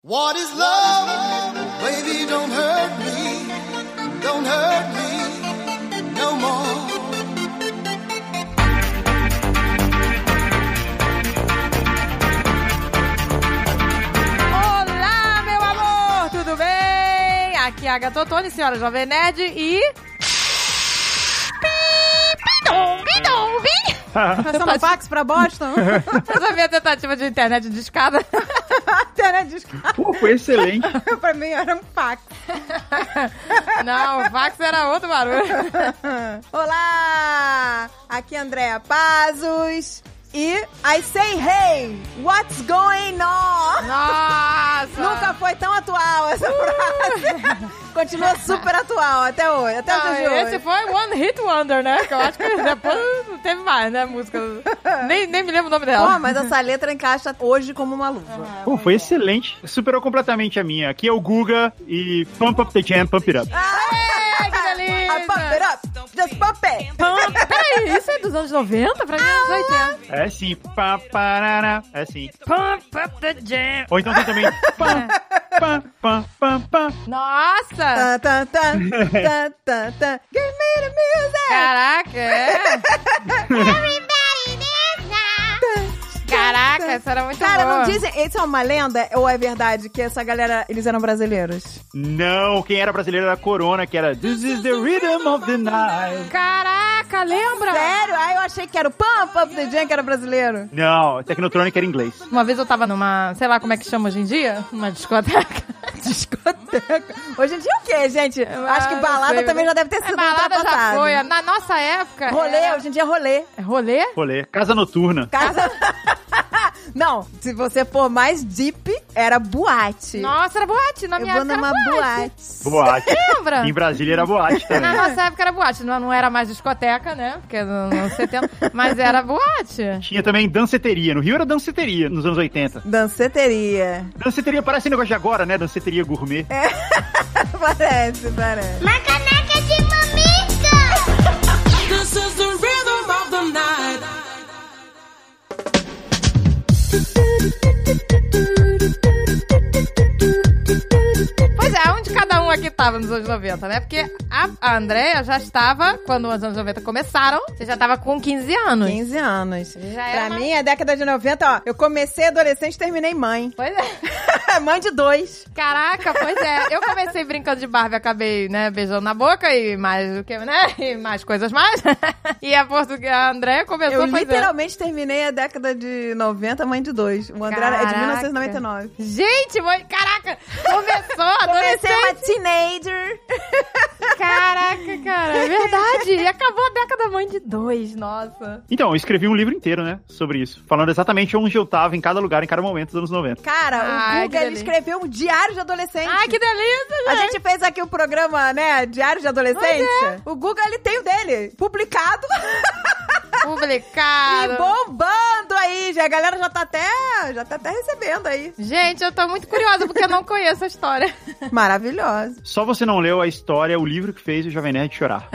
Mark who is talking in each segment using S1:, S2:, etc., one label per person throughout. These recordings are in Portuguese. S1: What is love? Baby, don't hurt me. Don't hurt me no more.
S2: Olá, meu amor, tudo bem? Aqui é a Gatotone, senhora Jovem Nerd e...
S3: Tá
S2: Passando Tá fax pra Boston. Essa é a minha tentativa de internet de escada. internet de escada,
S4: Pô, foi excelente.
S2: pra mim, era um fax. Não, fax era outro barulho.
S3: Olá! Aqui é Andréa Pazos e I say hey, what's going on?
S2: Nossa!
S3: Nunca foi tão atual essa
S2: Uh.
S3: frase. Continua super atual até hoje, até
S2: Ah,
S3: os dias de hoje.
S2: esse foi One Hit Wonder, né? Que eu acho que depois não teve mais, né? Música. Nem, nem me lembro o nome
S3: Pô,
S2: dela.
S3: mas essa letra encaixa hoje como uma luva.
S4: Pô, foi excelente. Superou completamente a minha. Aqui é o Guga e Pump Up the Jam, Pump It Up.
S2: Ai, que
S3: Ah! I pump it
S2: delícia!
S3: up, just pump it.
S2: Pam, Então, Peraí, isso é dos anos 90? Pra mim é dos 80.
S4: É sim. Pá, parará. É sim.
S2: Pump up the jam.
S4: Ou então tem também. Pá, pá, pá, pá, pá.
S2: Nossa!
S3: Tá, tá, tá, tá, tá, tá. Give me the music.
S2: Caraca, é. Caraca, essa era muito
S3: Cara,
S2: boa.
S3: não dizem. Isso é uma lenda ou é verdade que essa galera, eles eram brasileiros?
S4: Não, quem era brasileiro era a Corona, que era This is the rhythm of the night.
S2: Caraca, lembra?
S3: Sério? Aí eu achei que era o Pump Up the Jam, que era brasileiro.
S4: Não, Tecnotronic era inglês.
S2: Uma vez eu tava numa, sei lá como é que chama hoje em dia, uma discoteca.
S3: Discoteca. Hoje em dia é o quê, gente? Acho que
S2: Ah,
S3: balada
S2: não sei,
S3: também
S2: mas-
S3: já deve
S2: É,
S3: ter sido
S2: balada já
S3: ultrapassada.
S2: foi. é. Na nossa época.
S3: Rolê,
S2: era-
S3: hoje em dia é rolê.
S2: É rolê?
S4: Rolê. Casa Noturna.
S3: Casa... Não, se você for mais deep, era boate.
S2: Nossa, era boate. Na
S3: eu
S2: minha
S3: vou
S2: época
S3: numa
S2: era boate.
S3: boate.
S4: Boate.
S2: Lembra?
S4: Em Brasília era boate
S2: Na
S4: também.
S2: nossa época era boate. Não, não era mais discoteca, né? Porque não, não sei tempo. Mas era boate.
S4: Tinha também danceteria. No Rio era danceteria, nos anos 80.
S3: Danceteria.
S4: Danceteria parece um negócio de agora, né? Danceteria gourmet.
S3: parece, parece.
S5: Uma caneca de mamica!
S6: This is the rhythm of the night.
S2: Pois é, onde cada um aqui tava nos anos 90, né? Porque a, a Andrea já estava, quando os anos 90 começaram, você já estava com 15 anos.
S3: 15 anos.
S2: Já era
S3: pra
S2: uma-
S3: mim, a década de 90, ó, eu comecei adolescente e terminei mãe.
S2: Pois é.
S3: mãe de dois.
S2: Caraca, pois é. Eu comecei brincando de Barbie, acabei, né, beijando na boca e mais o que, né? E mais coisas mais. E a, portu- a Andrea começou
S3: Eu
S2: pois é.
S3: literalmente terminei a década de 90, mãe de dois. O André era é de
S2: Caraca.
S3: 1999.
S2: Gente, mãe, caraca! Começou a
S3: Comecei
S2: adolescência!
S3: uma teenager.
S2: Caraca, cara, é verdade! E acabou a década mãe de dois, nossa.
S4: Então, eu escrevi um livro inteiro, né? Sobre isso. Falando exatamente onde eu tava, em cada lugar, em cada momento dos anos 90.
S3: Cara,
S2: Ai,
S3: o Guga,
S2: que
S3: ele
S2: delícia.
S3: escreveu um diário de adolescente.
S2: Ai, que delícia,
S3: A gente fez aqui o programa, né, diário de adolescência.
S2: é.
S3: O Guga, ele tem o dele, publicado
S2: Publicado!
S3: e bombando aí. Já, a galera já tá até, já tá até recebendo aí.
S2: Gente, eu tô muito curiosa porque eu não conheço a história.
S3: Maravilhoso.
S4: Só você não leu a história, o livro que fez o Jovem Nerd chorar.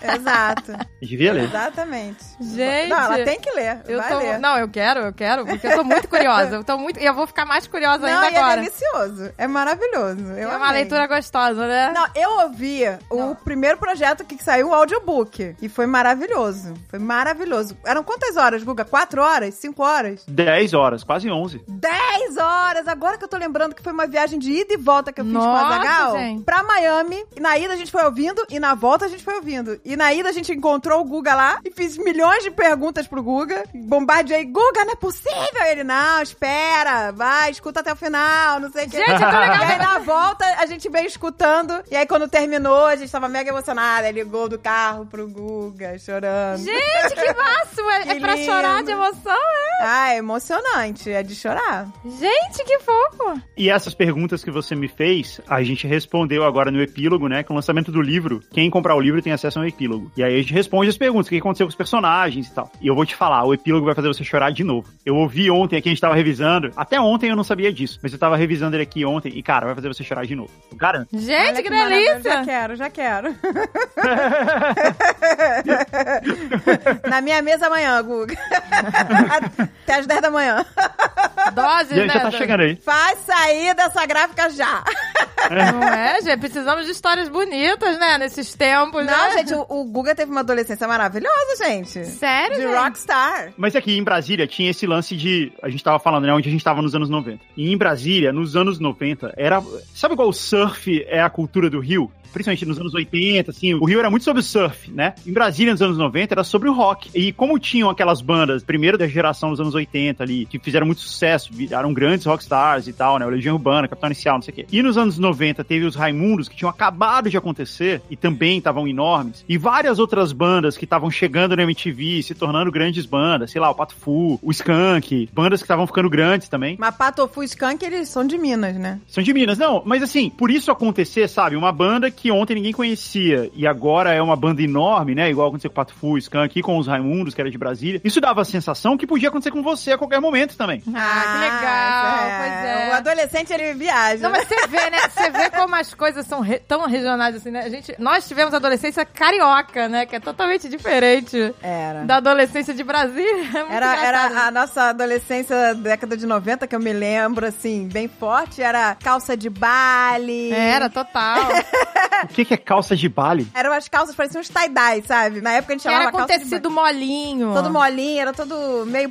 S3: Exato.
S4: Devia ler.
S3: Exatamente.
S2: Gente.
S3: Não, ela tem que ler.
S2: Eu
S3: vai
S2: tô,
S3: ler.
S2: não, eu quero, eu quero, porque eu tô muito curiosa. Eu tô muito, e eu vou ficar mais curiosa
S3: Não,
S2: ainda
S3: e é
S2: agora.
S3: delicioso. É maravilhoso. Eu
S2: É uma
S3: amei.
S2: leitura gostosa, né?
S3: Não, eu ouvi o primeiro projeto que saiu, o audiobook. E foi maravilhoso. Foi maravilhoso. Eram quantas horas, Guga? Quatro horas? Cinco horas?
S4: 10 horas, quase 11.
S3: Dez horas! Agora que eu tô lembrando que foi uma viagem de ida e volta que eu fiz com
S2: Nossa,
S3: a Zagal
S2: gente.
S3: pra Miami. E na ida a gente foi ouvindo e na volta a gente foi ouvindo. E na ida a gente encontrou o Guga lá e fiz milhões de perguntas pro Guga. Bombardeei, Guga, não é possível! Ele, não, espera, vai, escuta até o final, não sei o que.
S2: Gente, eu tô legal.
S3: E aí na volta a gente veio escutando. E aí quando terminou, a gente tava mega emocionada. Ele ligou do carro pro Guga, chorando.
S2: Gente, que máximo! É,
S3: Que
S2: é pra chorar
S3: lindo.
S2: de emoção, é?
S3: Ah, é emocionante, é de chorar.
S2: Gente, que fofo!
S4: E essas perguntas que você me fez, a gente respondeu agora no epílogo, né? Com o lançamento do livro. Quem comprar o livro tem acesso ao epílogo. E aí a gente responde as perguntas, o que aconteceu com os personagens e tal. E eu vou te falar, o epílogo vai fazer você chorar de novo. Eu ouvi ontem aqui, a gente tava revisando. Até ontem eu não sabia disso, mas eu tava revisando ele aqui ontem. E, cara, vai fazer você chorar de novo. Eu garanto.
S2: Gente,
S3: Olha
S2: que
S3: maravilha. Já
S2: delícia!
S3: quero, já quero. Na minha mesa amanhã, Guga. Até às 10 da manhã.
S2: Doses,
S4: Já,
S2: né?
S4: já tá
S2: do-
S4: chegando aí.
S3: Faz sair dessa gráfica já.
S2: Não é, gente? Precisamos de histórias bonitas, né? Nesses tempos, né?
S3: Não, gente, o, o Guga teve uma adolescência maravilhosa, gente.
S2: Sério,
S3: De
S2: gente?
S3: rockstar.
S4: Mas aqui em Brasília tinha esse lance de. A gente tava falando, né? Onde a gente tava nos anos 90. E em Brasília, nos anos 90, era. Sabe igual o surf é a cultura do Rio? Principalmente nos anos 80, assim, o Rio era muito sobre o surf, né? Em Brasília, nos anos 90, era sobre o rock. E como tinham aquelas bandas, primeiro da geração dos anos 80 Tá ali, que fizeram muito sucesso, viraram grandes rockstars e tal, né? O Legião Urbana, Capitão Inicial, não sei o quê. E nos anos 90 teve os Raimundos, que tinham acabado de acontecer e também estavam enormes. E várias outras bandas que estavam chegando na MTV, se tornando grandes bandas, sei lá, o Pato Fu, o Skank, bandas que estavam ficando grandes também.
S3: Mas Patofu e Skank, eles são de Minas, né?
S4: São de Minas, não, mas assim, por isso acontecer, sabe, uma banda que ontem ninguém conhecia e agora é uma banda enorme, né, igual aconteceu com o Pato Fu, o Skank, e com os Raimundos, que era de Brasília, isso dava a sensação que podia acontecer com você a qualquer momento também.
S2: Ah, que legal. Pois é.
S3: Ah, O adolescente, ele viaja.
S2: Não, mas você vê, né? Você vê como as coisas são re- tão regionais assim, né? A gente, nós tivemos adolescência carioca, né? Que é totalmente diferente
S3: Era.
S2: da adolescência de Brasília. É muito
S3: Era,
S2: engraçado.
S3: era a nossa adolescência, década de 90, que eu me lembro, assim, bem forte. Era calça de baile.
S2: É, Era, total.
S4: O que que é calça de baile?
S3: Eram as calças, pareciam uns tie-dye, sabe? Na época a gente chamava
S2: Era Hum. com
S3: calça de
S2: tecido molinho.
S3: baile. Todo molinho, era todo meio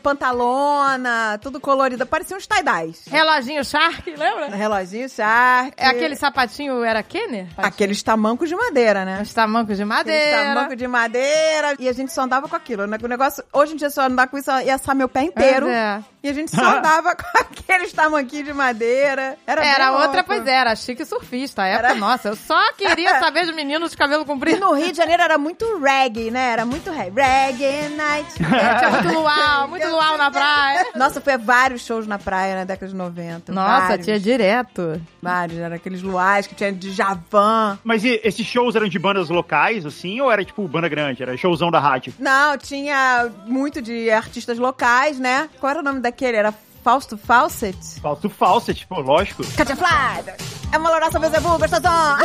S3: pantalona, tudo colorido. Pareciam uns tie-dyes.
S2: Reloginho Shark, lembra?
S3: Reloginho shark.
S2: É aquele sapatinho, era Kenner?
S3: Aqueles tamancos de madeira, né?
S2: Os tamancos de
S3: Aqueles
S2: madeira.
S3: tamancos de madeira. E a gente só andava com aquilo. né? O negócio, hoje em dia, se eu andar com isso, ia assar meu pé inteiro.
S2: Pois é.
S3: E a gente só andava com aqueles tamanquinhos de madeira. Era, um bem
S2: Era
S3: louco.
S2: outra, pois é, era chique surfista. A época, nossa, eu só queria saber de meninos de cabelo
S3: E
S2: comprido.
S3: no Rio de Janeiro era muito reggae, né? Era muito reggae. Reggae night.
S2: Tinha muito luau, muito luau na praia.
S3: Nossa, foi vários shows na praia na década de 90.
S2: Nossa,
S3: vários,
S2: tinha direto.
S3: Vários. Era aqueles luais que tinha de Javan.
S4: Mas e- esses shows eram de bandas locais, assim, ou era tipo banda grande? Era showzão da rádio?
S3: Não, tinha muito de artistas locais, né? Qual era o nome daquele? Era Fausto Fawcett?
S4: Falso falso, tipo, lógico.
S3: Katia Flávia! É uma lourosa Bezebu, gostosão!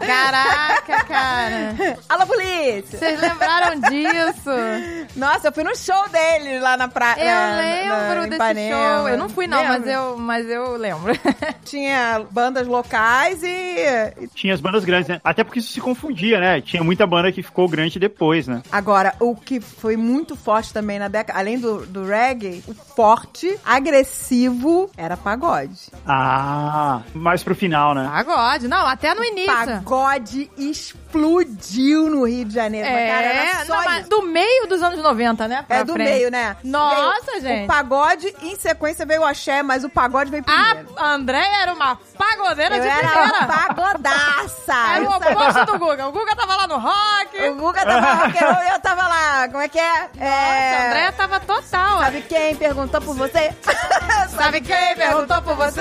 S2: Caraca, cara.
S3: Alô, polícia!
S2: Vocês lembraram disso?
S3: Nossa, eu fui no show deles lá na praia.
S2: Eu lembro desse show. Eu não fui, não, mas eu, mas eu lembro.
S3: Tinha bandas locais e... e-
S4: Tinha as bandas grandes, né? Até porque isso se confundia, né? Tinha muita banda que ficou grande depois, né?
S3: Agora, o que foi muito forte também na década, além do, do reggae, o forte, agressivo, era pagode.
S4: Ah, mais pro final, né?
S2: Pagode. Não, até no início.
S3: Pagode explodiu no Rio de Janeiro. mas, cara, era
S2: É,
S3: só
S2: não, mas
S3: isso.
S2: do meio dos anos 90, né? pra
S3: É do
S2: frente.
S3: meio, né?
S2: Nossa,
S3: Veio
S2: gente.
S3: O pagode, em sequência, veio o axé, mas o pagode veio primeiro.
S2: A Andréia era uma pagodeira
S3: Eu
S2: Ah, de
S3: era
S2: primeira. É
S3: pagodaça.
S2: Era o
S3: Eu sabia.
S2: oposto do Guga. O Guga tava lá no rock.
S3: O Guga tava rock and roll e eu tava lá. Como é que é?
S2: Nossa, a
S3: é...
S2: Andréia tava total. ó.
S3: Sabe quem perguntou por você?
S2: Sabe quem perguntou por você?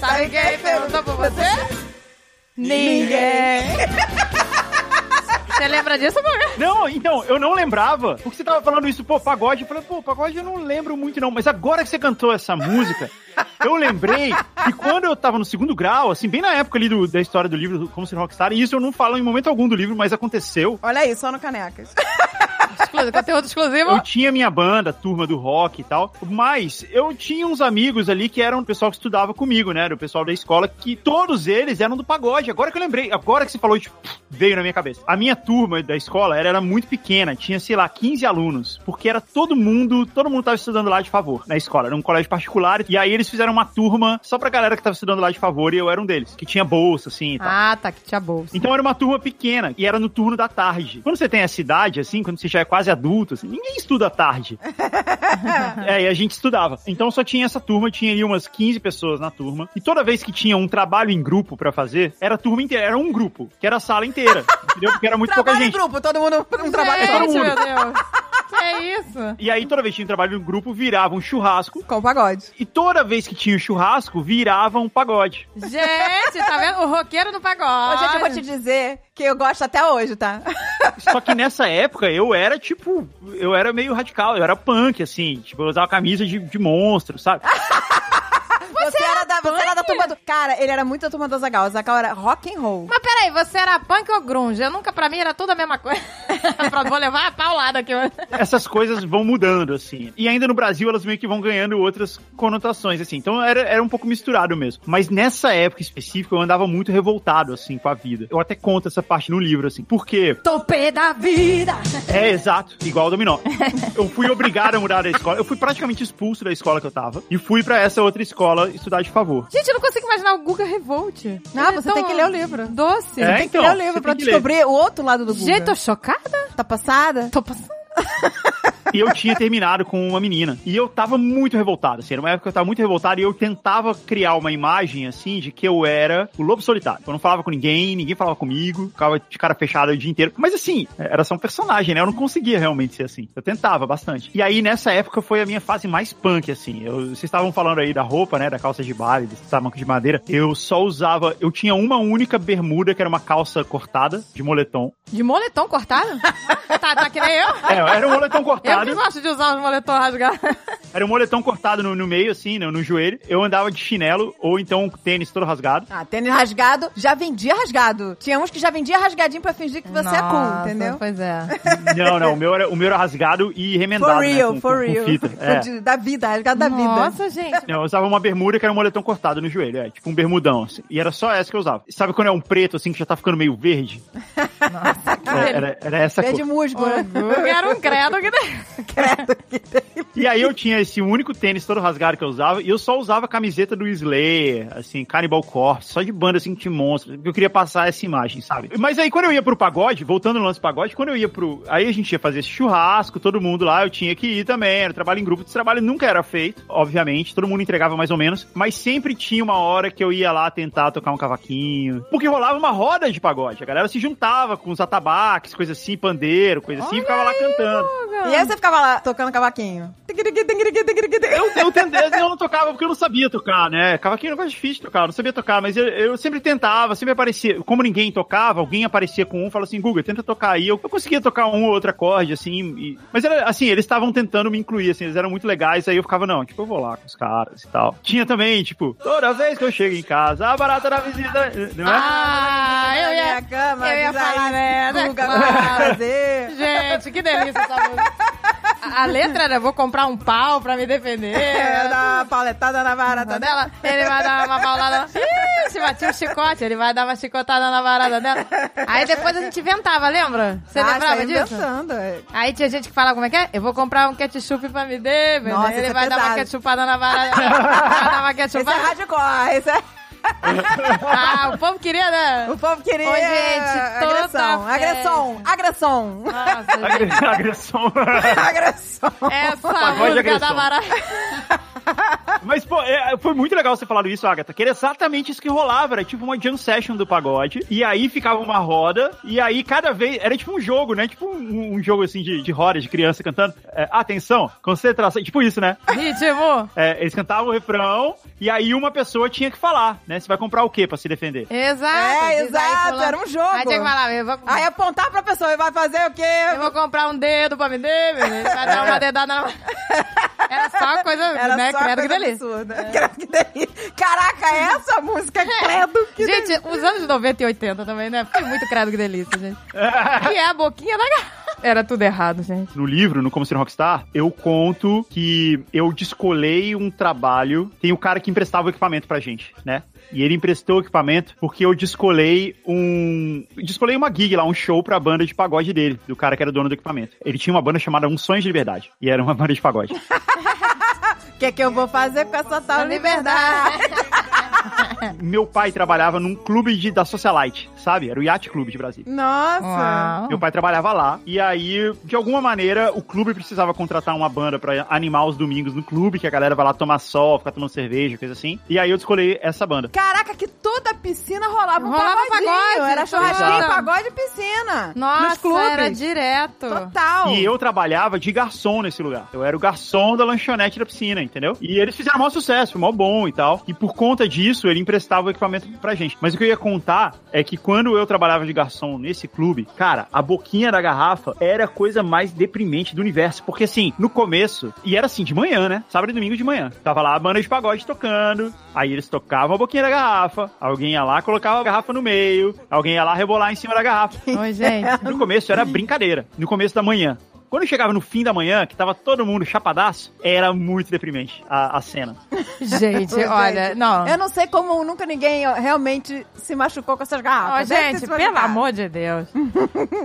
S2: Sabe quem perguntou por você?
S3: é.
S2: Ninguém. Você lembra disso, Guga?
S4: Não, então, eu não lembrava. Porque você tava falando isso, pô, pagode. Eu falei, pô, pagode eu não lembro muito, não. Mas agora que você cantou essa música, eu lembrei que quando eu tava no segundo grau, assim, bem na época ali do- da história do livro Como Ser Rockstar, e isso eu não falo em momento algum do livro, mas aconteceu.
S3: Olha aí, só no Canecas.
S2: Exclusivo, conteúdo
S4: Eu
S2: exclusivo.
S4: tinha minha banda, turma do rock e tal, mas eu tinha uns amigos ali que eram o pessoal que estudava comigo, né? Era o pessoal da escola, que todos eles eram do pagode. Agora que eu lembrei, agora que você falou, tipo, veio na minha cabeça. A minha turma da escola era, era muito pequena, tinha, sei lá, 15 alunos, porque era todo mundo, todo mundo tava estudando lá de favor, na escola. Era um colégio particular, e aí eles fizeram uma turma só pra galera que tava estudando lá de favor, e eu era um deles, que tinha bolsa, assim e tal.
S2: Ah, tá, que tinha bolsa.
S4: Então era uma turma pequena e era no turno da tarde. Quando você tem essa idade, assim, quando você já é quase adulto, assim, ninguém estuda à tarde. é, e a gente estudava. Então só tinha essa turma, tinha ali umas 15 pessoas na turma. E toda vez que tinha um trabalho em grupo pra fazer, era a turma inteira, era um grupo, que era a sala inteira. entendeu? Porque era muito pouca
S3: Trabalho em
S4: gente.
S3: grupo, todo mundo um trabalho
S4: todo
S2: Gente,
S4: mundo.
S2: meu Deus. Que isso?
S4: E aí, toda vez que tinha um trabalho em grupo, virava um churrasco.
S3: com o pagode.
S4: E toda vez que tinha o churrasco, virava um pagode.
S2: Gente, tá vendo? O roqueiro no pagode.
S3: Hoje eu vou te dizer que eu gosto até hoje, tá?
S4: Só que nessa época eu era tipo. Eu era meio radical, eu era punk, assim. Tipo, eu usava camisa de, de monstro, sabe?
S3: é Você, era, da, você era da turma do... Cara, ele era muito da turma do Azaghal. Azaghal era rock and roll.
S2: Mas peraí, você era punk ou grunge? Eu nunca, pra mim, era tudo a mesma coisa. Pronto, vou levar a paulada aqui.
S4: Essas coisas vão mudando, assim. E ainda no Brasil, elas meio que vão ganhando outras conotações, assim. Então era, era um pouco misturado mesmo. Mas nessa época específica, eu andava muito revoltado, assim, com a vida. Eu até conto essa parte no livro, assim. Porque
S2: Topê da vida!
S4: É, exato. Igual o dominó. Eu fui obrigado a mudar da escola. Eu fui praticamente expulso da escola que eu tava. E fui pra essa outra escola estudar de favor.
S2: Gente, eu não consigo imaginar o Guga Revolt. é
S3: Não, é você tem que ler o livro.
S2: Doce.
S4: É,
S3: tem que ler
S4: então,
S3: o
S4: você
S3: livro
S4: tem
S3: pra
S4: que ler.
S3: descobrir o outro lado do Guga.
S2: Gente, tô chocada.
S3: tá passada?
S2: Tô passando.
S4: E eu tinha terminado com uma menina. E eu tava muito revoltado, assim. Era uma época que eu tava muito revoltado e eu tentava criar uma imagem, assim, de que eu era o lobo solitário. Eu não falava com ninguém, ninguém falava comigo, ficava de cara fechada o dia inteiro. Mas, assim, era só um personagem, né? Eu não conseguia realmente ser assim. Eu tentava bastante. E aí, nessa época, foi a minha fase mais punk, assim. Eu- vocês estavam falando aí da roupa, né? Da calça de baile, desse tamanco de madeira. Eu só usava... Eu tinha uma única bermuda, que era uma calça cortada, de moletom.
S2: De moletom cortado? tá, tá que nem eu.
S4: É, era um moletom
S2: Eu
S4: cortado.
S2: que gosto de usar os moletom rasgados.
S4: Era um moletom cortado no, no meio, assim, no, no joelho. Eu andava de chinelo ou então um tênis todo rasgado.
S3: Ah, tênis rasgado, já vendia rasgado. Tinha uns que já vendia rasgadinho pra fingir que você é cool,
S2: Nossa,
S3: entendeu?
S2: Pois é.
S4: Não, não, o meu era, o meu era rasgado e remendado.
S3: For
S4: né,
S3: real,
S4: com-
S3: for
S4: com- com
S3: real.
S4: fita, é.
S3: De- Da vida, rasgado da vida.
S2: Nossa, gente.
S4: Não, eu usava uma bermuda que era um moletom cortado no joelho, é, tipo um bermudão, assim. E era só essa que eu usava. Sabe quando é um preto, assim, que já tá ficando meio verde? Nossa, era, era essa
S3: Pé de
S4: cor.
S3: musgo, né?
S2: Eu era um credo que nem...
S4: E aí eu tinha esse único tênis todo rasgado que eu usava, e eu só usava camiseta do Slayer, assim, Cannibal Corpse, só de banda, assim, de monstro. Eu queria passar essa imagem, sabe? Mas aí quando eu ia pro pagode, voltando no lance do pagode, quando eu ia pro... Aí a gente ia fazer esse churrasco, todo mundo lá, eu tinha que ir também, era trabalho em grupo, esse trabalho nunca era feito, obviamente, todo mundo entregava mais ou menos, mas sempre tinha uma hora que eu ia lá tentar tocar um cavaquinho, porque rolava uma roda de pagode, a galera se juntava com os atabaques, coisa assim, pandeiro, coisa assim, e ficava lá cantando.
S3: E aí você ficava lá tocando cavaquinho. Tiquiriqui, tiquiriqui, tiquiriqui, tiquiriqui.
S4: Eu, eu tentei, eu não tocava porque eu não sabia tocar, né? Cavaquinho era um negócio difícil de tocar, eu não sabia tocar, mas eu, eu sempre tentava, sempre aparecia. Como ninguém tocava, alguém aparecia com um e falava assim, Guga, tenta tocar aí. Eu, eu conseguia tocar um ou outro acorde, assim. e- mas era assim, eles estavam tentando me incluir, assim, eles eram muito legais, aí eu ficava, não, tipo, eu vou lá com os caras e tal. Tinha também, tipo, toda vez que eu chego em casa, a barata da visita. Não é?
S2: Ah, eu
S3: Na
S2: ia...
S3: minha cama,
S2: eu ia
S3: avisa
S2: falar,
S3: aí,
S2: né, né,
S3: Guga,
S2: claro.
S3: vai fazer.
S2: Gente, que delícia essa música. A a letra era, vou comprar um pau pra me defender.
S3: É, dá uma paletada na né? varada
S2: varada
S3: dela.
S2: dela, ele vai dar uma paulada. Ih, Se batia um chicote, ele vai dar uma chicotada na varada dela. Aí depois a gente inventava, lembra? Você
S3: Ah,
S2: lembrava
S3: saiu
S2: disso?
S3: dançando, é.
S2: Aí tinha gente que falava como é que é? Eu vou comprar um ketchup pra me dar, velho.
S3: Nossa,
S2: ele
S3: isso é
S2: vai dar uma
S3: pesado.
S2: ketchupada na varada. vai dar uma
S3: Esse é
S2: ketchupada.
S3: hardcore, esse é...
S2: Ah, o povo queria, né?
S3: O povo queria
S2: Ô, gente, toda
S3: agressão,
S2: festa.
S3: agressão, agressão,
S2: Nossa, gente.
S4: Agre- Agressão.
S3: agressão.
S2: Essa
S4: Pagode de
S2: música é da
S4: agressão.
S2: varada.
S4: Mas, pô, é, foi muito legal você falado isso, Agatha, que era exatamente isso que rolava. Era tipo uma jam session do pagode. E aí ficava uma roda. E aí cada vez. Era tipo um jogo, né? Tipo um, um jogo assim de, de roda, de criança cantando. É, atenção, concentração. Tipo isso, né?
S2: Ritmo.
S4: É, eles cantavam o refrão. E aí uma pessoa tinha que falar, né? Você vai comprar o quê pra se defender?
S2: Exato.
S3: É,
S2: diz aí
S3: exato,
S2: fulano.
S3: era um jogo.
S2: Aí tinha que falar, eu vou,
S3: Aí apontar pra pessoa, vai fazer o
S2: eu
S3: quê?
S2: vou comprar um dedo pra me dar, velho. Ele vai dar uma dedada na... Era só coisa,
S3: Era
S2: né?
S3: só
S2: Credo que
S3: coisa
S2: delícia. É.
S3: absurda. Credo que delícia. Caraca, essa música, credo que delícia.
S2: Gente, os anos 90 e 80 também, né? Foi muito credo que delícia, gente. que é a boquinha da garrafa. Era tudo errado, gente.
S4: no livro, no Como Ser um Rockstar, eu conto que eu descolei um trabalho. Tem o cara que emprestava o equipamento pra gente, né? E ele emprestou o equipamento porque eu descolei um. Descolei uma gig lá, um show pra banda de pagode dele, do cara que era dono do equipamento. Ele tinha uma banda chamada Um Sonho de Liberdade. E era uma banda de pagode.
S3: O que, que eu vou fazer com essa tal liberdade?
S2: Liberdade.
S4: Meu pai trabalhava num clube de, da Socialite, sabe? Era o Yacht Clube de Brasília.
S3: Nossa.
S2: Uau.
S4: Meu pai trabalhava lá. E aí, de alguma maneira, o clube precisava contratar uma banda pra animar os domingos no clube, que a galera vai lá tomar sol, ficar tomando cerveja, coisa assim. E aí eu escolhi essa banda.
S3: Caraca, que toda piscina rolava um
S2: Rolava
S3: pagodinho.
S2: pagode,
S3: Era churrasquinho,
S2: exato.
S3: pagode e piscina. nos
S2: Nossa,
S3: clubes.
S2: era direto.
S3: Total.
S4: E eu trabalhava de garçom nesse lugar. Eu era o garçom da lanchonete da piscina, entendeu? E eles fizeram maior sucesso, mó bom e tal. E por conta disso, ele emprestava o equipamento pra gente. Mas o que eu ia contar é que quando eu trabalhava de garçom nesse clube, cara, a boquinha da garrafa era a coisa mais deprimente do universo. Porque assim, no começo, e era assim, de manhã, né? Sábado e domingo de manhã. Tava lá a banda de pagode tocando, aí eles tocavam a boquinha da garrafa, alguém ia lá, colocava a garrafa no meio, alguém ia lá rebolar em cima da garrafa.
S2: Oi, gente.
S4: No começo era brincadeira, no começo da manhã. Quando chegava no fim da manhã, que tava todo mundo chapadaço, era muito deprimente a, a cena.
S2: gente, olha, não.
S3: Eu não sei como nunca ninguém ó, realmente se machucou com essas
S2: Ó,
S3: garrafas. Deve ter
S2: gente,
S3: se
S2: pelo
S3: machucado.
S2: amor de Deus.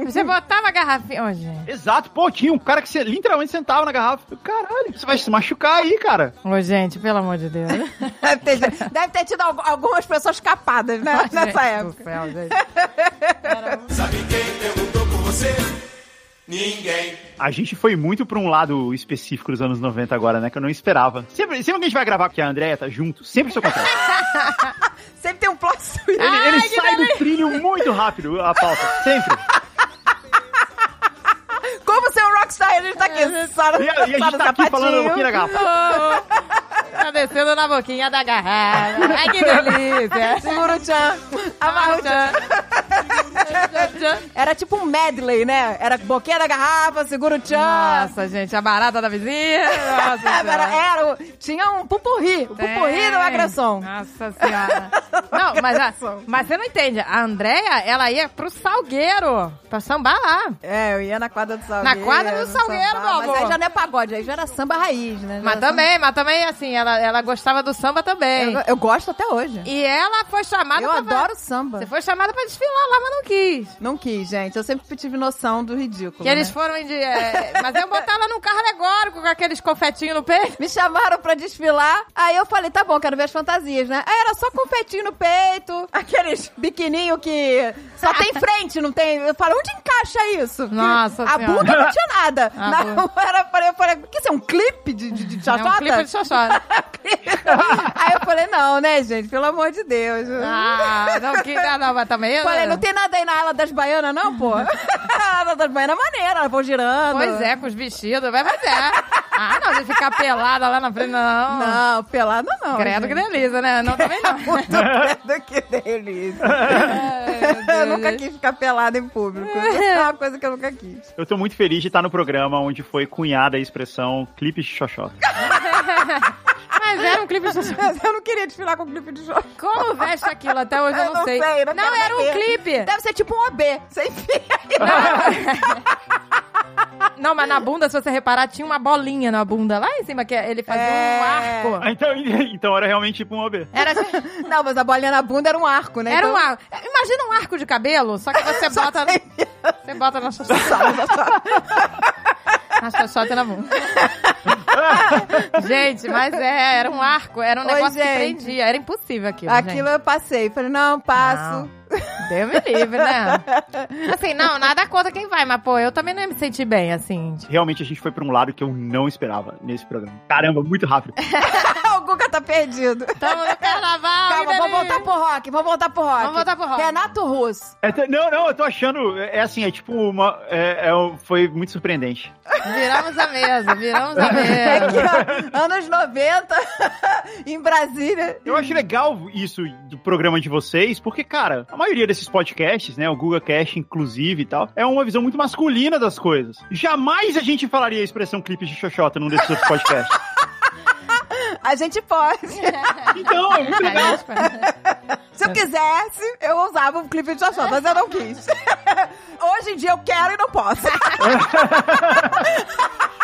S2: Você botava a garrafinha. Ô, gente.
S4: Exato, pô, tinha um cara que se- literalmente sentava na garrafa. Eu, Caralho, você vai se machucar aí, cara.
S2: Ô, gente, pelo amor de Deus.
S3: Deve ter, deve ter tido al- algumas pessoas capadas né,
S2: Ai,
S3: nessa
S2: gente do
S3: época.
S2: céu, gente.
S1: Sabe quem perguntou por você? Ninguém.
S4: A gente foi muito pra um lado específico dos anos 90 agora, né? Que eu não esperava. Sempre, sempre que a gente vai gravar com a Andréia tá junto, sempre isso acontece.
S3: Sempre tem um plot twist.
S4: Ele, ele sai do trilho muito rápido, a pauta. Sempre.
S3: Como ser um rockstar, ele tá aqui.
S2: É.
S3: Só no,
S4: E, a- e a
S3: só no
S4: gente tá aqui falando um pouquinho da garrafa.
S2: Ô, ô, Tá descendo na boquinha da garrafa. Ai, que delícia.
S3: Segura o tchan. Amarra o tchan. Era tipo um medley, né? Era boquinha da garrafa, segura o tchan.
S2: Nossa, gente, a barata da vizinha. Nossa,
S3: Era,
S2: senhora.
S3: era o- tinha um pupurri. O pupurri
S2: Tem.
S3: do é, agressão.
S2: Nossa senhora. Não, mas, a-
S3: Agressão.
S2: mas você não entende. A Andréia, ela ia pro Salgueiro pra sambar lá.
S3: É, eu ia na quadra do Salgueiro.
S2: quadra do Salgueiro,
S3: samba,
S2: meu amor.
S3: Mas aí já não é pagode, aí já era samba raiz, né? Já
S2: Mas
S3: era
S2: também, mas também, assim, ela, ela gostava do samba também.
S3: samba- Eu, eu gosto até hoje.
S2: E ela foi chamada
S3: Eu
S2: pra...
S3: adoro samba.
S2: Você foi chamada pra desfilar lá, mas não quis.
S3: Não quis, gente. Eu sempre tive noção do ridículo.
S2: Que eles
S3: né?
S2: foram de. é, mas eu botar ela num carro alegórico com aqueles confetinhos no peito.
S3: Me chamaram pra desfilar, aí eu falei, tá bom, quero ver as fantasias, né? Aí era só confetinho no peito, aqueles biquininho que só tem frente, não tem... Eu falei, onde encaixa isso? Que
S2: Nossa
S3: A
S2: Senhora.
S3: bunda não tinha nada.
S2: A
S3: Na
S2: bunda.
S3: hora eu falei, eu falei, o que isso é um clipe de, de,
S2: É
S3: de chachota?
S2: um clipe de xoxota.
S3: aí eu falei, não, né, gente? Pelo amor de Deus.
S2: Ah, não quis. Ah, não, mas também.
S3: Falei, não tem nada aí na ala das baianas, não, pô? a ala das baianas é maneira, elas vão girando.
S2: Pois é, com os vestidos, vai fazer. Ah, não, de ficar pelada lá na frente, não.
S3: Não, pelada não.
S2: Credo que
S3: gente.
S2: delícia, né? Não, também não.
S3: Credo que delícia. eu nunca quis ficar pelada em público. É uma coisa que eu nunca quis.
S4: Eu tô muito feliz de estar no programa onde foi cunhada a expressão clipe de xoxota.
S2: Mas era um clipe de xoxota.
S3: Mas eu não queria desfilar com um clipe de jogo.
S2: Como veste aquilo? Até hoje eu não, sei.
S3: não,
S2: não
S3: quero
S2: era um
S3: saber.
S2: clipe.
S3: Deve ser tipo um OB. Você enfia aí.
S2: Não, mas na bunda, se você reparar, tinha uma bolinha na bunda lá em cima, que ele fazia
S3: É.
S2: um arco.
S4: Ah, Então, então era realmente tipo um OB.
S2: Era tipo.
S3: Não, mas a bolinha na bunda era um arco, né?
S2: Era
S3: Então-
S2: um arco. Imagina um arco de cabelo, só que você bota. no- Você bota na
S3: então,
S2: xoxota. Na xoxota na mão. gente, mas é, era um arco, era um
S3: Oi,
S2: negócio que
S3: gente.
S2: prendia. Era impossível aquilo.
S3: Aquilo eu passei. Falei, não, passo.
S2: Gente. Deus me livre, né? Assim, não, nada contra quem vai, mas pô, eu também não ia me sentir bem, assim. tipo,
S4: Realmente a gente foi pra um lado que eu não esperava nesse programa. Caramba, muito rápido.
S3: o Guga tá perdido.
S2: Tamo no carnaval,
S3: Calma,
S2: vida
S3: vamos
S2: livre.
S3: voltar pro rock, vamos voltar pro rock.
S2: Vamos voltar pro rock.
S3: Renato Russo.
S4: É, tá- não, não, eu tô achando. É é assim, é tipo uma. é- é um- foi muito surpreendente.
S2: Viramos a mesa, viramos a
S3: É que,
S2: mesa.
S3: ó, anos 90, em Brasília.
S4: Eu acho legal isso do programa de vocês, porque, cara, a maioria desses podcasts, né, o Google Cash, inclusive e tal, é uma visão muito masculina das coisas. Jamais a gente falaria a expressão clipe de xoxota num desses outros podcasts.
S3: A gente pode.
S4: Então, é muito legal.
S3: Se eu quisesse, eu usava um clipe de Xoxó, mas eu não quis. Hoje em dia eu quero e não posso.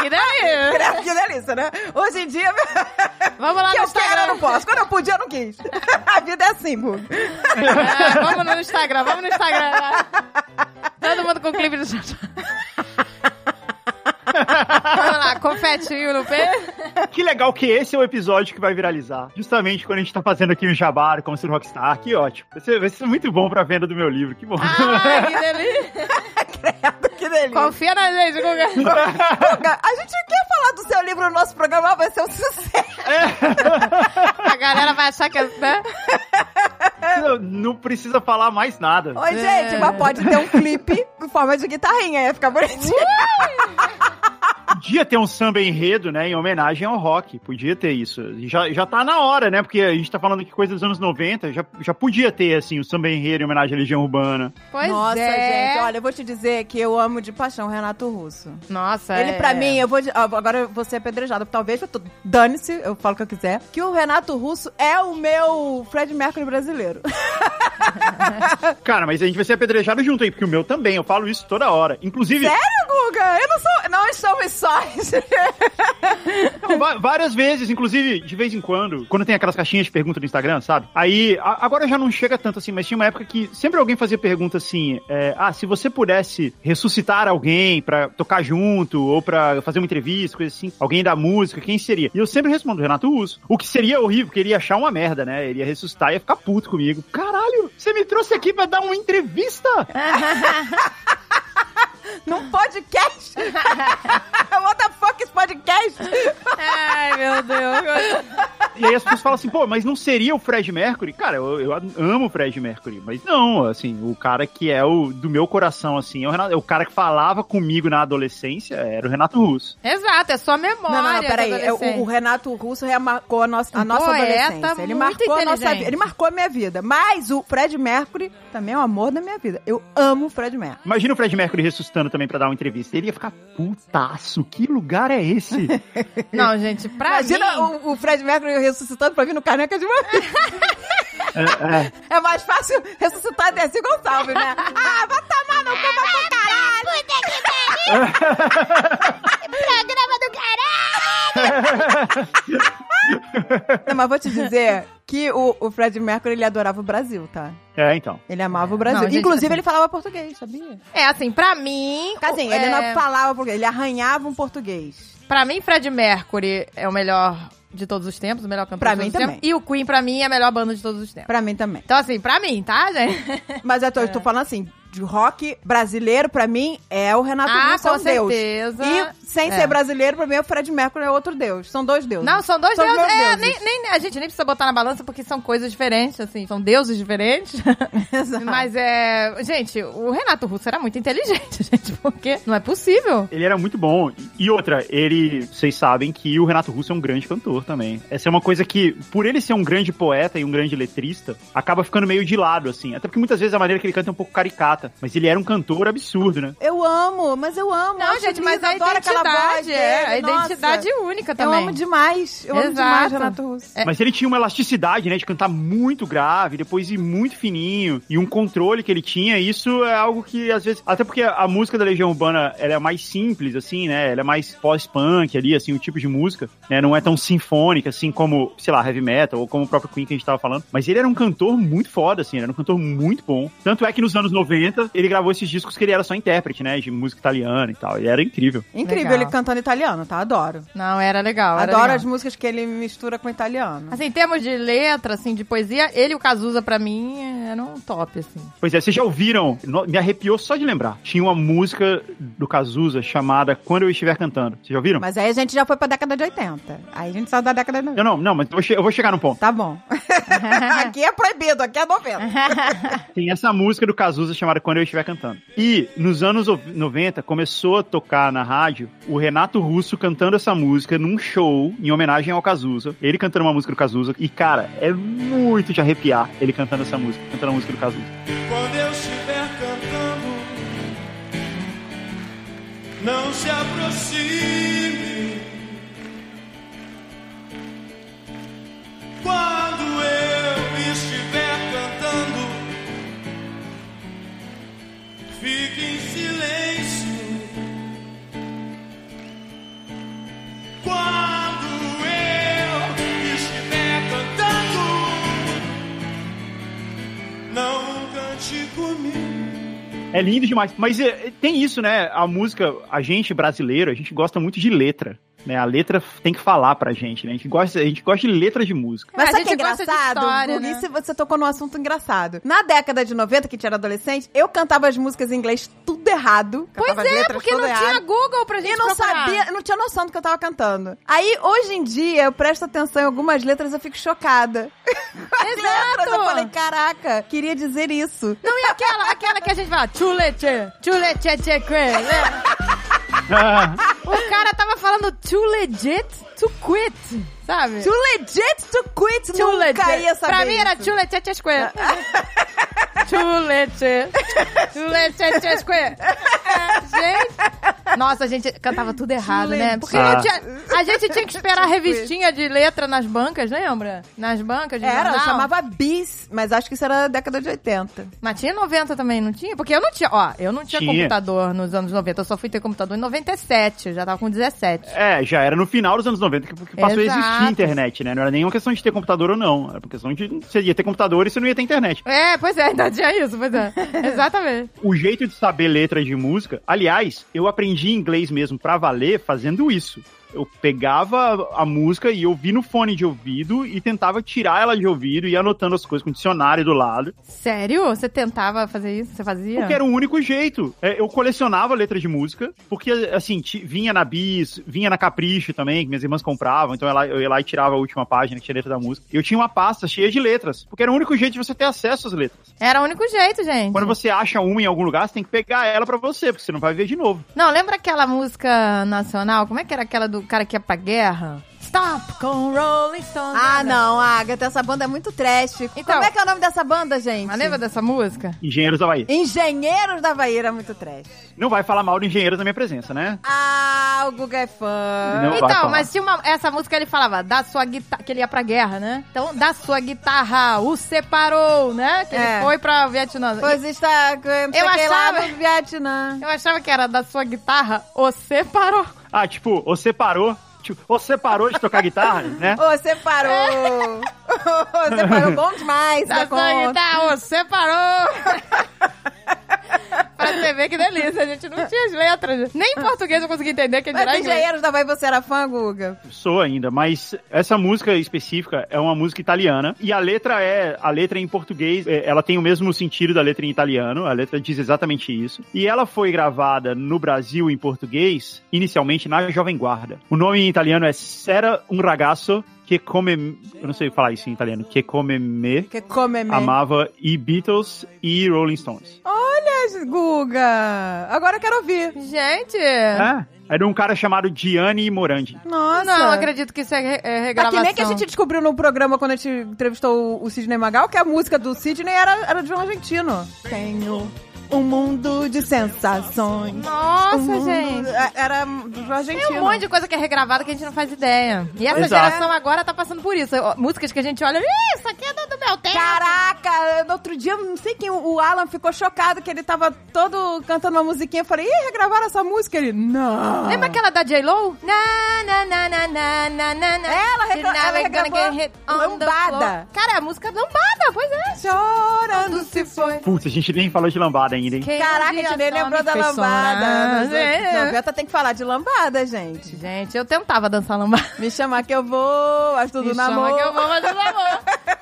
S2: E daí?
S3: que delícia, né? Hoje em dia,
S2: Vamos lá
S3: que
S2: no
S3: eu quero eu
S2: Instagram.
S3: não posso. Quando eu podia, eu não quis. A vida é assim, Gu.
S2: É, vamos no Instagram, vamos no Instagram. Todo mundo com clipe do Xuxa. Vamos lá, confetinho no peito.
S4: Que legal que esse é o episódio que vai viralizar. Justamente quando a gente tá fazendo aqui o Jabar, como ser um rockstar. Que ótimo. Vai ser, vai ser muito bom pra venda do meu livro. Que bom.
S2: Ai, que delícia.
S3: Que delícia.
S2: Confia na gente, Guga.
S3: Guga, A gente quer falar do seu livro no nosso programa, vai ser um sucesso.
S2: A galera vai achar que é... Né?
S4: Cara, não precisa falar mais nada.
S3: Oi,
S2: É.
S3: gente, mas pode ter um clipe em forma de guitarrinha, ia ficar bonitinho.
S4: Podia ter um samba enredo, né, em homenagem ao rock. Podia ter isso. E Já, já tá na hora, né? Porque a gente tá falando que coisa dos anos 90, já, já podia ter, assim, o samba enredo em homenagem à Legião Urbana.
S2: Pois
S3: Nossa,
S2: é.
S3: gente, olha, eu vou te dizer que eu amo de paixão o Renato Russo.
S2: Nossa,
S3: Ele,
S2: é.
S3: pra mim, eu vou. de- ah, Agora eu vou ser apedrejada. Talvez eu tô. Dane-se, eu falo o que eu quiser. Que o Renato Russo é o meu Fred Mercury brasileiro.
S4: Cara, mas a gente vai ser apedrejado junto aí, porque o meu também, eu falo isso toda hora. Inclusive,
S3: Sério, Guga? Eu não sou. Não estamos sós.
S4: Não, va- várias vezes, inclusive, de vez em quando, quando tem aquelas caixinhas de pergunta no Instagram, sabe? Aí, a- agora já não chega tanto assim, mas tinha uma época que sempre alguém fazia pergunta assim: é, ah, se você pudesse ressuscitar alguém pra tocar junto, ou pra fazer uma entrevista, coisa assim, alguém da música, quem seria? E eu sempre respondo, Renato Russo. O que seria horrível, porque ele ia achar uma merda, né? Ele ia ressuscitar e ia ficar puto comigo. Caralho, você me trouxe aqui pra dar uma entrevista?
S3: Num podcast? What the fuck is podcast?
S2: Ai, meu Deus.
S4: E aí as pessoas falam assim, pô, mas não seria o Fred Mercury? Cara, eu, eu amo o Fred Mercury, mas não, assim, o cara que é o do meu coração, assim, é o, Renato- é o cara que falava comigo na adolescência era o Renato Russo.
S2: Exato, é só memória.
S3: Não, não, não,
S2: do
S3: peraí. É,
S2: adolescente.
S3: O, o Renato Russo remarcou a nossa, a
S2: Um
S3: nossa
S2: poeta
S3: adolescência. Ele
S2: muito
S3: marcou a nossa
S2: inteligente.
S3: vida. Ele marcou a minha vida. Mas o Fred Mercury também é o amor da minha vida. Eu amo o Fred Mercury.
S4: Imagina o Fred Mercury ressuscitando também pra dar uma entrevista. Ele ia ficar putaço, que lugar é esse?
S2: Não, gente, pra
S3: Imagina
S2: mim...
S3: o, o Fred Mercury ressuscitando pra vir no caneca de mamilo. É, mais fácil ressuscitar Dercy Gonçalves, né? Ah, vai tomar no cu, vai pra caralho!
S5: Puta que pariu! Programa do caralho!
S3: Não, mas vou te dizer que o, o Fred Mercury, ele adorava o Brasil, tá?
S4: é, então.
S3: Ele amava o Brasil.
S2: Não, gente,
S3: Inclusive,
S2: assim-
S3: ele falava português, sabia?
S2: É, assim, pra mim...
S3: Assim,
S2: é,
S3: ele não falava português, ele arranhava um português.
S2: Pra mim, Fred Mercury é o melhor de todos os tempos, o melhor cantor
S3: Pra
S2: de
S3: mim
S2: todos os
S3: também.
S2: tempos. E o Queen, pra mim, é a melhor banda de todos os tempos.
S3: Pra mim também.
S2: Então, assim, pra mim, tá, gente?
S3: Mas eu tô,
S2: É.
S3: eu tô falando assim, de rock brasileiro, pra mim, é o Renato
S2: Ah,
S3: Russo, é um
S2: com
S3: deus.
S2: certeza.
S3: E sem
S2: É.
S3: ser brasileiro, pra mim, o Fred Mercury é outro deus. São dois deuses.
S2: Não, são dois deuses.
S3: meus
S2: É, nem, nem- a gente nem precisa botar na balança porque são coisas diferentes, assim, são deuses diferentes.
S3: Exato.
S2: Mas é. Gente, o Renato Russo era muito inteligente, gente, porque não é possível.
S4: Ele era muito bom. E outra, ele, vocês sabem que o Renato Russo é um grande cantor também. Essa é uma coisa que, por ele ser um grande poeta e um grande letrista, acaba ficando meio de lado, assim. Até porque muitas vezes a maneira que ele canta é um pouco caricata. Mas ele era um cantor absurdo, né?
S3: Eu amo, mas eu amo.
S2: Não,
S3: acho
S2: gente,
S3: lindo,
S2: mas a
S3: adoro aquela voz
S2: identidade é. A
S3: dele, nossa.
S2: identidade única
S3: Eu
S2: também.
S3: amo demais. Eu amo
S2: Exato.
S3: demais Renato Russo.
S4: Mas ele tinha uma elasticidade, né, de cantar muito grave, depois ir muito fininho, e um controle que ele tinha, isso é algo que às vezes, até porque a música da Legião Urbana, ela é mais simples assim, né? Ela é mais pós-punk ali, assim, o tipo de música, né? Não é tão sinfônica assim como, sei lá, heavy metal ou como o próprio Queen que a gente tava falando, mas ele era um cantor muito foda assim, ele era um cantor muito bom. Tanto é que nos anos 90, ele gravou esses discos que ele era só intérprete, né, de música italiana e tal. Ele era incrível.
S3: Incrível
S2: É, Legal.
S3: ele cantando italiano, tá? Adoro.
S2: Não, era legal. Era
S3: Adoro
S2: legal.
S3: as músicas que ele mistura com italiano.
S2: Assim, em termos de letra, assim, de poesia, ele e o Cazuza, pra mim, era um top, assim.
S4: Pois é, vocês já ouviram? No- Me arrepiou só de lembrar. Tinha uma música do Cazuza chamada Quando Eu Estiver Cantando. Vocês já ouviram?
S3: Mas aí a gente já foi pra década de 80. Aí a gente saiu da década de 90.
S4: Eu não, não, mas eu vou, che- eu vou chegar no ponto.
S3: Tá bom. aqui é proibido, aqui é 90.
S4: Tem essa música do Cazuza chamada Quando Eu Estiver Cantando. E nos anos o- 90 começou a tocar na rádio o Renato Russo cantando essa música num show em homenagem ao Cazuza. Ele cantando uma música do Cazuza. E, cara, é muito de arrepiar ele cantando essa música, cantando a música do Cazuza.
S7: Quando eu estiver cantando, não se aproxime. Quando eu estiver cantando, fique em silêncio. Quando eu estiver cantando, não cante comigo.
S4: É lindo demais. Mas é, é, tem isso, né? A música, a gente brasileiro, a gente gosta muito de letra. Né, a letra tem que falar pra gente, né? A gente gosta, a gente gosta de letra de música.
S3: Mas
S2: A
S3: sabe o que é
S2: gente gosta de
S3: engraçado?
S2: história,
S3: Guga?
S2: né?
S3: Isso você tocou num assunto engraçado. Na década de 90, que a gente era adolescente, eu cantava as músicas em inglês tudo errado.
S2: Pois
S3: Cantava as
S2: é,
S3: letras
S2: porque
S3: tudo
S2: não
S3: errado.
S2: tinha Google pra gente
S3: E não
S2: procurar.
S3: sabia, não tinha noção do que eu tava cantando. Aí, hoje em dia, eu presto atenção em algumas letras e eu fico chocada. letras. Eu
S2: Exato.
S3: falei, caraca, queria dizer isso.
S2: Não, e aquela, aquela que a gente fala, tchuleche, tchuleche, tche, cre, né? O cara tava falando too legit to quit, sabe?
S3: Too legit to quit,
S2: Too
S3: nunca ia saber
S2: Pra mim era
S3: isso.
S2: tchuleche, tche, square. Tchuleche. Tchuleche, tche, square. É, Gente. Nossa, a gente cantava tudo errado, né? Porque
S4: Ah.
S2: eu tinha- a gente tinha que esperar a revistinha de letra nas bancas, lembra? Nas bancas de
S3: Era,
S2: jornal.
S3: chamava bis, mas acho que isso era década de 80.
S2: Mas tinha 90 também, não tinha? Porque eu não tinha, ó, eu não tinha,
S4: Tinha.
S2: computador nos anos 90, eu só fui ter computador em 97, eu já tava com 17.
S4: É, já era no final dos anos 90 que, que passou a existir
S2: Exato.
S4: internet, né? Não era nenhuma questão de ter computador ou não. Era uma questão de você ia ter computador e você não ia ter internet.
S2: É, pois é, ainda tinha isso, pois é. Exatamente.
S4: O jeito de saber letras de música. Aliás, eu aprendi inglês mesmo pra valer fazendo isso. Eu pegava a música e eu vi no fone de ouvido e tentava tirar ela de ouvido e ia anotando as coisas com o dicionário do lado.
S2: Sério? Você tentava fazer isso? Você fazia?
S4: Porque era o único jeito. É, Eu colecionava letras de música, porque, assim, ti- vinha na Bis, vinha na Capricho também, que minhas irmãs compravam, então ela- eu ia lá e tirava a última página que tinha letra da música. E eu tinha uma pasta cheia de letras, porque era o único jeito de você ter acesso às letras.
S2: Era o único jeito, gente.
S4: Quando você acha uma em algum lugar, você tem que pegar ela pra você, porque você não vai ver de novo.
S2: Não, lembra aquela música nacional? Como é que era aquela do cara que ia pra guerra? Stop com Rolling Stones.
S3: Ah, não, Agatha, essa banda é muito trash.
S2: é Então-
S3: Como é que é o nome dessa banda, gente?
S2: Mas lembra dessa música?
S4: Engenheiros da Bahia.
S3: Engenheiros da Bahia era muito trash.
S4: Não vai falar mal de engenheiros na minha presença, né?
S3: Ah, o Guga é fã.
S4: Não vai falar.
S2: então, mas tinha uma, essa música ele falava, da sua guitarra, que ele ia pra guerra, né? Então, da sua guitarra, o separou, né? Que
S3: É.
S2: ele foi pra Vietnã.
S3: Pois está, eu
S2: Eu
S3: achei lá
S2: achava-
S3: no Vietnã.
S2: Eu achava que era da sua guitarra, o separou.
S4: Ah, tipo, você parou. Tipo, você parou de tocar guitarra, né?
S3: Ô, você parou. Ô, Você parou bom demais,
S2: Da
S3: tá
S2: sua guitarra, o separou. pra você ver que delícia, a gente não tinha as letras. Nem em português eu conseguia entender, que dirá
S3: Mas
S2: em inglês.
S3: Engenheiros da Bahia, você era fã, Guga?
S4: sou ainda, mas essa música específica é uma música italiana e a letra é a letra em português, é, ela tem o mesmo sentido da letra em italiano, a letra diz exatamente isso. E ela foi gravada no Brasil em português, inicialmente na Jovem Guarda. O nome em italiano é Sera un ragazzo che come, eu não sei falar isso em italiano, que come me
S3: Que come é mesmo.
S4: amava e Beatles e Rolling Stones.
S3: Olha, Guga. Agora eu quero ouvir.
S2: Gente...
S4: É, era um cara chamado Gianni Morandi.
S3: Nossa.
S2: Não, não acredito que isso é, re é
S3: Tá que
S2: regravação.
S3: nem que a gente descobriu no programa quando a gente entrevistou o- o Sidney Magal que a música do Sidney era, era de um argentino. Tenho um mundo de sensações.
S2: Nossa,
S3: Um mundo-
S2: gente.
S3: a- Era do argentino.
S2: Uhum. Tem um monte de coisa que é regravada que a gente não faz ideia. E essa
S4: Exato.
S2: geração agora tá passando por isso. Ó, Músicas que a gente olha, "Ih, isso aqui é do, do meu tempo.
S3: Caraca, no outro dia, não sei quem, o Alan ficou chocado que ele tava todo cantando uma musiquinha. Eu falei, ih, regravaram essa música? Ele, não.
S2: Lembra aquela da J-Lo? Na, na, na, na, na, na, na, na.
S3: Ela regra-
S2: Now
S3: ela
S2: we're gonna
S3: regravou
S2: get hit on the
S3: Lambada.
S2: floor. Cara, é a música Lambada, pois é.
S3: Chorando se foi.
S4: Putz, a gente nem falou de lambada ainda, hein?
S2: Quem
S3: Caraca, a
S2: um dia
S3: gente nem
S2: só
S3: lembrou
S2: me
S3: da
S2: fez
S3: lambada. né,
S2: chorar. É.
S3: 90 tem que falar de lambada, gente.
S2: Gente, eu tentava dançar lambada.
S3: Me chamar que eu vou, acho tudo
S2: Me
S3: na
S2: chama
S3: mão.
S2: que eu vou, mas eu não vou.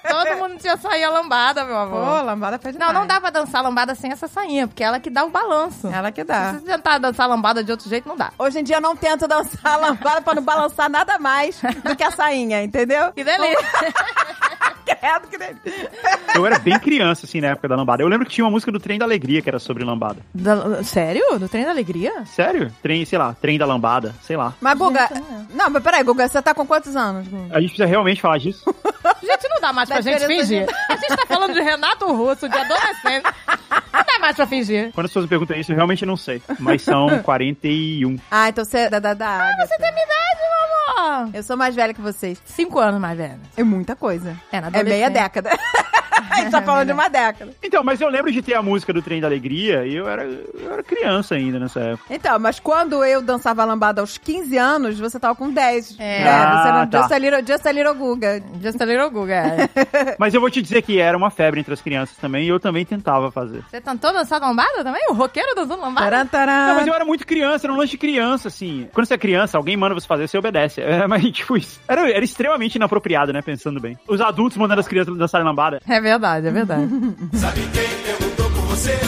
S2: Todo mundo tinha saia lambada, meu amor.
S3: Pô, lambada pede
S2: Não, não dá pra dançar lambada sem essa sainha, porque é ela que dá o balanço.
S3: Ela que
S2: Se
S3: dá.
S2: você tentar dançar lambada de outro jeito, não dá.
S3: Hoje em dia eu não tento dançar lambada pra não balançar nada mais do que a sainha, entendeu?
S2: Que delícia.
S3: É do que dele.
S4: Eu era bem criança, assim, na época da lambada. Eu lembro que tinha uma música do Trem da Alegria que era sobre lambada.
S2: Da- sério? No trem da alegria?
S4: Sério? Trem, sei lá, trem da lambada, sei lá.
S3: Mas, Guga,
S2: Gente, não
S3: não, mas peraí, Guga, você tá com quantos anos? Guga?
S4: A gente precisa realmente falar disso.
S2: Gente, não dá mais
S3: Da
S2: pra gente
S3: diferença
S2: fingir. A gente tá falando de Renato Russo, de adolescente. Não dá mais pra fingir.
S4: Quando as pessoas me perguntam isso, eu realmente não sei. Mas são 41.
S3: Ah, então você é da, da, da Agatha.
S2: Você tem É minha idade, meu amor.
S3: Eu sou mais velha que vocês.
S2: Cinco anos mais velha.
S3: É muita coisa.
S2: É, na
S3: É meia
S2: adolescência.
S3: década. A gente tá falando de uma década.
S4: Então, mas eu lembro de ter a música do Trem da Alegria e eu era, eu era criança ainda nessa época.
S3: Então, mas quando eu dançava lambada aos 15 anos, você tava com 10.
S2: É.
S3: você era
S4: Ah, tá.
S3: just, a little, just a little Guga.
S2: Just a little Guga. é.
S4: Mas eu vou te dizer que era uma febre entre as crianças também e eu também tentava fazer.
S2: Você tentou dançar lambada também? O roqueiro dançando lambada?
S3: Taran, taran.
S4: Não, mas eu era muito criança, era um lance de criança, assim. Quando você é criança, alguém manda você fazer, você obedece. É, mas, tipo, isso. Era, era extremamente inapropriado, né? Pensando bem. Os adultos mandando as crianças dançarem lambada.
S2: É verdade, é verdade.
S7: Sabe quem perguntou por você?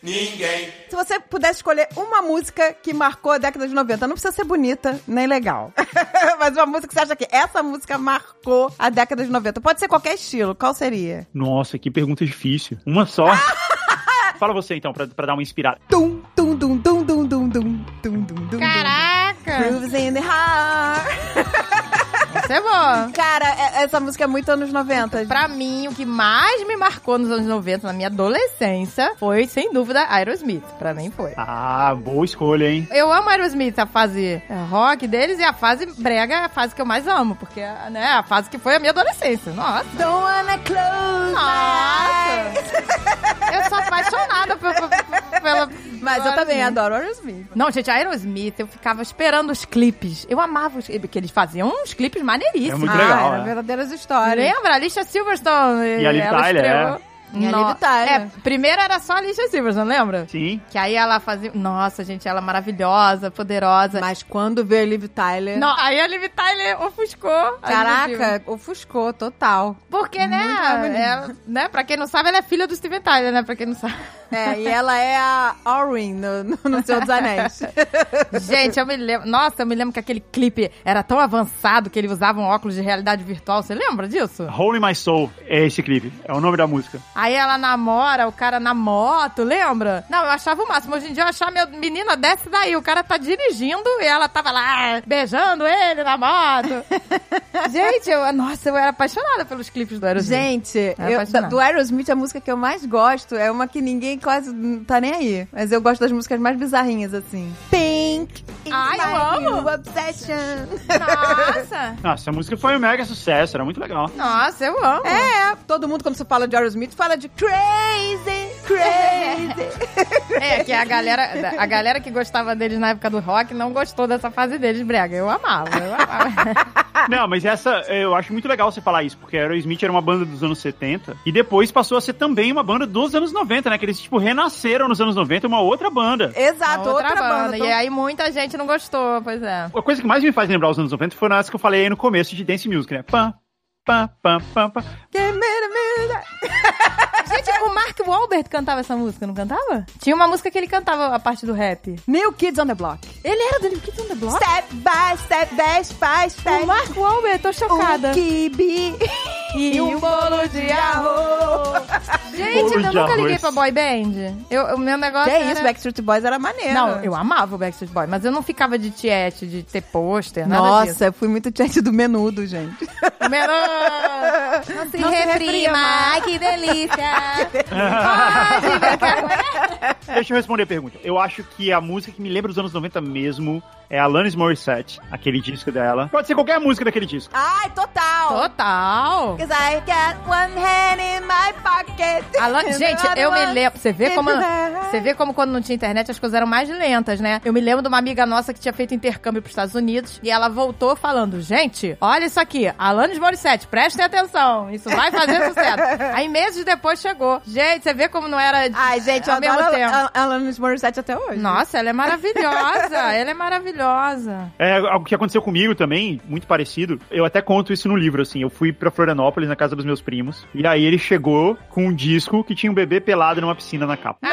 S7: ninguém.
S3: Se você pudesse escolher uma música que marcou a década de 90, não precisa ser bonita nem legal. Mas uma música que você acha que essa música marcou a década de 90. Pode ser qualquer estilo, qual seria?
S4: Nossa, que pergunta difícil. Uma só. Fala você então, pra, pra dar uma inspirada.
S3: Tum, tum, dum, dum, dum, dum, dum, dum, dum, dum.
S2: Caraca!
S3: Grooves in the heart.
S2: Isso é bom.
S3: Cara, é- essa música é muito anos 90.
S2: Pra mim, o que mais me marcou nos anos 90, na minha adolescência, foi, sem dúvida, Aerosmith. Pra mim foi.
S4: Ah, boa escolha, hein?
S2: Eu amo Aerosmith, a fase é, rock deles e a fase brega é a fase que eu mais amo, porque né, é a fase que foi a minha adolescência. Nossa.
S3: Don't wanna close my eyes.
S2: Nossa! eu sou apaixonada por, por- por- pela.
S3: Mas eu
S2: pela
S3: também
S2: Aerosmith.
S3: adoro Aerosmith.
S2: Não, gente, a Aerosmith, eu ficava esperando os clipes. Eu amava os clipes, que eles faziam uns clipes
S4: É
S2: maneiríssimos.
S4: muito legal,
S3: ah, era
S4: né?
S3: verdadeiras histórias.
S2: Lembra? A Alicia Silverstone.
S4: E a Liv
S2: ela
S4: Tyler, é.
S2: estreou.
S3: E a
S2: No-
S3: Liv Tyler.
S2: É, primeiro era só a Alicia Silverstone, lembra?
S4: Sim.
S2: Que aí ela fazia... Nossa, gente, ela é maravilhosa, poderosa.
S3: Mas quando veio a Liv Tyler...
S2: Não, aí a Liv Tyler ofuscou. a Alicia Silverstone.
S3: Caraca, ofuscou, total.
S2: Porque,
S3: maravilhoso.
S2: né, ela, né, pra quem não sabe, ela é filha do Steven Tyler, né, pra quem não sabe.
S3: É, e ela é a Orin no, no, no Senhor dos Anéis.
S2: Gente, eu me lembro. Nossa, eu me lembro que aquele clipe era tão avançado que ele usava um óculos de realidade virtual. Você lembra disso?
S4: Holy My Soul é esse clipe. É o nome da música.
S2: Aí ela namora o cara na moto, lembra? Não, eu achava o máximo. Hoje em dia eu achava, meu menina, desce daí. O cara tá dirigindo e ela tava lá ah, beijando ele na moto. Gente, eu, nossa, eu era apaixonada pelos clipes do Aerosmith.
S3: Gente,
S2: Era
S3: eu-
S2: apaixonada.
S3: do Aerosmith, a música que eu mais gosto é uma que ninguém quase n- tá nem aí. Mas eu gosto das músicas mais bizarrinhas, assim. Pink! is
S2: Ai, eu
S3: my
S2: amo.
S3: new Obsession!
S2: Nossa!
S4: Nossa, a música foi um mega sucesso, era muito legal.
S2: Nossa, eu amo.
S3: É, todo mundo quando você fala de Aerosmith fala de crazy, crazy.
S2: É, que a galera, a galera que gostava deles na época do rock não gostou dessa fase deles, brega. Eu amava, eu amava.
S4: Não, mas essa eh, eu acho muito legal você falar isso, porque Aerosmith era uma banda dos anos 70 e depois passou a ser também uma banda dos anos 90, né? Que eles, tipo, renasceram nos anos 90, uma outra banda.
S3: Exato, outra, banda.
S2: E é aí muita gente não gostou, pois é.
S4: A coisa que mais me faz lembrar os anos 90 foram as que eu falei aí no começo de Dance Music, né? Pam, pam, pam, pam, pam.
S3: Give me the music.
S2: Gente, o Mark Wahlberg cantava essa música, não cantava? Tinha uma música que ele cantava a parte do rap.
S3: New Kids on the Block.
S2: Ele era do New Kids on the Block?
S3: Step by step, dash by step.
S2: O Mark Wahlberg, tô chocada.
S3: Um kibe.
S2: E um bolo de
S3: é arroz.
S2: Gente,
S4: Bolo
S2: eu
S4: de
S2: nunca liguei
S4: arroz.
S2: pra boy band. Eu, o meu negócio
S3: Que
S2: era...
S3: isso, Backstreet Boys era maneiro.
S2: Não, eu amava o Backstreet Boy, mas eu não ficava de tiete, de ter pôster, nada disso.
S3: Nossa, eu fui muito tiete do menudo, gente.
S2: Menor. Não se reprima. Ai, que delícia. Pode brincar.
S4: É. Deixa eu responder a pergunta. Eu acho que a música que me lembra dos anos 90 mesmo é a Alanis Morissette, aquele disco dela. Pode ser qualquer música daquele disco.
S3: Ai, total.
S2: Total.
S3: Cause I got one hand in my pocket.
S2: Alan- gente, eu me lembro. Você vê como. Você
S3: Você
S2: vê como quando não tinha internet as coisas eram mais lentas, né? Eu me lembro de uma amiga nossa que tinha feito intercâmbio pros Estados Unidos e ela voltou falando: gente, olha isso aqui, Alanis Morissette, prestem atenção, isso vai fazer sucesso. Aí meses depois chegou. Gente, você vê como não era
S3: Ai, gente, eu
S2: ao mesmo
S3: adoro
S2: tempo.
S3: a- a Alanis Morissette até hoje.
S2: Nossa, ela é maravilhosa, ela é maravilhosa.
S4: É algo que aconteceu comigo também, muito parecido. Eu até conto isso no livro, assim. Eu fui pra Florianópolis, na casa dos meus primos. E aí ele chegou com um disco que tinha um bebê pelado numa piscina na capa.
S3: Nossa,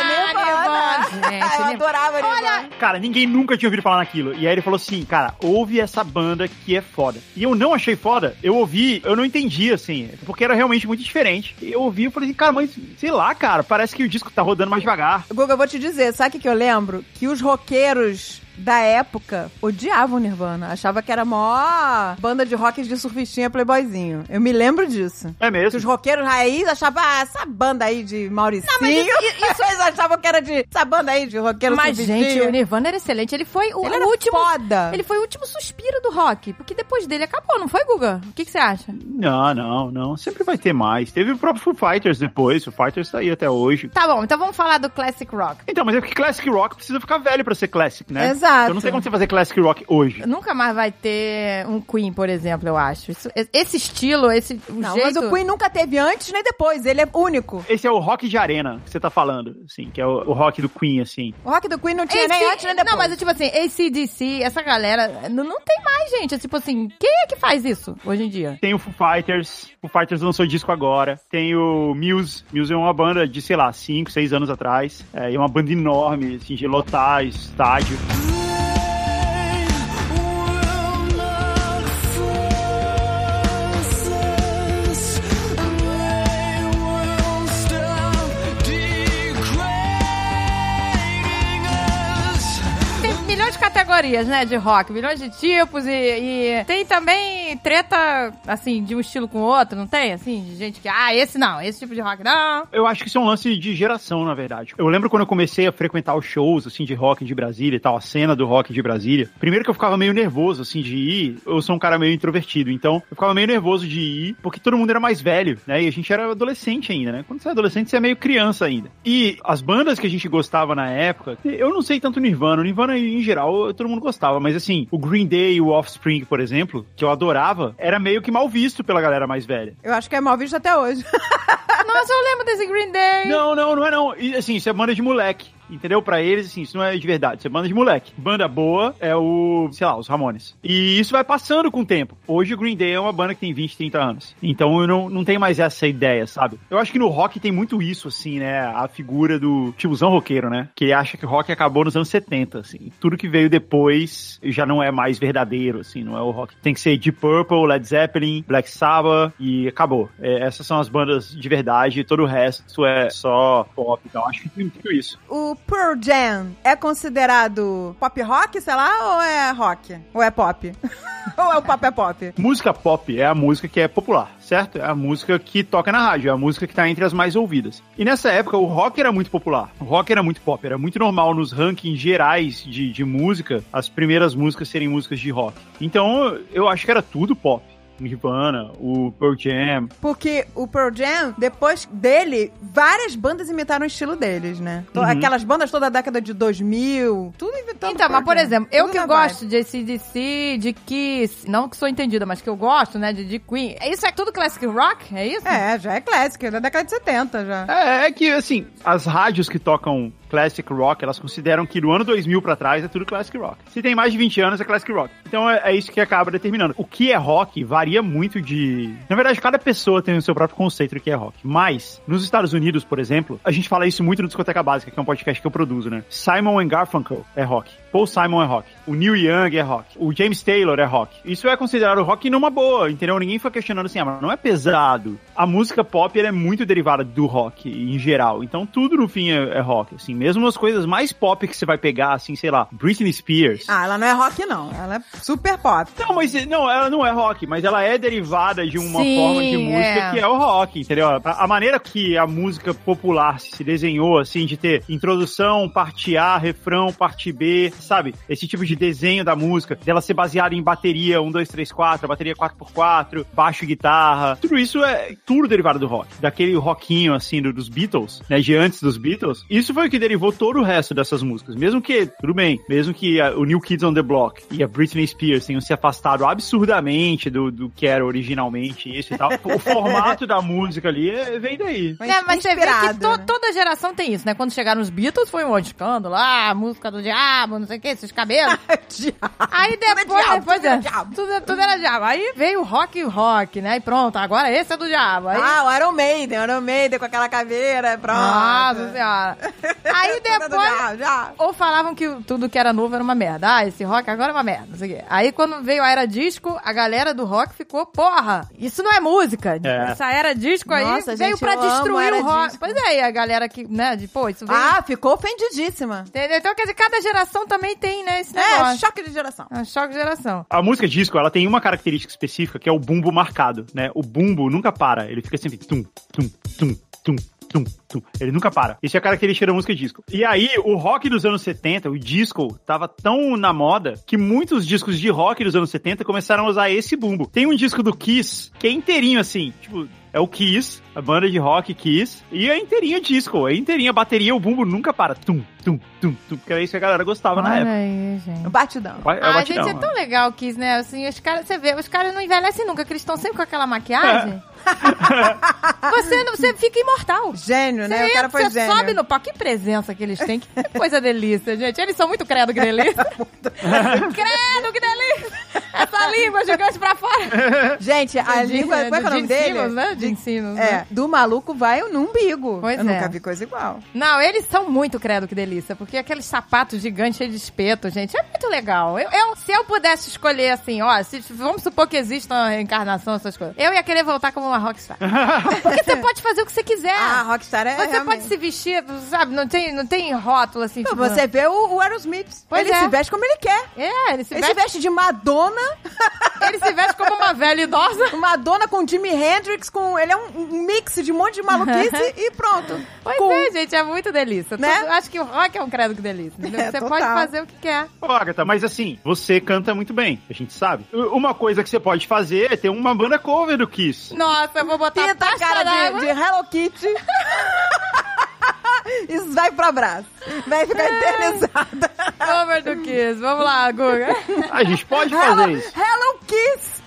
S3: é
S2: Ah,
S3: Nirvana.
S2: Nirvana, gente,
S3: eu adorava Nirvana. Olha,
S4: Cara, ninguém nunca tinha ouvido falar naquilo. E aí ele falou assim, cara, ouve essa banda que é foda. E eu não achei foda, eu ouvi, eu não entendi, assim, porque era realmente muito diferente. E eu ouvi e falei assim, cara, mas sei lá, cara, parece que o disco tá rodando mais devagar.
S3: Guga, eu vou te dizer, sabe o que, que eu lembro? Que os roqueiros da época odiavam Nirvana. Achava que era mó banda de rock de surfistinha playboyzinho. Eu me lembro disso.
S4: É
S3: Que os
S4: mesmo.
S3: roqueiros raiz achavam, ah, essa banda aí de Mauricinho. Não, mas isso eles achavam que era de. Essa banda aí de roqueiro
S2: Mas,
S3: surfistinha.
S2: gente, o Nirvana era excelente. Ele foi o,
S3: Ele
S2: o
S3: era
S2: último.
S3: foda.
S2: Ele foi o último suspiro do rock. Porque depois dele acabou, não foi, Guga? O que que você acha?
S4: Não, não, não. Sempre vai ter mais. Teve o próprio Foo Fighters depois. O Fighters tá aí até hoje.
S2: Tá bom, então vamos falar do classic rock.
S4: Então, mas é porque classic rock precisa ficar velho pra ser classic, né?
S3: Exato.
S4: Então não tem como você fazer classic rock hoje.
S2: Nunca mais vai ter um Queen, por exemplo, eu acho. Isso- esse estilo, esse o
S3: Não,
S2: um jeito...
S3: mas o Queen nunca teve antes nem depois. Ele é único.
S4: Esse é o rock de arena que você tá falando, assim, que é o, o rock do Queen, assim.
S3: O rock do Queen não tinha
S2: AC
S3: nem antes nem depois.
S2: Não, mas é tipo assim, ACDC, essa galera, não, não tem mais, gente. É tipo assim, quem é que faz isso hoje em dia?
S4: Tem o Foo Fighters, o Foo Fighters lançou disco agora. Tem o Muse, Muse é uma banda de, sei lá, 5, 6 anos atrás. É e é uma banda enorme, assim, de lotar estádio.
S2: Tem milhões de categorias, né, de rock, milhões de tipos e, e tem também treta, assim, de um estilo com o outro, não tem? Assim, de gente que, ah, esse não, esse tipo de rock não.
S4: Eu acho que isso é um lance de geração, na verdade. Eu lembro quando eu comecei a frequentar os shows, assim, de rock de Brasília e tal, a cena do rock de Brasília. Primeiro que eu ficava meio nervoso, assim, de ir. Eu sou um cara meio introvertido, então eu ficava meio nervoso de ir, porque todo mundo era mais velho, né? E a gente era adolescente ainda, né? Quando você é adolescente, você é meio criança ainda. E as bandas que a gente gostava na época, eu não sei tanto Nirvana. O Nirvana, em geral, todo mundo gostava, mas assim, o Green Day e o Offspring, por exemplo, que eu adorava, era meio que mal visto pela galera mais velha.
S3: Eu acho que é mal visto até hoje.
S2: Nossa, eu lembro desse Green Day.
S4: Não, não, não é não. E, assim, isso é banda de moleque. Entendeu? Pra eles, assim, isso não é de verdade. Isso é banda de moleque. Banda boa é o, sei lá, os Ramones. E isso vai passando com o tempo. Hoje o Green Day é uma banda que tem 20, 30 anos. Então eu não, não tenho mais essa ideia, sabe? Eu acho que no rock tem muito isso, assim, né? A figura do tiozão roqueiro, né? Que acha que o rock acabou nos anos 70, assim. Tudo que veio depois já não é mais verdadeiro, assim. Não é o rock. Tem que ser Deep Purple, Led Zeppelin, Black Sabbath e acabou. É, essas são as bandas de verdade. Todo o resto é só pop. Então acho que tem muito isso.
S3: O Pearl Jam é considerado pop rock, sei lá, ou é rock? Ou é pop? ou é o pop é pop?
S4: Música pop é a música que é popular, certo? É a música que toca na rádio, é a música que tá entre as mais ouvidas. E nessa época o rock era muito popular, o rock era muito pop, era muito normal nos rankings gerais de, de música as primeiras músicas serem músicas de rock. Então eu acho que era tudo pop. Nirvana, o Pearl Jam.
S3: Porque o Pearl Jam, depois dele, várias bandas imitaram o estilo deles, né? To-
S4: Uhum.
S3: Aquelas bandas toda a década de 2000, tudo inventando
S2: Então,
S3: Pearl
S2: mas por
S3: Jam.
S2: exemplo, eu
S3: né? Tudo
S2: que
S3: na
S2: gosto de ACDC, de Kiss, não que sou entendida, mas que eu gosto, né, de, de Queen. Isso é tudo classic rock? É isso?
S3: vibe. É, já é clássico, é da década de 70 já.
S4: É, é que, assim, as rádios que tocam classic rock, elas consideram que no ano 2000 pra trás é tudo classic rock. Se tem mais de 20 anos, é classic rock. Então é, é isso que acaba determinando. O que é rock varia muito de... Na verdade, cada pessoa tem o seu próprio conceito do que é rock. Mas, nos Estados Unidos, por exemplo, a gente fala isso muito no Discoteca Básica, que é um podcast que eu produzo, né? Simon and Garfunkel é rock. Paul Simon é rock. O Neil Young é rock. O James Taylor é rock. Isso é considerado rock numa boa, entendeu? Ninguém foi questionando assim, ah, mas não é pesado. A música pop ela é muito derivada do rock em geral. Então tudo no fim é, é rock, assim. Mesmo as coisas mais pop que você vai pegar, assim, sei lá, Britney Spears.
S3: Ah, ela não é rock não, ela é super pop.
S4: Não, mas não, ela não é rock, mas ela é derivada de uma
S2: Sim,
S4: forma de música
S2: é.
S4: que é o rock, entendeu? A, a maneira que a música popular se desenhou, assim, de ter introdução, parte A, refrão, parte B, sabe? Esse tipo de desenho da música, dela ser baseada em bateria 1, 2, 3, 4, bateria 4x4, baixo e guitarra, tudo isso é tudo derivado do rock, daquele rockinho, assim, do- dos Beatles, né, de antes dos Beatles. Isso foi o que derivou todo o resto dessas músicas, mesmo que, tudo bem, mesmo que a- o New Kids on the Block e a Britney Spears tenham se afastado absurdamente do, do que era originalmente isso e tal, o formato da música ali é- vem daí.
S3: Mas,
S2: Né, mas você vê que to-
S3: né?
S2: toda geração tem isso, né? Quando chegaram os Beatles, foi um monte de escândalo. Ah, música do diabo, não sei o que, esses cabelos.
S3: É Ah,
S2: Aí depois,
S3: diabo,
S2: depois
S3: tudo era
S2: é,
S3: diabo.
S2: Tudo, tudo era diabo. Aí veio o rock e o rock, né? E pronto, agora esse é do diabo. Aí,
S3: Ah, o Iron Maiden, o Iron Maiden com aquela caveira, pronto. tá.
S2: nossa senhora. Ah, Aí
S3: é
S2: depois...
S3: Já, já.
S2: Ou falavam que tudo que era novo era uma merda. Ah, esse rock agora é uma merda, não sei o quê. Aí quando veio a era disco, a galera do rock ficou, porra, isso não é música.
S4: É.
S2: Essa era disco aí
S3: Nossa,
S2: veio
S3: gente,
S2: pra
S3: eu amo
S2: destruir
S3: era
S2: o rock.
S3: disco.
S2: Pois é, e a galera que, né, de, pô, isso veio...
S3: Ah, ficou ofendidíssima.
S2: Entendeu? Então, quer dizer, cada geração também tem, né, esse negócio.
S3: É, choque de geração.
S2: É um choque de geração.
S4: A música disco, ela tem uma característica específica que é o bumbo marcado, né? O bumbo nunca para, ele fica sempre tum, tum, tum, tum. Tum, tum. Ele nunca para. Isso é a característica da música disco. E aí, o rock dos anos 70, o disco, tava tão na moda que muitos discos de rock dos anos 70 começaram a usar esse bumbo. Tem um disco do Kiss que é inteirinho assim, tipo, É o Kiss, a banda de rock Kiss. E é inteirinha disco, é inteirinha bateria, o bumbo nunca para. Tum, tum, tum, tum. Porque era isso que a galera gostava na
S2: Olha
S4: época.
S2: aí, gente.
S3: Batidão.
S4: É o
S2: ah,
S4: batidão,
S2: gente, é tão legal o Kiss, né? Assim, os caras, você vê, os caras não envelhecem nunca, que eles estão sempre com aquela maquiagem. você, não- você fica imortal.
S3: Gênio, né?
S2: Você
S3: o cara
S2: entra,
S3: foi
S2: você
S3: gênio.
S2: sobe no palco. Que presença que eles têm. Que coisa delícia, gente. Eles são muito credo que delícia. credo que delícia. Essa língua gigante pra fora.
S3: Gente, a
S2: De-
S3: língua. Como é que é
S2: né?
S3: o
S2: de
S3: nome dele?
S2: Simmons, né? De ensino.
S3: É, do maluco vai no umbigo.
S2: Pois
S3: Eu
S2: é.
S3: nunca vi coisa igual.
S2: Não, eles são muito credo que delícia, porque aqueles sapatos gigantes cheios de espeto, gente, é muito legal. Eu, eu- se eu pudesse escolher assim, ó, se- vamos supor que exista uma reencarnação, essas coisas, eu ia querer voltar como uma rockstar. porque você pode fazer o que você quiser.
S3: Ah, Rockstar é.
S2: você
S3: realmente.
S2: pode se vestir, sabe? Não tem, não tem rótulo assim.
S3: Pô,
S2: tipo,
S3: Você vê o, o Aerosmith.
S2: Pois
S3: ele
S2: é.
S3: se veste como ele quer.
S2: É, ele se,
S3: ele se
S2: veste,
S3: veste de Madonna,
S2: ele se veste como uma velha idosa.
S3: Madonna com Jimi Hendrix, com. Ele é um, um mix de um monte de maluquice e pronto.
S2: Pois
S3: Com-
S2: é, gente, é muito delícia.
S3: Né?
S2: Tudo- acho que o rock é um credo que delícia. entendeu?
S3: É,
S2: você
S3: total.
S2: pode fazer o que quer.
S4: Ô, Agatha, mas assim, você canta muito bem, a gente sabe. U- Uma coisa que você pode fazer é ter uma banda cover do Kiss.
S2: Nossa, eu vou botar
S3: Pinta a
S2: pasta
S3: cara de,
S2: tá d'água.
S3: de Hello Kitty. Isso vai pro abraço. Vai ficar
S2: É.
S3: eternizada.
S2: Cover do Kiss. Vamos lá, Guga.
S4: A gente pode fazer
S3: Hello,
S4: isso.
S3: Hello Kiss.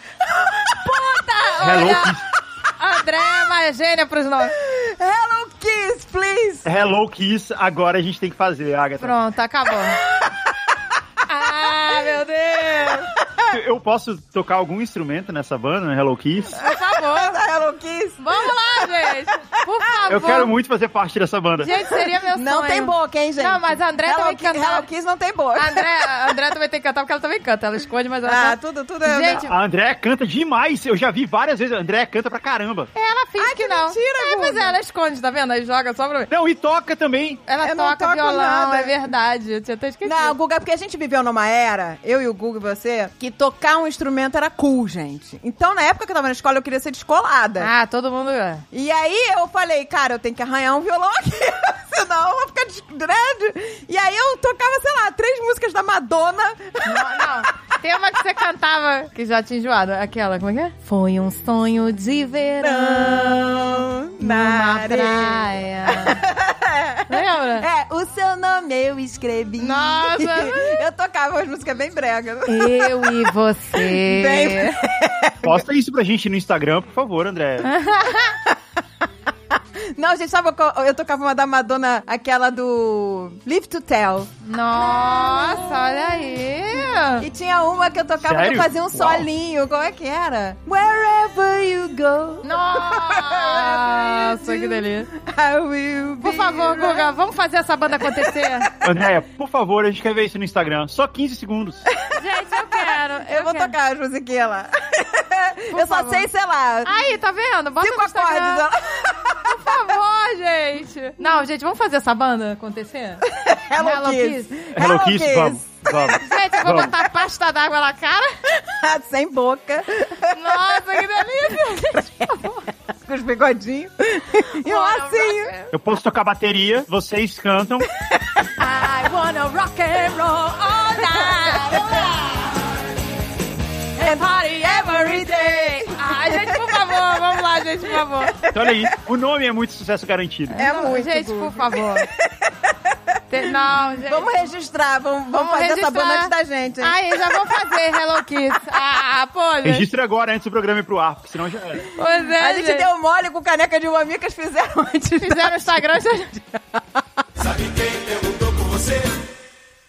S2: Puta!
S4: Hello
S2: Olha,
S4: Kiss.
S2: André é uma gênia pros nomes.
S3: Hello Kiss, please.
S4: Hello Kiss, agora a gente tem que fazer, Agatha.
S2: Pronto, acabou. Ah, meu Deus!
S4: Eu posso tocar algum instrumento nessa banda, no Hello Kiss?
S2: Por favor.
S3: Hello Kiss.
S2: Vamos lá, gente. Por favor.
S4: Eu quero muito fazer parte dessa banda.
S2: Gente, seria meu
S3: Não
S2: sonho.
S3: tem boca, hein, gente?
S2: Não, mas a André
S3: Hello
S2: também
S3: Ki-
S2: cantava-
S3: Hello Kiss não tem boca.
S2: A André, a André também tem que cantar, porque ela também canta. Ela esconde, mas ela
S3: Ah,
S2: canta.
S3: tudo, tudo é...
S2: Gente,
S4: A Andréa canta demais. Eu já vi várias vezes. A Andréa canta pra caramba.
S2: Ela finge
S3: Ai,
S2: que,
S3: que
S2: não.
S3: mentira,
S2: é, pois
S3: Guga.
S2: é, ela esconde, tá vendo? Aí joga só pra mim.
S4: Não, e toca também.
S2: Ela
S3: Eu não
S2: toca
S3: toco
S2: violão,
S3: nada.
S2: é verdade. Eu tinha até esquecido.
S3: Não, Guga, porque a gente viveu numa era, eu e o Guga e você, que tocar um instrumento era cool, gente. Então, na época que eu tava na escola, eu queria ser descolada.
S2: Ah, todo mundo. é.
S3: E aí eu falei, cara, eu tenho que arranhar um violão aqui, senão eu vou ficar des- grande. E aí eu tocava, sei lá, três músicas da Madonna.
S2: Não, não. Tem uma que você cantava que já tinha enjoado. Aquela, como é que é? Foi um sonho de verão
S3: na
S2: na
S3: areia.
S2: praia. Lembra?
S3: É, o seu nome eu escrevi.
S2: Nossa.
S3: eu tocava umas músicas bem brega.
S2: Eu e você.
S3: Bem-
S4: Posta isso pra gente no Instagram, por favor, Andréa.
S3: Não, gente, sabe qual? Eu tocava uma da Madonna, aquela do Live to Tell.
S2: Nossa, olha aí.
S3: E tinha uma que eu tocava
S4: Sério?
S3: que eu fazia um
S4: Uau.
S3: solinho. Qual é que era? Wherever you go,
S2: Nossa, que delícia.
S3: I will be
S2: Por favor, Guga, vamos fazer essa banda acontecer.
S4: Andréa, por favor, a gente quer ver isso no Instagram. Só 15 segundos.
S2: Gente, eu quero.
S3: Eu, vou
S2: quero.
S3: tocar as musiquinhas lá.
S2: Por
S3: eu só
S2: favor.
S3: sei, sei lá,
S2: Aí, tá vendo? Bota
S3: cinco
S2: no
S3: acordes.
S2: Instagram.
S3: lá.
S2: Por favor, gente. Não, gente, vamos fazer essa banda acontecer?
S3: Hello,
S2: Hello
S3: Kiss.
S2: Kiss.
S4: Hello, Kiss, vamos. Vamos.
S2: Gente, eu vou
S4: Vamos.
S2: botar pasta d'água na cara.
S3: Sem boca,
S2: Nossa, que delícia. Gente, por favor.
S3: com os bigodinhos. e um
S2: Wanna
S3: lacinho.
S2: rock-
S4: Eu posso tocar bateria, vocês cantam.
S2: I wanna rock and roll all night. all night. And party every day. Ai, gente, por favor, vamos lá, gente, por favor.
S4: Então, olha aí, o nome é muito sucesso garantido.
S3: É
S2: Não,
S3: muito.
S2: Gente,
S3: Guga.
S2: por favor. Te- Não, gente.
S3: Vamos registrar, vamos, vamos fazer essa
S2: registrar.
S3: banda antes da gente. hein?
S2: Aí, já vamos fazer Hello Kids. Ah, pô, gente.
S4: Registra agora antes do programa ir pro ar, porque senão já era.
S2: Pois é,
S3: A gente deu mole com caneca de mamicas, fizeram antes.
S2: Fizeram o Instagram. já-
S7: Sabe quem perguntou por você?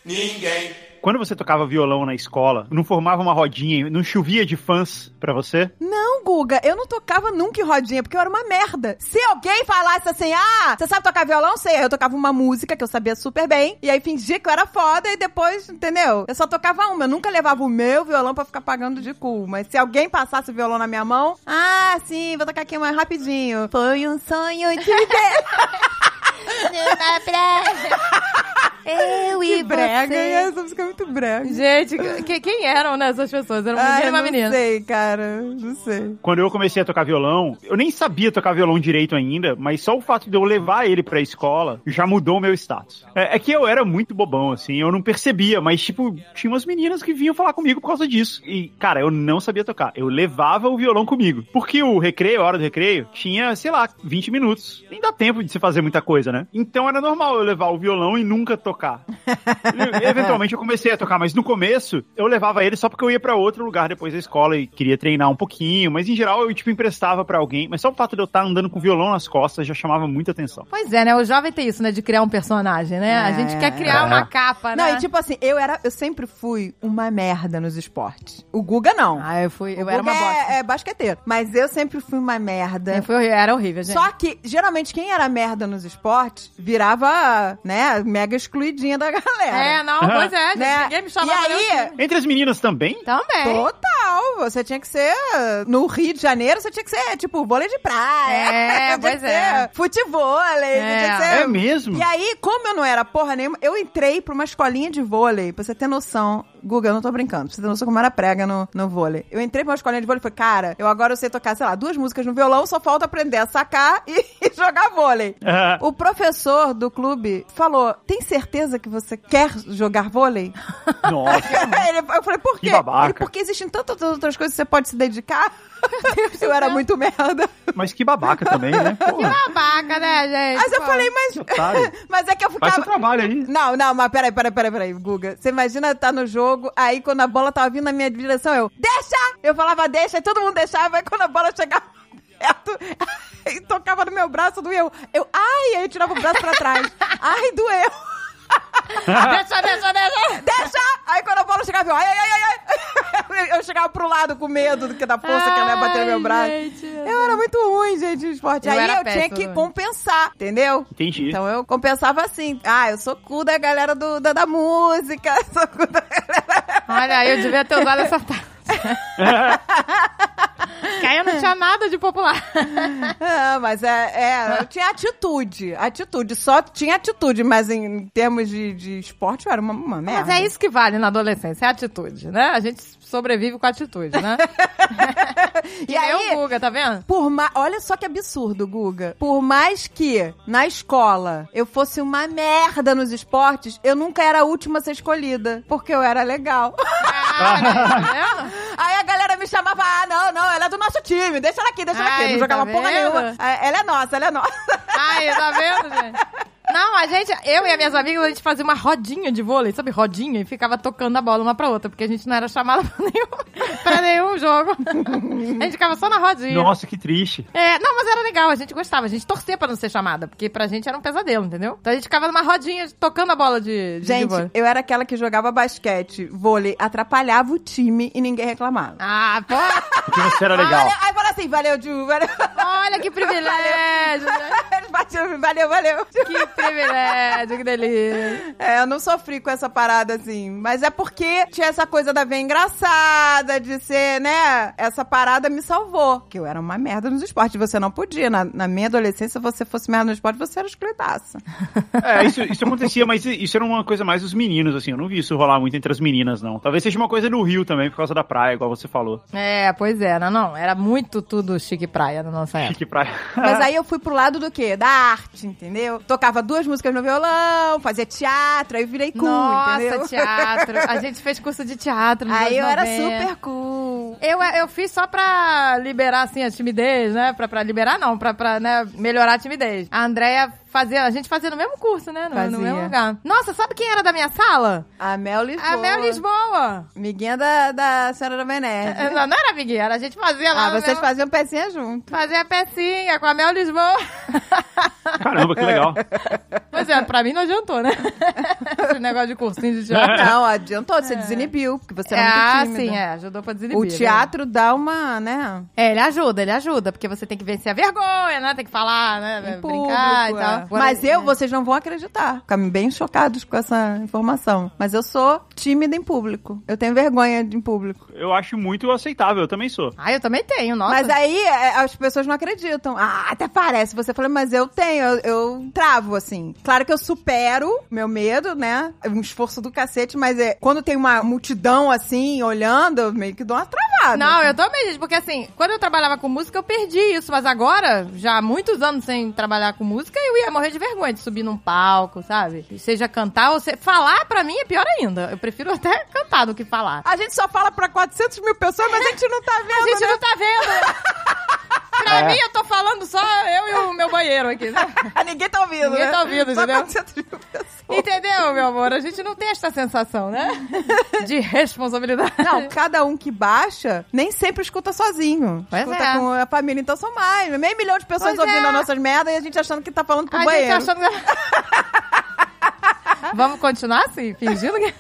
S7: Ninguém.
S4: Quando você tocava violão na escola, não formava uma rodinha, não chovia de fãs pra você?
S3: Não, Guga, eu não tocava nunca em rodinha, porque eu era uma merda. Se alguém falasse assim, ah, você sabe tocar violão? Sei. Aí eu tocava uma música que eu sabia super bem, e aí fingia que eu era foda, e depois, entendeu? Eu só tocava uma, eu nunca levava o meu violão pra ficar pagando de cu. Mas se alguém passasse o violão na minha mão, ah, sim, vou tocar aqui mais rapidinho. Foi um sonho de ver.
S5: Numa praia.
S2: Eu
S3: Que
S2: e
S3: brega, e
S2: você.
S3: essa música é muito brega.
S2: Gente, que- quem eram, né, essas pessoas? Era um menino
S3: Ai,
S2: e uma
S3: não
S2: menina.
S3: sei, cara. Não sei.
S4: Quando eu comecei a tocar violão, eu nem sabia tocar violão direito ainda, mas só o fato de eu levar ele pra escola já mudou o meu status. É, é que eu era muito bobão, assim, eu não percebia, mas, tipo, tinha umas meninas que vinham falar comigo por causa disso. E, cara, eu não sabia tocar. Eu levava o violão comigo. Porque o recreio, a hora do recreio, tinha, sei lá, 20 minutos. Nem dá tempo de se fazer muita coisa, né? Então era normal eu levar o violão e nunca tocar. E, Eventualmente eu comecei a tocar, mas no começo eu levava ele só porque eu ia pra outro lugar depois da escola e queria treinar um pouquinho, mas em geral eu tipo emprestava pra alguém, mas só o fato de eu estar andando com violão nas costas já chamava muita atenção.
S2: Pois é, né? O jovem tem isso, né? De criar um personagem, né? a
S3: É,
S2: gente
S3: é,
S2: quer criar
S4: é.
S2: uma capa, né?
S3: Não, e tipo assim, eu era, eu sempre fui uma merda nos esportes. O Guga não.
S2: Ah, eu fui. Eu
S3: o
S2: era
S3: Guga
S2: uma bosta.
S3: É, é basqueteiro. Mas eu sempre fui uma merda.
S2: Eu fui horrível, era horrível, gente.
S3: é- Só que, geralmente, quem era merda nos esportes virava, né, mega excluidinha da galera.
S2: É, não, pois é, gente.
S3: né?
S2: Ninguém me
S3: e
S2: chamava nem
S3: aí,
S2: assim.
S4: Entre as meninas também?
S2: Também.
S3: total, você tinha que ser, no Rio de Janeiro, você tinha que ser, tipo, vôlei de praia.
S2: É,
S3: tinha que
S2: pois
S3: ser
S2: é.
S3: Futevôlei,
S2: É.
S3: tinha que ser...
S4: É mesmo?
S3: E aí, como eu não era porra nenhuma, eu entrei pra uma escolinha de vôlei, pra você ter noção. Guga, eu não tô brincando, pra você ter noção como era prega no, no vôlei. Eu entrei pra uma escolinha de vôlei e falei, cara, eu agora eu sei tocar, sei lá, duas músicas no violão, só falta aprender a sacar e, e jogar vôlei.
S4: Ah.
S3: O professor do clube falou, tem certeza que você quer jogar vôlei?
S4: Nossa.
S3: Ele- eu falei, por
S4: Que
S3: quê?
S4: babaca.
S3: Ele, porque existem tantas outras coisas que você pode se dedicar. eu era muito merda.
S4: Mas que babaca também, né? Porra,
S2: Babaca, né, gente?
S3: Mas eu
S2: Pô.
S3: falei,
S4: que
S3: mas...
S4: otário.
S3: Mas é que eu
S4: Faz
S3: ficava...
S4: seu trabalho aí.
S3: Não, não, mas peraí, peraí, peraí, peraí, Guga. Você imagina tá no jogo, aí quando a bola tava vindo na minha direção, eu, deixa! Eu falava, deixa, aí todo mundo deixava, aí quando a bola chegava perto, aí tocava no meu braço, doeu. Eu, ai, aí eu tirava o braço pra trás. Ai, doeu.
S2: Deixa, deixa, deixa.
S3: Deixa! Aí quando a bola chegava, eu, ai, ai, ai, ai. Eu chegava pro lado com medo do que da força que ela ia bater no meu
S2: Ai,
S3: braço.
S2: gente.
S3: Eu era muito ruim, gente, de esporte.
S2: Eu
S3: aí
S2: era
S3: eu tinha
S2: péssima
S3: que
S2: também.
S3: compensar, entendeu?
S4: Entendi.
S3: Então eu compensava assim. Ah, eu sou cu da galera do, da, da música. Sou cu da galera.
S2: Olha, aí, eu devia ter usado essa parte. que aí eu não tinha nada de popular.
S3: Ah, mas é, é, eu tinha atitude. Atitude. Só tinha atitude, mas em termos de, de esporte eu era uma, uma merda.
S2: Mas é isso que vale na adolescência, é a atitude, né? A gente sobrevive com a atitude, né?
S3: E
S2: e aí,
S3: aí-
S2: o Guga, tá vendo?
S3: Por ma... Olha só que absurdo, Guga. Por mais que na escola eu fosse uma merda nos esportes, eu nunca era a última a ser escolhida. Porque eu era legal.
S2: Ah,
S3: Aí a galera me chamava, ah, não, não, ela é do nosso time, deixa ela aqui, deixa ela aqui.
S2: Ai,
S3: Não jogava
S2: tá
S3: porra
S2: vendo?
S3: nenhuma. Ah, Ela é nossa, ela é nossa.
S2: Aí, tá vendo, gente? Não, a gente, eu e as minhas amigas, a gente fazia uma rodinha de vôlei, sabe? Rodinha, e ficava tocando a bola uma pra outra, porque a gente não era chamada pra nenhum, pra nenhum jogo. A gente ficava só na rodinha.
S4: Nossa, que triste.
S2: É, não, mas era legal, a gente gostava, a gente torcia pra não ser chamada, porque pra gente era um pesadelo, entendeu? Então a gente ficava numa rodinha tocando a bola de, de de
S3: Gente,
S2: vôlei.
S3: eu era aquela que jogava basquete, vôlei, atrapalhava o time e ninguém reclamava.
S2: Ah, pô!
S4: Porque você era legal.
S3: Valeu- aí fala assim, valeu, Ju, valeu.
S2: Olha que privilégio! né?
S3: Eles batiam, valeu, valeu.
S2: Que privilégio, que delícia.
S3: É, eu não sofri com essa parada, assim. Mas é porque tinha essa coisa da ver engraçada, de ser, né? Essa parada me salvou. Que eu era uma merda nos esportes. Você não podia. Na, na minha adolescência, se você fosse merda no esporte, você era excluidaça.
S4: É, isso, isso acontecia, mas isso era uma coisa mais dos meninos, assim. Eu não vi isso rolar muito entre as meninas, não. Talvez seja uma coisa no Rio também, por causa da praia, igual você falou.
S2: É, pois é, não, não. Era muito tudo chique praia na nossa época.
S4: Que praia.
S3: É. Mas aí eu fui pro lado do quê? Da arte, entendeu? Tocava duas músicas no violão, fazia teatro, aí virei cool,
S2: nossa,
S3: entendeu?
S2: teatro. A gente fez curso de teatro. nos
S3: Aí eu
S2: anos
S3: era
S2: 90.
S3: super cool.
S2: Eu, eu fiz só pra liberar, assim, a timidez, né? Pra, pra liberar, não, pra, pra né, melhorar a timidez. A Andrea fazia, a gente fazia no mesmo curso, né? No, no
S3: Fazia.
S2: mesmo lugar. Nossa, sabe quem era da minha sala?
S3: A Mel Lisboa.
S2: A Mel Lisboa.
S3: Amiguinha da, da Senhora Menezes.
S2: Não, não era amiguinha, era a gente fazia lá.
S3: Ah,
S2: no
S3: vocês
S2: mesmo-
S3: faziam pecinha junto.
S2: Fazia pecinha com a Mel Lisboa.
S4: Caramba, que legal.
S2: Pois é, pra mim não adiantou, né? Esse negócio de cursinho de teatro.
S3: Não, adiantou, você desinibiu, porque você era
S2: ah,
S3: muito
S2: sim,
S3: tímida.
S2: é, ajudou pra desinibir.
S3: O
S2: né?
S3: teatro dá uma, né?
S2: É, ele ajuda, ele ajuda, porque você tem que vencer a vergonha, né? Tem que falar, né? Brincar e
S3: um público,
S2: tal.
S3: é.
S2: Agora-
S3: Mas eu, vocês não vão acreditar. Ficam bem chocados com essa informação. Mas eu sou tímida em público. Eu tenho vergonha de- em público.
S4: Eu acho muito aceitável, eu também sou.
S2: Ah, eu também tenho, nossa.
S3: Mas aí é, as pessoas não acreditam. Ah, até parece. Você fala, mas eu tenho, eu, eu travo, assim. Claro Claro que eu supero meu medo, né? É um esforço do cacete, mas é quando tem uma multidão assim, olhando, eu meio que dou uma travada.
S2: Não, eu também, gente, porque assim, quando eu trabalhava com música, eu perdi isso, mas agora, já há muitos anos sem trabalhar com música, eu ia morrer de vergonha de subir num palco, sabe? Seja cantar ou se... falar, pra mim é pior ainda. Eu prefiro até cantar do que falar.
S3: A gente só fala pra 400 mil pessoas, mas a gente não tá vendo,
S2: A gente
S3: né?
S2: não tá vendo. Pra
S4: É.
S2: mim, eu tô falando só eu e o meu banheiro aqui. né? sabe?
S3: Ninguém tá ouvindo,
S2: ah, Ninguém
S3: né?
S2: tá ouvindo,
S3: Só
S2: entendeu?
S3: 400 mil pessoas.
S2: Entendeu, meu amor? A gente não tem essa sensação, né? De responsabilidade.
S3: Não, cada um que baixa nem sempre escuta sozinho.
S2: Pois
S3: escuta
S2: é.
S3: com a família, então são mais. Meio milhão de pessoas
S2: Pois
S3: ouvindo
S2: é.
S3: as nossas merdas e a gente achando que tá falando pro
S2: a
S3: banheiro.
S2: gente achando que- Vamos continuar assim, fingindo que.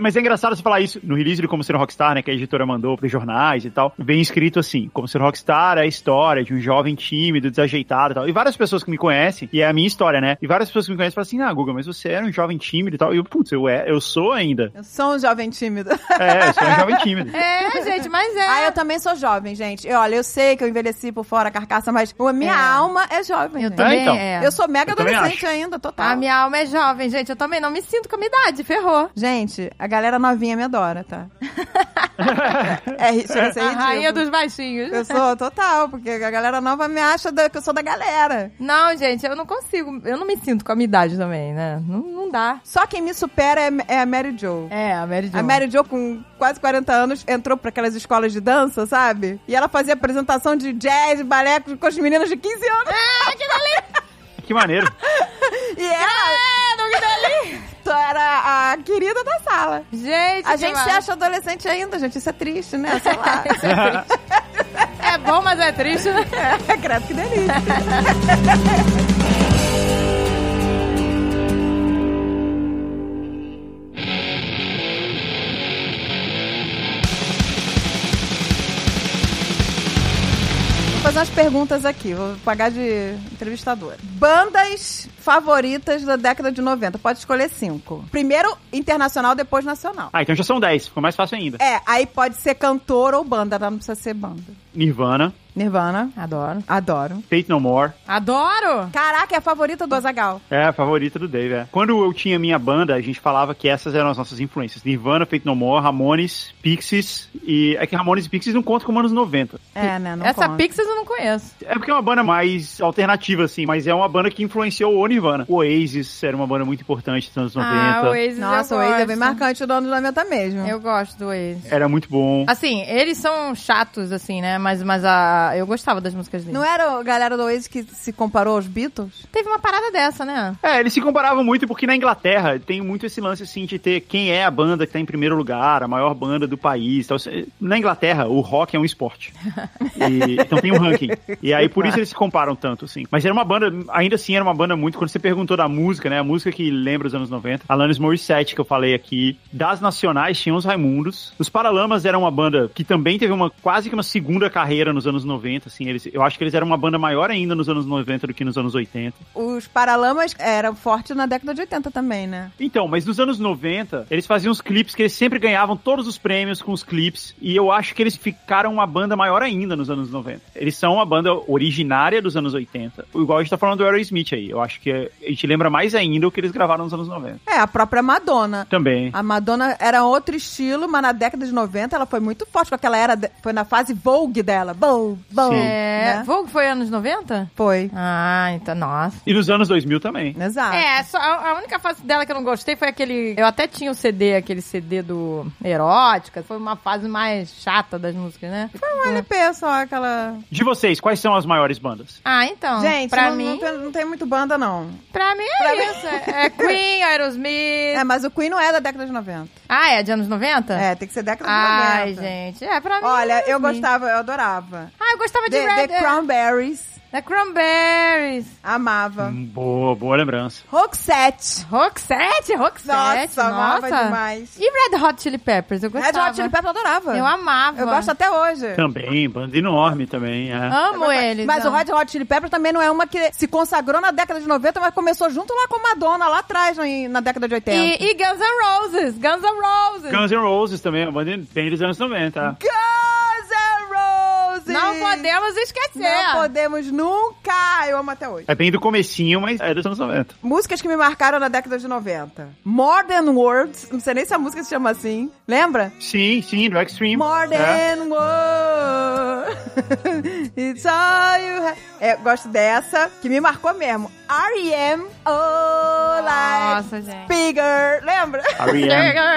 S4: Mas é engraçado você falar isso no release de Como Ser um Rockstar, né? Que a editora mandou pros jornais e tal. Vem escrito assim: Como Ser um Rockstar é a história de um jovem tímido, desajeitado e tal. E várias pessoas que me conhecem, e é a minha história, né? E várias pessoas que me conhecem falam assim: Ah, Guga, mas você era um jovem tímido e tal. E eu, putz, eu, é, eu sou ainda.
S3: Eu sou um jovem tímido.
S4: É, eu sou um jovem tímido.
S2: É, gente, mas é.
S3: Ah, eu também sou jovem, gente. Eu, olha, eu sei que eu envelheci por fora a carcaça, mas a minha
S2: É.
S3: alma é jovem.
S2: Eu
S3: gente.
S2: também.
S4: É, então.
S2: é.
S3: Eu sou mega
S4: Eu também
S3: adolescente
S4: acho.
S3: ainda, total.
S2: A minha alma é jovem, gente. Eu também não me sinto com a minha idade, ferrou.
S3: Gente, a galera novinha me adora, tá? é, ri- chega a ser
S2: A rainha
S3: ridículo.
S2: dos baixinhos.
S3: Eu sou total, porque a galera nova me acha da- que eu sou da galera.
S2: Não, gente, eu não consigo. Eu não me sinto com a minha idade também, né? Não, não dá.
S3: Só quem me supera é, é a Mary Jo.
S2: É, a Mary Jo.
S3: A Mary Jo, com quase 40 anos, entrou pra aquelas escolas de dança, sabe? E ela fazia apresentação de jazz, balé com as meninas de 15 anos.
S4: Que maneiro.
S3: E ela...
S2: É,
S3: Tu era a querida da sala.
S2: Gente,
S3: A
S2: que
S3: gente se
S2: maravilha.
S3: acha adolescente ainda, gente. Isso é triste, né? Sei lá.
S2: É bom, mas é triste, né?
S3: É, credo, que delícia. Vou fazer umas perguntas aqui. Vou pagar de entrevistadora. Bandas favoritas da década de 90. Pode escolher cinco. Primeiro, internacional, depois nacional.
S4: Ah, então já são 10, ficou mais fácil ainda.
S3: É, aí pode ser cantor ou banda, não precisa ser banda.
S4: Nirvana,
S3: Nirvana,
S2: Adoro.
S3: adoro.
S4: Fate No More.
S2: Adoro!
S3: Caraca, é a favorita do Azagal.
S4: É, a favorita do Dave, é. Quando eu tinha minha banda, a gente falava que essas eram as nossas influências. Nirvana, Fate No More, Ramones, Pixies. E é que Ramones e Pixies não contam como anos 90.
S3: É, né? Não
S2: Essa
S3: conta.
S2: Pixies eu não conheço.
S4: É porque é uma banda mais alternativa, assim, mas é uma banda que influenciou o Nirvana. O Oasis era uma banda muito importante nos anos 90.
S2: Ah, o Oasis
S3: Nossa,
S2: eu
S3: o Waze é
S2: gosto.
S3: bem marcante, o dono da meta mesmo.
S2: Eu gosto do Waze.
S4: Era muito bom.
S2: Assim, eles são chatos, assim, né? Mas, mas a... eu gostava das músicas deles.
S3: Não é? era a galera do Waze que se comparou aos Beatles?
S2: Teve uma parada dessa, né?
S4: É, eles se comparavam muito porque na Inglaterra tem muito esse lance assim de ter quem é a banda que tá em primeiro lugar, a maior banda do país. Tal. Na Inglaterra, o rock é um esporte. E- então tem um ranking. E aí por isso eles se comparam tanto, assim. Mas era uma banda, ainda assim, era uma banda muito. Quando você perguntou da música, né? A música que lembra os anos 90, Alanis Morissette, que eu falei aqui. Das nacionais tinham os Raimundos. Os Paralamas era uma banda que também teve uma quase que uma segunda carreira nos anos 90, assim. Eles, eu acho que eles eram uma banda maior ainda nos anos 90 do que nos anos 80.
S3: Os Paralamas eram fortes na década de 80 também, né?
S4: Então, mas nos anos 90, eles faziam os clipes que eles sempre ganhavam todos os prêmios com os clipes. E eu acho que eles ficaram uma banda maior ainda nos anos 90. Eles são uma banda originária dos anos 80. Igual a gente tá falando do Aerosmith aí. Eu acho que a gente lembra mais ainda o que eles gravaram nos anos 90.
S3: É, a própria Madonna.
S4: Também.
S3: A Madonna era outro estilo, mas na década de 90 ela foi muito forte com aquela era. de- Foi na fase Vogue dela. Vogue, Vogue.
S4: Sim.
S2: É.
S3: né?
S2: Vogue foi anos 90?
S3: Foi.
S2: Ah, então, nossa.
S4: E nos anos 2000 também.
S3: Exato.
S2: É, só, a a única fase dela que eu não gostei foi aquele. Eu até tinha o CD, aquele CD do Erótica. Foi uma fase mais chata das músicas, né?
S3: Foi um LP só, aquela.
S4: De vocês, quais são as maiores bandas?
S2: Ah, então.
S3: Gente,
S2: pra
S3: não,
S2: mim.
S3: não, tem, não tem muito banda, não.
S2: Pra mim é isso. É Queen, Aerosmith.
S3: É, mas o Queen não é da década de 90.
S2: Ah, é de anos 90?
S3: É, tem que ser década
S2: Ai,
S3: de 90.
S2: gente. É, pra mim.
S3: Olha,
S2: é
S3: eu
S2: Aerosmith.
S3: gostava, eu adorava.
S2: Ah, eu gostava de
S3: The,
S2: Red. é,
S3: The Cranberries,
S2: The Cranberries.
S3: amava.
S4: Hum, Boa, boa lembrança.
S3: Roxette.
S2: Roxette, Roxette.
S3: Nossa, amava
S2: nossa.
S3: demais.
S2: E Red Hot Chili Peppers, eu
S3: Red
S2: gostava.
S3: Hot Chili Peppers eu adorava.
S2: Eu amava.
S3: Eu gosto até hoje.
S4: Também, banda enorme também. é.
S2: Amo eles.
S3: Mas
S2: amo.
S3: o Red Hot Chili Peppers também não é uma que se consagrou na década de 90, mas começou junto lá com Madonna, lá atrás, na, na década de 80.
S2: E, e Guns N' Roses, Guns N' Roses.
S4: Guns N' Roses também, uma banda bem dos anos 90.
S3: Guns N' sim.
S2: Não podemos esquecer.
S3: Não podemos nunca. Eu amo até hoje.
S4: É bem do comecinho, mas é dos anos 90.
S3: Músicas que me marcaram na década de 90. More Than Words. Não sei nem se a música se chama assim. Lembra?
S4: Sim, sim, do Extreme.
S3: More
S4: É.
S3: than words. It's all you have. É, eu gosto dessa, que me marcou mesmo. R.E.M. Oh, like
S2: Nossa, gente.
S3: bigger. Lembra?
S4: R.E.M.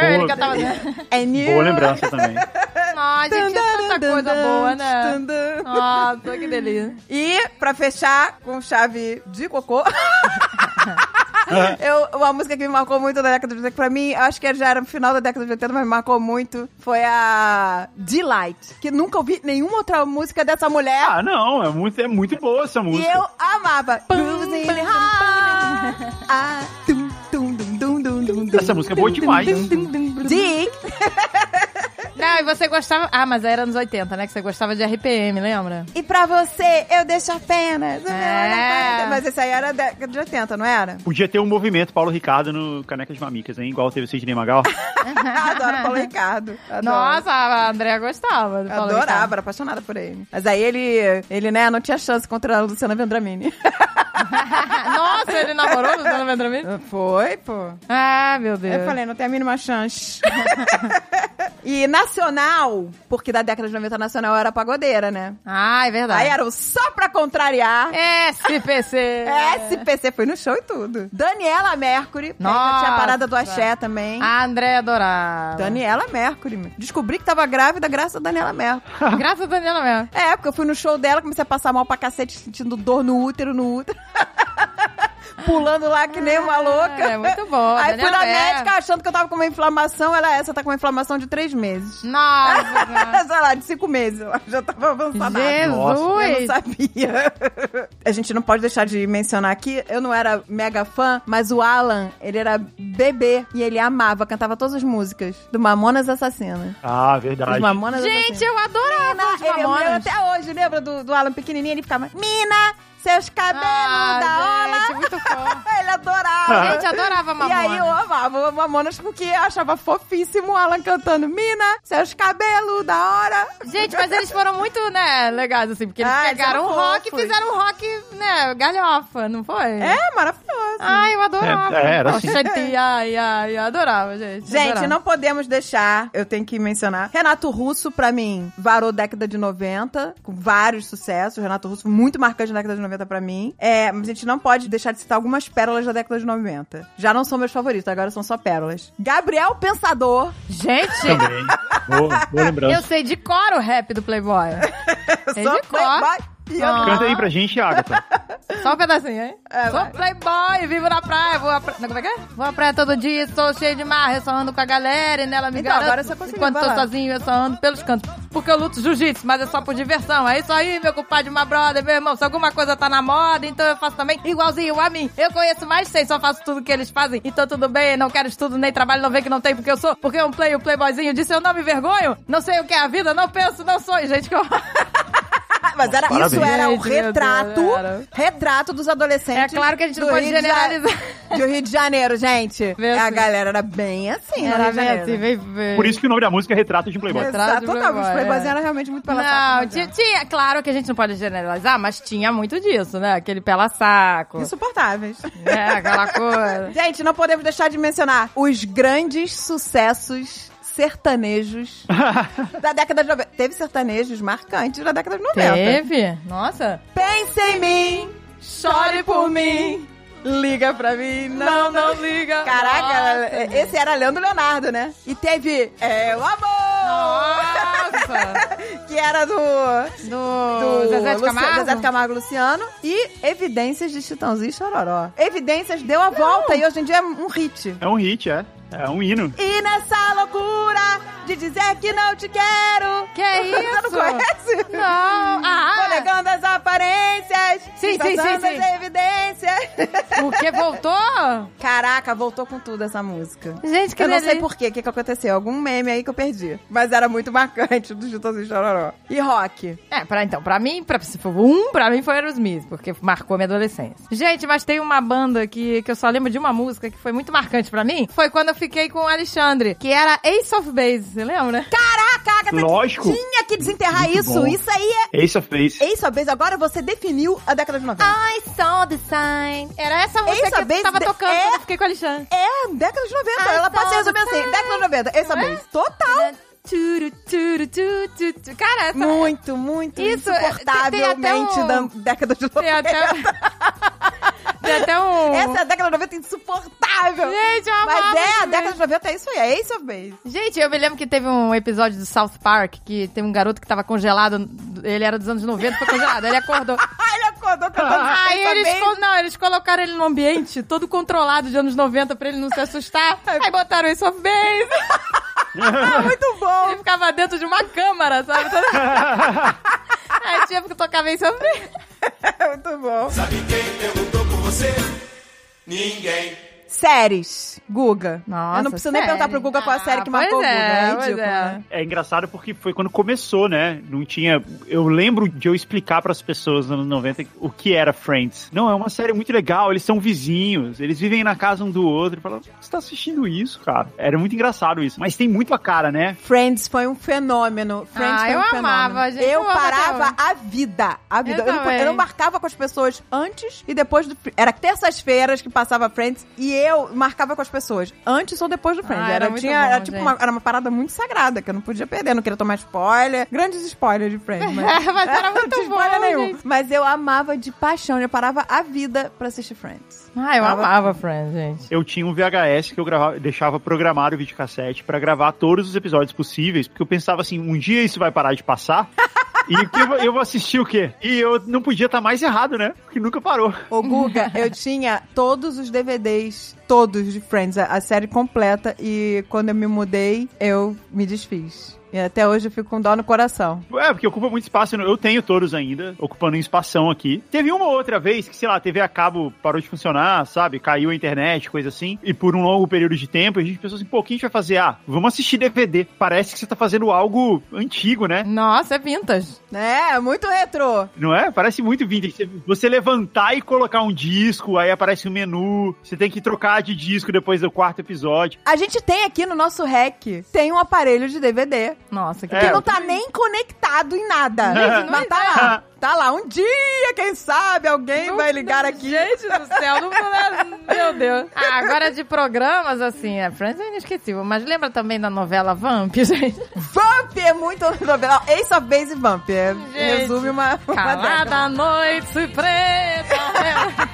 S2: Ele
S4: Pô,
S2: cantava-
S3: And you...
S4: Boa lembrança também.
S2: Nossa, gente, é tanta coisa boa, né? Nossa, que delícia.
S3: E, pra fechar com chave de cocô, eu, uma música que me marcou muito na década de 80, que pra mim, acho que já era no final da década de 80, mas me marcou muito, foi a Delight, que nunca ouvi nenhuma outra música dessa mulher.
S4: Ah, não, é muito, é muito boa essa
S3: E
S4: música.
S3: eu amava. Cruising high. Ah, tum, tum, dum, dum, dum, dum, dum.
S4: Essa música é boa demais.
S3: Dick.
S2: Não, e você gostava... Ah, mas era anos 80, né? Que você gostava de RPM, lembra?
S3: E pra você, eu deixo apenas. o meu
S2: É.
S3: olhar para- Mas esse aí era década de 80, não era?
S4: Podia ter um movimento Paulo Ricardo no Caneca de Mamicas, hein? Igual teve o Sidney Magal.
S3: Adoro Paulo Ricardo. Adoro.
S2: Nossa, a Andrea gostava. do Paulo
S3: Adorava,
S2: Ricardo.
S3: era apaixonada por ele. Mas aí ele, ele né, não tinha chance contra a Luciana Vendramini.
S2: Nossa, ele namorou tá Luciano Vendramini?
S3: Foi, pô.
S2: Ah, meu Deus.
S3: Eu falei, não tem a mínima chance. e nacional, porque da década de 90 nacional eu era pagodeira, né?
S2: Ah, é verdade.
S3: Aí era o só pra contrariar.
S2: SPC. É.
S3: É, SPC foi no show e tudo. Daniela Mercury. porque
S2: Nossa. Ah.
S3: Tinha a parada do axé também.
S2: A Andrea adorava.
S3: Daniela Mercury. meu. Descobri que tava grávida graças a Daniela Mercury.
S2: Graças a Daniela mesmo.
S3: É, porque eu fui no show dela, comecei a passar mal pra cacete, sentindo dor no útero, no útero. Pulando lá que nem uma louca.
S2: é muito bom,
S3: Aí
S2: Daniela
S3: fui na
S2: Mercury.
S3: médica achando que eu tava com uma inflamação. Ela, essa tá com uma inflamação de três meses.
S2: Nossa, cara.
S3: Sei lá, de cinco meses. Ela já tava avançada. Eu não
S2: Jesus.
S3: sabia. A gente não pode deixar de mencionar aqui, eu não era mega fã, mas o Alan, ele era bebê e ele amava, cantava todas as músicas do Mamonas Assassinas.
S4: Ah,
S3: Os
S4: verdade.
S3: Mamonas
S2: Gente,
S3: Assassinas.
S2: eu adorava os
S3: assim. Ele- eu lembro
S2: Mamonas.
S3: até hoje, lembra do, do Alan pequenininho? Ele ficava, Mina, seus cabelos da
S2: Ah, gente,
S3: ola.
S2: muito fofo.
S3: Ele adorava.
S2: Gente, adorava
S3: E aí eu
S2: Mamonas.
S3: amava o Mamonas porque eu achava fofíssimo o Alan cantando Mina, seus cabelos da hora.
S2: Gente, mas eles foram muito, né, legais, assim, porque eles
S3: Ah, eles
S2: pegaram
S3: eram
S2: um rock
S3: fofos.
S2: e fizeram um rock, né, galhofa, não foi?
S3: É, maravilhoso.
S2: Ai, eu adorava.
S4: É, era assim.
S2: Gente, ai, ai, eu adorava, gente.
S3: Gente,
S2: adorava.
S3: não podemos deixar, eu tenho que mencionar. Renato Russo, pra mim, varou década de 90, com vários sucessos. Renato Russo, muito marcante na década de 90 pra mim. É, mas a gente não pode deixar de citar algumas pérolas da década de 90. Já não são meus favoritos, agora são só pérolas. Gabriel Pensador.
S2: Gente,
S4: Também. Boa, boa
S2: eu
S4: lembrança.
S2: sei de cor o rap do Playboy. É
S3: só
S2: de cor.
S3: e eu-
S2: Ah.
S4: Canta aí pra gente, Agatha.
S2: Só um pedacinho, hein?
S3: É,
S2: sou
S3: vai.
S2: playboy, vivo na praia, vou à praia... Como é que é? Vou à praia todo dia, sou cheio de marra, eu só ando com a galera e nela me
S3: Então,
S2: garanto.
S3: agora você conseguiu,
S2: Quando
S3: vai
S2: tô
S3: lá.
S2: sozinho, eu só ando pelos cantos. Porque eu luto jiu-jitsu, mas é só por diversão. É isso aí, meu compadre, uma brother, meu irmão. Se alguma coisa tá na moda, então eu faço também igualzinho a mim. Eu conheço mais, sei, só faço tudo que eles fazem. Então tudo bem, não quero estudo, nem trabalho, não vê que não tem porque eu sou. Porque eu um play, o playboyzinho disse, eu não me vergonho. Não sei o que é a vida, não penso, não sou. Gente, que eu...
S3: Ah, mas era,
S4: Parabéns.
S3: isso era um
S2: Gente, meu
S3: retrato,
S2: Deus, era.
S3: retrato dos adolescentes.
S2: É claro que a gente não
S3: do
S2: pode
S3: Rio de Ja-
S2: generalizar.
S3: Do Rio de Janeiro, gente.
S2: Vê assim.
S3: A galera era bem assim, no Rio de Janeiro.
S2: vem, vem.
S4: Por isso que o nome da música é Retrato de um Playboy.
S2: Retrato.
S3: Exato,
S2: de
S3: totalmente.
S2: Playboy,
S3: Playboyzinho
S2: é.
S3: era realmente muito pela
S2: Não, tinha, tinha- claro que a gente não pode generalizar, mas tinha muito disso, né? Aquele pela saco,
S3: Insuportáveis.
S2: né? Aquela coisa.
S3: Gente, não podemos deixar de mencionar os grandes sucessos sertanejos da década de 90. Teve sertanejos marcantes da década de 90.
S2: Teve? Nossa.
S3: Pense em mim, chore por mim, liga pra mim, não, não liga.
S2: liga.
S3: Caraca,
S2: é-
S3: é, esse era Leandro Leonardo, né? E teve É o Amor,
S2: Nossa.
S3: que era do
S2: Do,
S3: do
S2: Zezé de
S3: Luci-
S2: Camargo?
S3: Zezé de Camargo Luciano e Evidências de Chitãozinho e Chororó. Evidências deu a volta e hoje em dia é um hit.
S4: É um hit, é. É um hino.
S3: E nessa loucura de dizer que não te quero.
S2: Que
S3: Você
S2: isso?
S3: não conhece?
S2: Não. Ah,
S3: Tô negando as aparências evidências.
S2: Sim, sim, sim,
S3: Passando
S2: sim.
S3: as evidências.
S2: Porque voltou?
S3: Caraca, voltou com tudo essa música.
S2: Gente, que
S3: eu não
S2: delícia.
S3: sei por quê, o que, que aconteceu? Algum meme aí que eu perdi. Mas era muito marcante do Chitãozinho e Chororó. E rock.
S2: É, pra, então, pra mim, pra, se for um, pra mim foi Aerosmith, porque marcou minha adolescência. Gente, mas tem uma banda que, que eu só lembro de uma música que foi muito marcante pra mim. Foi quando eu fiquei com o Alexandre, que era Ace of Base, você lembra?
S3: Caraca, Agatha,
S4: Lógico.
S3: tinha que desenterrar isso.
S4: bom.
S3: é Isso aí é...
S4: Ace of Base.
S3: Ace of Base, agora você definiu a década de 90.
S2: I saw the sign. Era essa música
S3: Ace of
S2: que
S3: Base
S2: eu tava
S3: de-
S2: tocando
S3: é-
S2: quando eu fiquei com o Alexandre.
S3: É, década de 90.
S2: Ai,
S3: Ela pode
S2: todo
S3: ser resumida assim,
S2: bem.
S3: década de 90. Essa
S2: Não é?
S3: vez. Total.
S2: Turu, turu, tu, tu, tu. Cara, essa...
S3: Muito, muito
S2: Isso, é, tem até
S3: insuportavelmente
S2: um-
S3: da década de 90.
S2: Tem até... um- Tem até um...
S3: Essa é a década de 90 insuportável.
S2: Gente, eu
S3: Mas
S2: amava
S3: é, a
S2: esse
S3: década de 90 é isso aí, é Ace of Base.
S2: Gente, eu me lembro que teve um episódio do South Park que tem um garoto que tava congelado. Ele era dos anos 90, foi congelado. Ele acordou.
S3: Ah, ele acordou cantando
S2: Aí
S3: Ace of
S2: Ah, eles,
S3: Base.
S2: col- não, eles colocaram ele num ambiente todo controlado de anos 90 pra ele não se assustar. Aí botaram isso of base.
S3: Ah, muito bom.
S2: Ele ficava dentro de uma câmara, sabe? Todo... Aí tinha que tocar bem of base.
S3: muito bom.
S7: Sabe quem perguntou por você? Ninguém.
S3: Séries, Guga.
S2: Nossa,
S3: Eu não preciso nem
S2: série.
S3: perguntar pro Guga qual a série que
S2: Ah,
S3: marcou
S2: pois
S3: o Guga. É
S2: é, pois
S3: ridículo,
S2: é.
S3: né?
S4: É engraçado porque foi quando começou, né? Não tinha. Eu lembro de eu explicar pras pessoas nos anos 90 o que era Friends. Não, é uma série muito legal, eles são vizinhos, eles vivem na casa um do outro. Eu falava, você tá assistindo isso, cara? Era muito engraçado isso. Mas tem muito a cara, né?
S3: Friends foi um fenômeno. Friends
S2: Ah,
S3: foi um
S2: eu
S3: fenômeno.
S2: amava, gente.
S3: Eu
S2: Eu amo
S3: parava
S2: até
S3: a vida. A vida.
S2: Eu
S3: Eu, não,
S2: também.
S3: eu não marcava com as pessoas antes e depois do. Era terças-feiras que passava Friends e eu marcava com as pessoas antes ou depois do Friends.
S2: Ah, era
S3: era,
S2: muito
S3: tinha,
S2: bom,
S3: era tipo
S2: gente.
S3: uma, era uma parada muito sagrada que eu não podia perder. Não queria tomar spoiler. Grandes spoilers de Friends. Mas...
S2: Mas era
S3: Não tinha
S2: muito É, bom,
S3: spoiler nenhum.
S2: gente.
S3: Mas eu amava de paixão. Eu parava a vida pra assistir Friends.
S2: Ah, eu
S3: Tava-
S2: amava Friends, gente.
S4: Eu tinha um VHS que eu gravava, deixava programado o videocassete pra gravar todos os episódios possíveis, porque eu pensava assim, um dia isso vai parar de passar. E o que eu vou- eu vou assistir o quê? E eu não podia estar mais errado, né? Porque nunca parou.
S3: Ô, Guga, eu tinha todos os DVDs, todos de Friends, a, a série completa, e quando eu me mudei, eu me desfiz. E até hoje eu fico com dó no coração.
S4: É, porque ocupa muito espaço. Eu tenho todos ainda, ocupando um espação aqui. Teve uma ou outra vez que, sei lá, a TV a cabo parou de funcionar, sabe? Caiu a internet, coisa assim. E por um longo período de tempo, a gente pensou assim, pô, o que a gente vai fazer? Ah, vamos assistir DVD. Parece que você tá fazendo algo antigo, né?
S2: Nossa, é vintage.
S3: É, muito retrô.
S4: Não é? Parece muito vintage. Você- Você levantar e colocar um disco, aí aparece um menu. Você tem que trocar de disco depois do quarto episódio.
S3: A gente tem aqui no nosso REC, tem um aparelho de DVD,
S2: Nossa, que
S4: É,
S3: que
S2: delícia.
S3: não tá nem conectado em nada.
S4: Gente,
S2: não
S3: mas tá
S2: é.
S3: lá. Tá lá. Um dia, quem sabe, alguém
S2: Não-
S3: vai ligar
S2: não-
S3: aqui.
S2: Gente do céu, não, não- meu Deus. Ah, agora de programas, assim, é, Friends é inesquecível. Mas lembra também da novela Vamp, gente?
S3: Vamp é muito novela. Ace of Base e Vamp. É, resume uma, uma
S2: Calada
S3: década.
S2: à noite, preta. né?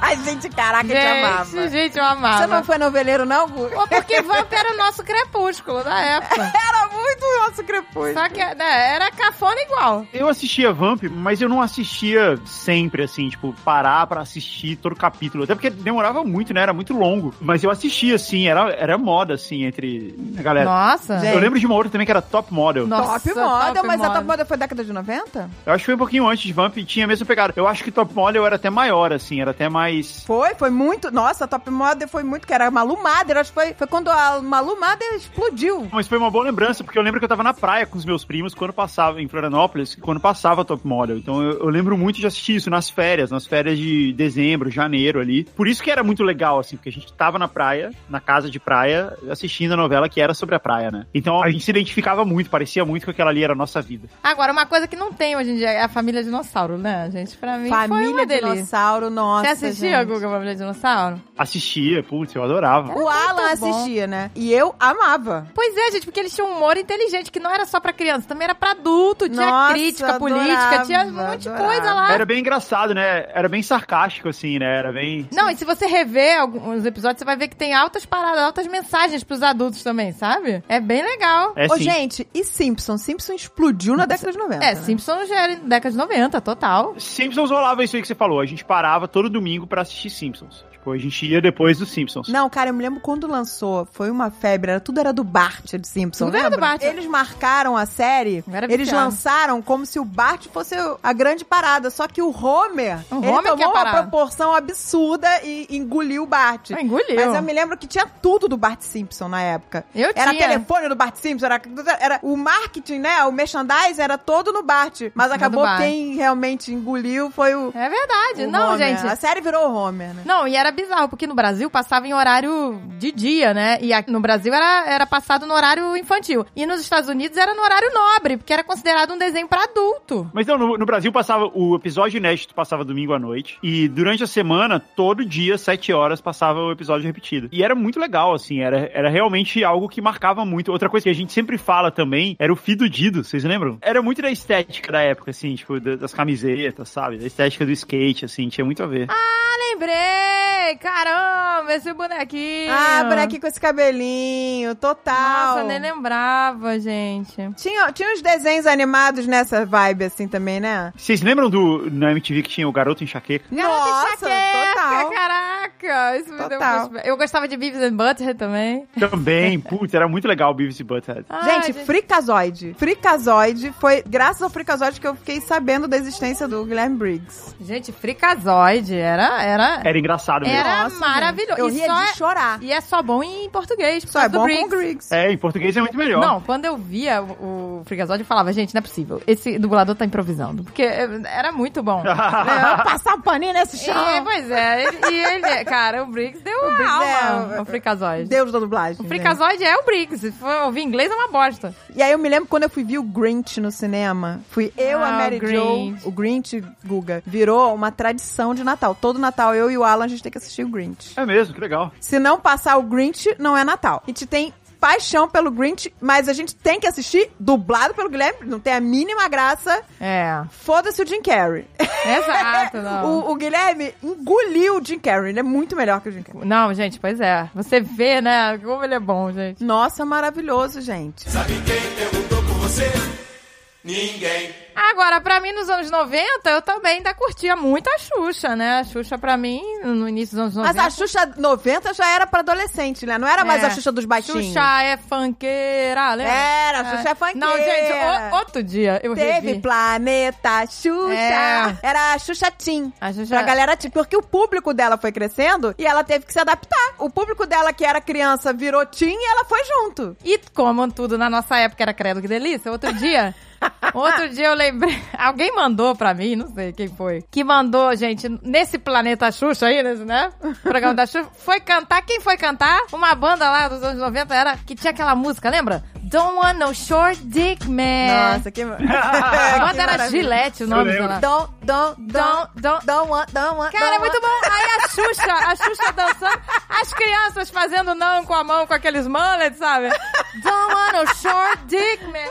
S3: Ai, gente, caraca, eu te amava.
S2: gente, gente, eu amava.
S3: Você não foi noveleiro, não, Guga?
S2: Pô, Porque Vamp era o nosso crepúsculo da época.
S3: Era muito nosso crepúsculo.
S2: Só que né, era cafona igual.
S4: Eu assistia Vamp, mas eu não assistia sempre, assim, tipo, parar pra assistir todo o capítulo. Até porque demorava muito, né? Era muito longo. Mas eu assistia, assim, era, era moda, assim, entre a galera.
S2: Nossa.
S3: É. Gente.
S4: Eu lembro de uma outra também que era Top Model.
S2: Nossa.
S3: top moda,
S2: Top
S3: mas a
S2: Model.
S3: top moda foi década de 90?
S4: Eu acho que foi um pouquinho antes de Vamp e tinha a mesma pegada. Eu acho que Top Model era até maior, assim, era até mais.
S3: Foi, foi muito. Nossa, a top moda foi muito, que era a Malu Mader. Acho que foi, foi quando a Malu Mader explodiu.
S4: Mas foi uma boa lembrança, porque eu lembro que eu tava na praia com os meus primos quando passava, em Florianópolis, quando passava Top Model. Então eu, eu lembro muito de assistir isso nas férias, nas férias de dezembro, janeiro ali. Por isso que era muito legal, assim, porque a gente tava na praia, na casa de praia, assistindo a novela que era sobre a praia, né? Então a gente se identificava muito, parecia muito que aquela ali era a nossa vida.
S2: Agora, uma coisa que não tem hoje em dia é a família dinossauro, né, gente? Pra mim foi uma
S3: Família
S2: delícia.
S3: Dinossauro,
S2: Você
S3: nossa.
S2: assistia,
S3: gente.
S2: Guga, Família Dinossauro?
S4: Assistia, putz, eu adorava.
S3: O Alan
S2: bom.
S3: assistia, né? E eu amava.
S2: Pois é, gente, porque eles tinham um humor inteligente, que não era só pra criança, também era pra adulto, tinha
S3: Nossa,
S2: crítica política,
S3: adorava,
S2: tinha um monte de
S3: adorava.
S2: coisa lá.
S4: Era bem engraçado, né? Era bem sarcástico, assim, né? Era bem.
S2: Não, e se você rever alguns episódios, você vai ver que tem altas paradas, altas mensagens pros adultos também, sabe? É bem legal.
S4: É
S3: Ô,
S4: sim.
S3: gente, e Simpson? Simpson explodiu na década de né? 90.
S2: É, Simpsons já era década de 90, total.
S4: Simpsons rolava isso aí que você falou. A gente parava todo domingo pra assistir Simpsons. Tipo, Tipo, a gente ia depois dos Simpsons.
S3: Não, cara, eu me lembro quando lançou, foi uma febre, era, tudo era do Bart de Simpson.
S2: Tudo era do
S3: lembra?
S2: Bart.
S3: Eles marcaram a série,
S2: Eu era
S3: eles
S2: viciada.
S3: lançaram como se o Bart fosse a grande parada, só que o Homer,
S2: O Homer que
S3: ele
S2: é
S3: tomou uma
S2: parada.
S3: proporção absurda e engoliu o Bart.
S2: Ah, engoliu.
S3: Mas eu me lembro que tinha tudo do Bart Simpson na época.
S2: Eu
S3: era
S2: tinha.
S3: telefone do Bart Simpson, era, era o marketing, né? O merchandising era todo no Bart. Mas acabou
S2: Bart.
S3: quem realmente engoliu foi o.
S2: É verdade.
S3: o assim.
S2: não,
S3: Homer.
S2: gente.
S3: A série virou o Homer, né?
S2: Não, e era bizarro, porque no Brasil passava em horário de dia, né? E aqui no Brasil era, era passado no horário infantil. E nos Estados Unidos era no horário nobre, porque era considerado um desenho pra adulto.
S4: Mas não, no, no Brasil passava o episódio inédito passava domingo à noite e durante a semana todo dia sete horas passava o episódio repetido. E era muito legal assim, era, era realmente algo que marcava muito. Outra coisa que a gente sempre fala também era o Fido Dido, vocês lembram? Era muito da estética da época assim, tipo da- das camisetas, sabe? Da estética do skate assim, tinha muito a ver.
S2: Ah, lembrei! Caramba, esse bonequinho!
S3: Ah, bonequinho com esse cabelinho, total.
S2: Nossa, nem lembrava, gente.
S3: Tinha, tinha uns desenhos animados nessa vibe, assim, também, né?
S4: Vocês lembram do na MTV que tinha o Garoto Enxaqueca?
S2: Garota
S3: Nossa,
S2: enxaqueca,
S3: total.
S2: Caraca, isso me deu
S3: Total.
S2: flashback. Eu gostava de Beavis and Butthead também.
S4: Também, putz, era muito legal o Beavis e Butthead.
S2: Ah,
S3: gente, Fricazoide. Fricazoide foi graças ao Fricazoide que eu fiquei sabendo da existência do Guilherme Briggs.
S2: gente, Fricazoide era era
S4: Era engraçado mesmo.
S2: Era
S3: Nossa,
S2: maravilhoso.
S3: gente, Eu
S2: E
S3: ria
S2: só
S3: de
S2: é-
S3: chorar.
S2: e é só bom em português, por
S3: Só é
S2: causa do
S3: bom com o
S2: Briggs.
S3: Briggs.
S4: É, em português é muito melhor.
S2: Não, quando eu via o o Freakazoid, eu falava, gente, não é possível. Esse dublador tá improvisando. Porque é, era muito bom.
S3: Vamos passar um paninho nesse chão.
S2: e, pois é, ele- e ele, cara, o Briggs deu a
S3: Briggs
S2: alma
S3: é-
S2: ao Freakazoid.
S3: Deus da dublagem. né?
S2: O
S3: gente.
S2: Freakazoid é o Briggs. Se for ouvir inglês, é uma bosta.
S3: E aí eu me lembro quando eu fui ver o Grinch no cinema. Fui eu, a
S2: Ah,
S3: Mary
S2: o Grinch.
S3: Jo. O Grinch, Guga, virou uma tradição de Natal. Todo Natal, eu e o Alan, a gente tem que assistir o Grinch.
S4: É mesmo, que legal.
S3: Se não passar o Grinch, não é Natal. A gente tem paixão pelo Grinch, mas a gente tem que assistir dublado pelo Guilherme. Não tem a mínima graça.
S2: É.
S3: Foda-se o Jim Carrey.
S2: Exato, não.
S3: o, o Guilherme engoliu o Jim Carrey. Ele é muito melhor que o Jim Carrey.
S2: Não, gente, pois é. Você vê, né, como ele é bom, gente.
S3: Nossa, maravilhoso, gente.
S7: Sabe quem perguntou por você? Ninguém.
S2: Agora, pra mim, nos anos 90, eu também ainda curtia muito a Xuxa, né? A Xuxa, pra mim, no início dos anos 90...
S3: Mas a Xuxa 90 já era pra adolescente, né? Não era mais
S2: É.
S3: a Xuxa dos baixinhos.
S2: Xuxa é funkeira, lembra?
S3: Era, a Xuxa é funkeira.
S2: Não, gente, o- outro dia eu
S3: Teve
S2: revi.
S3: Planeta Xuxa.
S2: É.
S3: Era a Xuxa Teen.
S2: A Xuxa-
S3: Pra galera Teen. Porque o público dela foi crescendo e ela teve que se adaptar. O público dela, que era criança, virou Teen e ela foi junto.
S2: E como tudo na nossa época era credo que delícia, outro dia. Outro dia eu lembrei. Alguém mandou pra mim, não sei quem foi. Que mandou, gente, nesse planeta Xuxa aí, nesse, né? Programa da Xuxa. Foi cantar. Quem foi cantar? Uma banda lá dos anos 90 era. Que tinha aquela música, lembra? Don't want no short dick man.
S3: Nossa, que...
S2: A
S3: Quando
S2: banda É. era Gillette o nome
S4: Eu
S2: dela.
S4: lembro.
S3: Don't, don't, don't,
S2: Don't, don't-
S3: don't want, don't want,
S2: Cara, é
S3: don't
S2: muito
S3: want.
S2: bom. Aí a Xuxa, a Xuxa dançando, as crianças fazendo não com a mão, com aqueles mullets, sabe? Don't wanna short dick, man.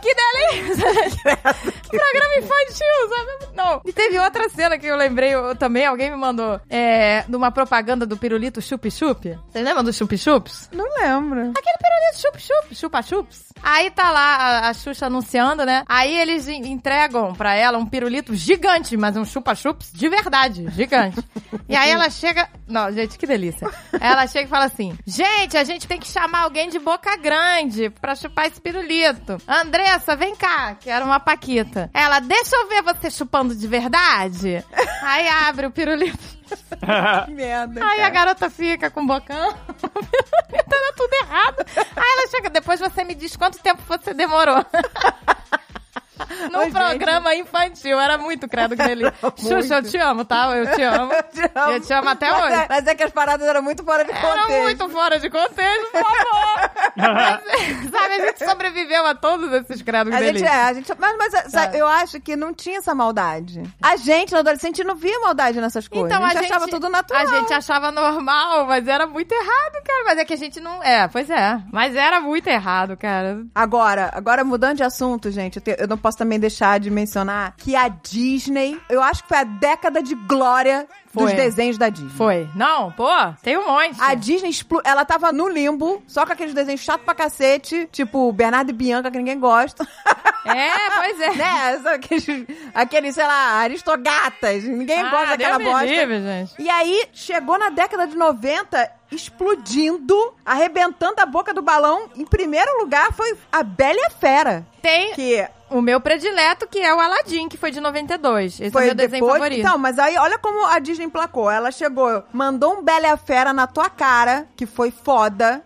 S2: Que delícia, gente. Programa infantil, sabe? Não. E teve outra cena que eu lembrei eu, também, alguém me mandou, é, de uma propaganda do pirulito chup-chup. Vocês lembram do chup-chups?
S3: Não lembro.
S2: Aquele pirulito chup-chup, chupa-chups. Aí tá lá a, a Xuxa anunciando, né? Aí eles en- entregam pra ela um pirulito gigante, mas um chupa-chups de verdade, gigante. e aí ela chega... Não, gente, que delícia. Ela chega e fala assim, gente, a gente tem que chamar alguém de boca grande pra chupar esse pirulito. Andressa, vem cá, que era uma paquita. Ela, deixa eu ver você chupando de verdade. aí abre o pirulito.
S3: Que merda.
S2: Aí
S3: cara.
S2: a garota fica com o bocão. Tá tudo errado. Aí ela chega, depois você me diz quanto tempo você demorou. Num
S3: Oi, gente.
S2: programa infantil, era muito credo que ele. Xuxa, eu te amo, tá? Eu te amo.
S3: Eu te amo.
S2: Eu te amo até
S3: mas
S2: hoje.
S3: É, mas é que as paradas eram muito fora de
S2: Era
S3: contexto.
S2: muito fora de contexto, por favor. Mas, sabe, a gente sobreviveu a todos esses credos
S3: A
S2: dele.
S3: gente é, a gente. Mas, mas
S2: Tá.
S3: sabe, eu acho que não tinha essa maldade. A gente, na adolescente, não via maldade nessas coisas.
S2: Então,
S3: a gente achava tudo natural.
S2: A gente achava normal, mas era muito errado, cara. Mas é que a gente não. É, pois é. Mas era muito errado, cara.
S3: Agora, agora mudando de assunto, gente, eu, te- eu não posso também deixar de mencionar que a Disney, eu acho que foi a década de glória
S2: Foi.
S3: dos desenhos da Disney.
S2: Foi. Não, pô, tem um monte.
S3: A Disney, explo- ela tava no limbo, só com aqueles desenhos chato pra cacete, tipo Bernardo e Bianca, que ninguém gosta.
S2: É, pois é.
S3: né? Só Aqueles, aqueles, sei lá, aristogatas. Ninguém
S2: Ah,
S3: gosta daquela
S2: Deus me
S3: bosta.
S2: livre, gente.
S3: E aí, chegou na década de 90, explodindo, arrebentando a boca do balão. Em primeiro lugar, foi a Bela e a Fera.
S2: Tem
S3: Que
S2: o meu predileto, que é o Aladdin, que foi de 92. Esse é o
S3: foi
S2: meu desenho
S3: depois.
S2: favorito.
S3: Então, mas aí, olha como a Disney emplacou. Ela chegou, mandou um Bela e a Fera na tua cara, que foi foda.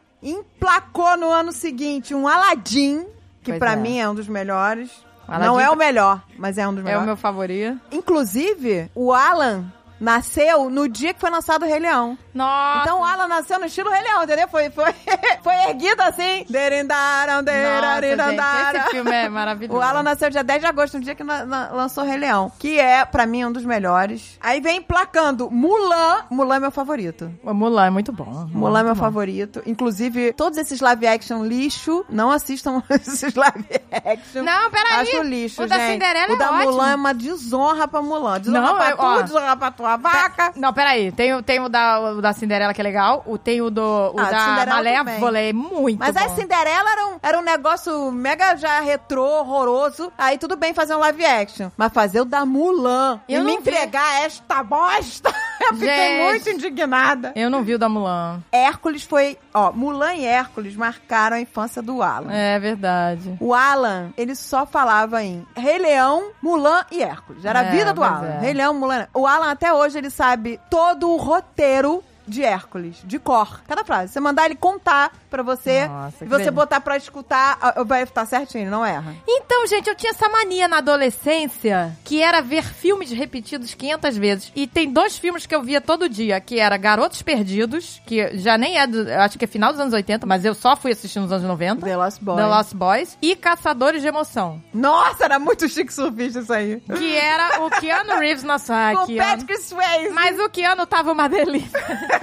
S3: Emplacou no ano seguinte um Aladdin, que
S2: Pois
S3: pra
S2: é.
S3: mim é um dos melhores.
S2: Aladdin
S3: Não é
S2: pra-
S3: o melhor, mas é um dos
S2: é
S3: melhores.
S2: o meu favorito.
S3: Inclusive, o Alan nasceu no dia que foi lançado o Rei Leão.
S2: Nossa.
S3: Então o Alan nasceu no estilo Rei Leão, entendeu? Foi, foi, foi erguido assim. Derindaram,
S2: Nossa, gente,
S3: derindarindaram.
S2: esse filme é maravilhoso.
S3: O Alan nasceu dia 10 de agosto, no dia que na- na- lançou Rei Leão, que é, pra mim, um dos melhores. Aí vem placando Mulan. Mulan é meu favorito.
S2: O Mulan é muito bom.
S3: Mulan é meu
S2: Muito bom.
S3: favorito. Inclusive, todos esses live action lixo, não assistam esses live action.
S2: Não, peraí.
S3: Acho lixo,
S2: O
S3: gente.
S2: da Cinderela
S3: O da
S2: é
S3: Mulan
S2: ótimo.
S3: é uma desonra pra Mulan. Desonra
S2: Não,
S3: pra
S2: eu-
S3: tu,
S2: ó.
S3: desonra pra tua vaca.
S2: Não, peraí. Tem, o- tem o, da, o da Cinderela, que é legal. O, tem o, do, o
S3: Ah,
S2: da
S3: Cinderela
S2: Malévola, é muito
S3: Mas
S2: bom.
S3: a Cinderela era um, era um negócio mega já retrô, horroroso. Aí tudo bem fazer um live action. Mas fazer o da Mulan
S2: Eu
S3: e me
S2: não vi.
S3: entregar esta bosta, eu fiquei
S2: Gente.
S3: muito indignada.
S2: Eu não vi o da Mulan.
S3: Hércules foi... Ó, Mulan e Hércules marcaram a infância do Alan.
S2: É verdade.
S3: O Alan, ele só falava em Rei Leão, Mulan e Hércules. Era a
S2: É,
S3: vida do
S2: pois
S3: Alan.
S2: é.
S3: Rei Leão, Mulan. O Alan, até hoje, ele sabe todo o roteiro de Hércules, de cor. Cada frase. Você mandar ele contar pra você,
S2: Nossa, que
S3: e você
S2: delícia.
S3: botar pra escutar, a- vai estar certinho, não erra.
S2: Então, gente, eu tinha essa mania na adolescência, que era ver filmes repetidos 500 vezes. E tem dois filmes que eu via todo dia, que era Garotos Perdidos, que já nem é, do, eu acho que é final dos anos 80, mas eu só fui assistir nos anos 90.
S3: The Lost Boy.
S2: The Lost Boys e Caçadores de Emoção,
S3: Nossa, era muito chique surfista isso aí.
S2: que era o Keanu Reeves na sua
S3: Com Patrick Swayze.
S2: Mas o Keanu tava uma delícia.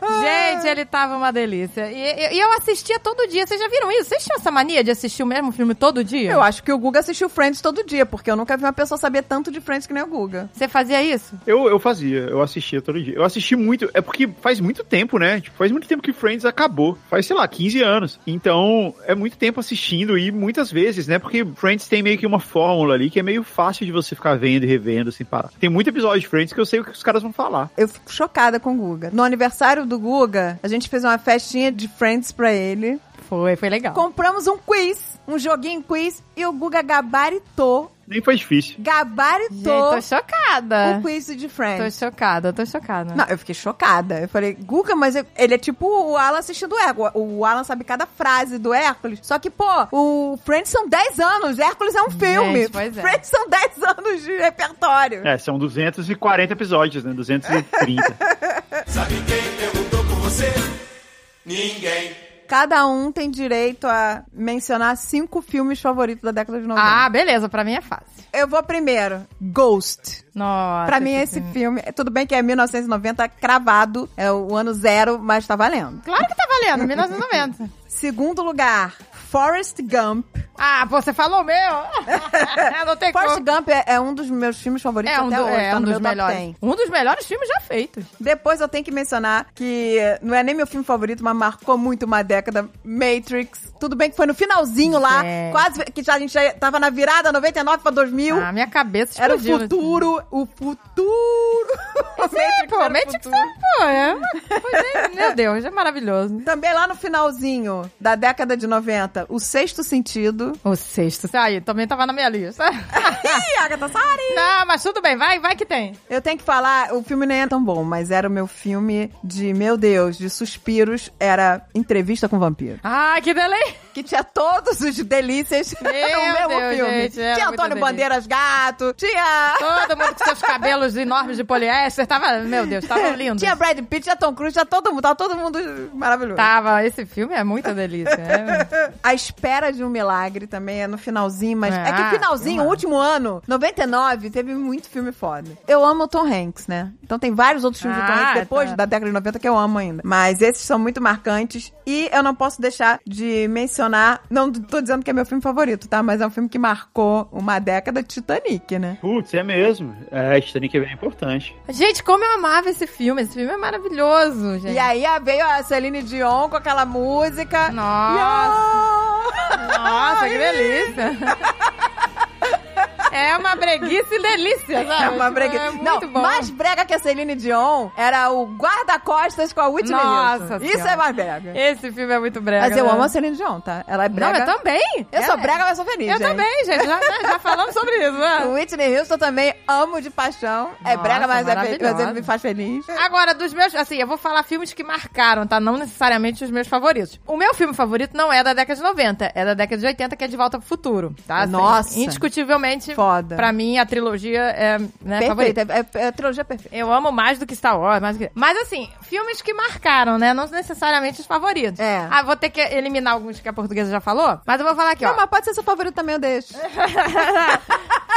S2: Gente, ele tava uma delícia. E, e- e eu assistia todo dia. Vocês já viram isso? Vocês tinham essa mania de assistir o mesmo filme todo dia?
S3: Eu acho que o Guga assistiu Friends todo dia, porque eu nunca vi uma pessoa saber tanto de Friends que nem o Guga.
S2: Você fazia isso?
S4: Eu, eu fazia, eu assistia todo dia. Eu assisti muito, é porque faz muito tempo, né? Tipo, faz muito tempo que Friends acabou. Faz, sei lá, 15 anos. Então, é muito tempo assistindo e muitas vezes, né? Porque Friends tem meio que uma fórmula ali que é meio fácil de você ficar vendo e revendo sem parar. Tem muito episódio de Friends que eu sei o que os caras vão falar.
S3: Eu fico chocada com o Guga. No aniversário do Guga, a gente fez uma festinha de Friends pra ele.
S2: Foi, foi legal.
S3: Compramos um quiz, um joguinho quiz, e o Guga gabaritou,
S4: Nem foi difícil.
S2: Gente, tô,
S3: gabaritou
S2: chocada.
S3: o quiz de
S2: Tô
S3: Friends.
S2: chocada, tô chocada.
S3: Não, eu fiquei chocada. Eu falei, Guga, mas eu- ele é tipo o Alan assistindo o Hércules. O Alan sabe cada frase do Hércules. Só que, pô, o Friends são 10 anos. Hércules é um filme.
S2: pois é.
S3: Friends são 10 anos de repertório.
S4: É, são 240 episódios, né? 230.
S7: Sabe quem perguntou por você? Ninguém.
S3: Cada um tem direito a mencionar cinco filmes favoritos da década de 90.
S2: Ah, beleza, pra mim é fácil.
S3: Eu vou primeiro. Ghost.
S2: Nossa.
S3: Pra mim, é esse filme. Tudo bem que é 1990 cravado, é o ano zero, mas tá valendo.
S2: Claro que tá valendo, 1990.
S3: Segundo lugar, Forrest Gump.
S2: ah, pô, você falou o meu. Não tem
S3: Forrest
S2: como.
S3: Gump é, é um dos meus filmes favoritos
S2: É um,
S3: até
S2: do-
S3: hoje.
S2: é
S3: tá
S2: um
S3: no
S2: dos
S3: meu top
S2: melhores.
S3: 10.
S2: Um dos melhores filmes já feitos.
S3: Depois eu tenho que mencionar que não é nem meu filme favorito, mas marcou muito uma década. Matrix. Tudo bem que foi no finalzinho lá,
S2: Gente.
S3: quase que já- a gente já tava na virada 99 pra 2000.
S2: Ah, minha cabeça
S3: era o
S2: explodiu.
S3: futuro, o futuro.
S2: É, pô,
S3: era o
S2: Matrix
S3: futuro.
S2: é, pô, é. uma coisa- Meu Deus, é maravilhoso.
S3: Também lá no finalzinho da década de 90, o sexto sentido.
S2: O sexto, aí, também tava na minha lista.
S3: Ih, Agatha Sari!
S2: Não, mas tudo bem, vai, vai que tem.
S3: Eu tenho que falar, o filme nem é tão bom, mas era o meu filme de, meu Deus, de suspiros, era Entrevista com o Vampiro.
S2: Ai, Ah, que delay.
S3: Que tinha todos os delícias no
S2: Meu
S3: mesmo
S2: Deus,
S3: filme.
S2: gente, era
S3: tinha
S2: muita
S3: Antônio
S2: delícia.
S3: Bandeiras Gato, tinha.
S2: Todo mundo com seus cabelos enormes de poliéster, tava, meu Deus, tava lindo.
S3: Tinha Brad Pitt, já Tom Cruise, já todo mundo. Tá todo mundo maravilhoso.
S2: Tava, esse filme é muita delícia. É.
S3: A espera de um milagre também é no finalzinho, mas é,
S2: É,
S3: que o finalzinho,
S2: ah.
S3: o último ano, 99, teve muito filme foda. Eu amo o Tom Hanks, né? Então tem vários outros filmes do Tom
S2: Ah,
S3: Hanks depois
S2: tá.
S3: da década de 90 que eu amo ainda. Mas esses são muito marcantes e eu não posso deixar de mencionar, não tô dizendo que é meu filme favorito, tá? Mas é um filme que marcou uma década Titanic, né?
S4: Putz, é mesmo. É, Titanic é bem importante.
S2: Gente, como eu amava esse filme. Esse filme é maravilhoso, gente.
S3: E aí ah, veio a Celine Dion com aquela música.
S2: Nossa.
S3: Yo!
S2: Nossa, que delícia. É uma breguice delícia, sabe?
S3: É uma brega.
S2: É
S3: não,
S2: muito bom.
S3: mais brega que a Celine Dion era o guarda-costas com a Whitney
S2: Nossa
S3: Houston.
S2: Senhora.
S3: Isso é mais brega.
S2: Esse filme é muito brega.
S3: Mas eu
S2: né?
S3: amo a Celine Dion, tá? Ela é brega.
S2: Não, eu também.
S3: Eu
S2: Ela-
S3: sou
S2: é.
S3: brega, mas sou feliz.
S2: Eu
S3: gente.
S2: também, gente. Já, já- já falamos sobre isso, né?
S3: Whitney Houston também amo de paixão. é
S2: Nossa,
S3: brega, mas, é fe... mas ele
S2: maravilhosa.
S3: me faz feliz.
S2: Agora, dos meus. Assim, eu vou falar filmes que marcaram, tá? Não necessariamente os meus favoritos. O meu filme favorito não é da década de 90, é da década de 80, que é De Volta pro Futuro, tá? Assim,
S3: Nossa.
S2: Indiscutivelmente,
S3: Foda.
S2: pra mim, a trilogia é né,
S3: Perfeito.
S2: favorita.
S3: É, é, é a trilogia perfeita.
S2: Eu amo mais do que Star Wars, mais do que... Mas assim, filmes que marcaram, né? Não necessariamente os favoritos.
S3: É.
S2: Ah, vou ter que eliminar alguns que a portuguesa já falou, mas eu vou falar aqui, ó.
S3: Não, mas pode ser seu favorito também, eu deixo.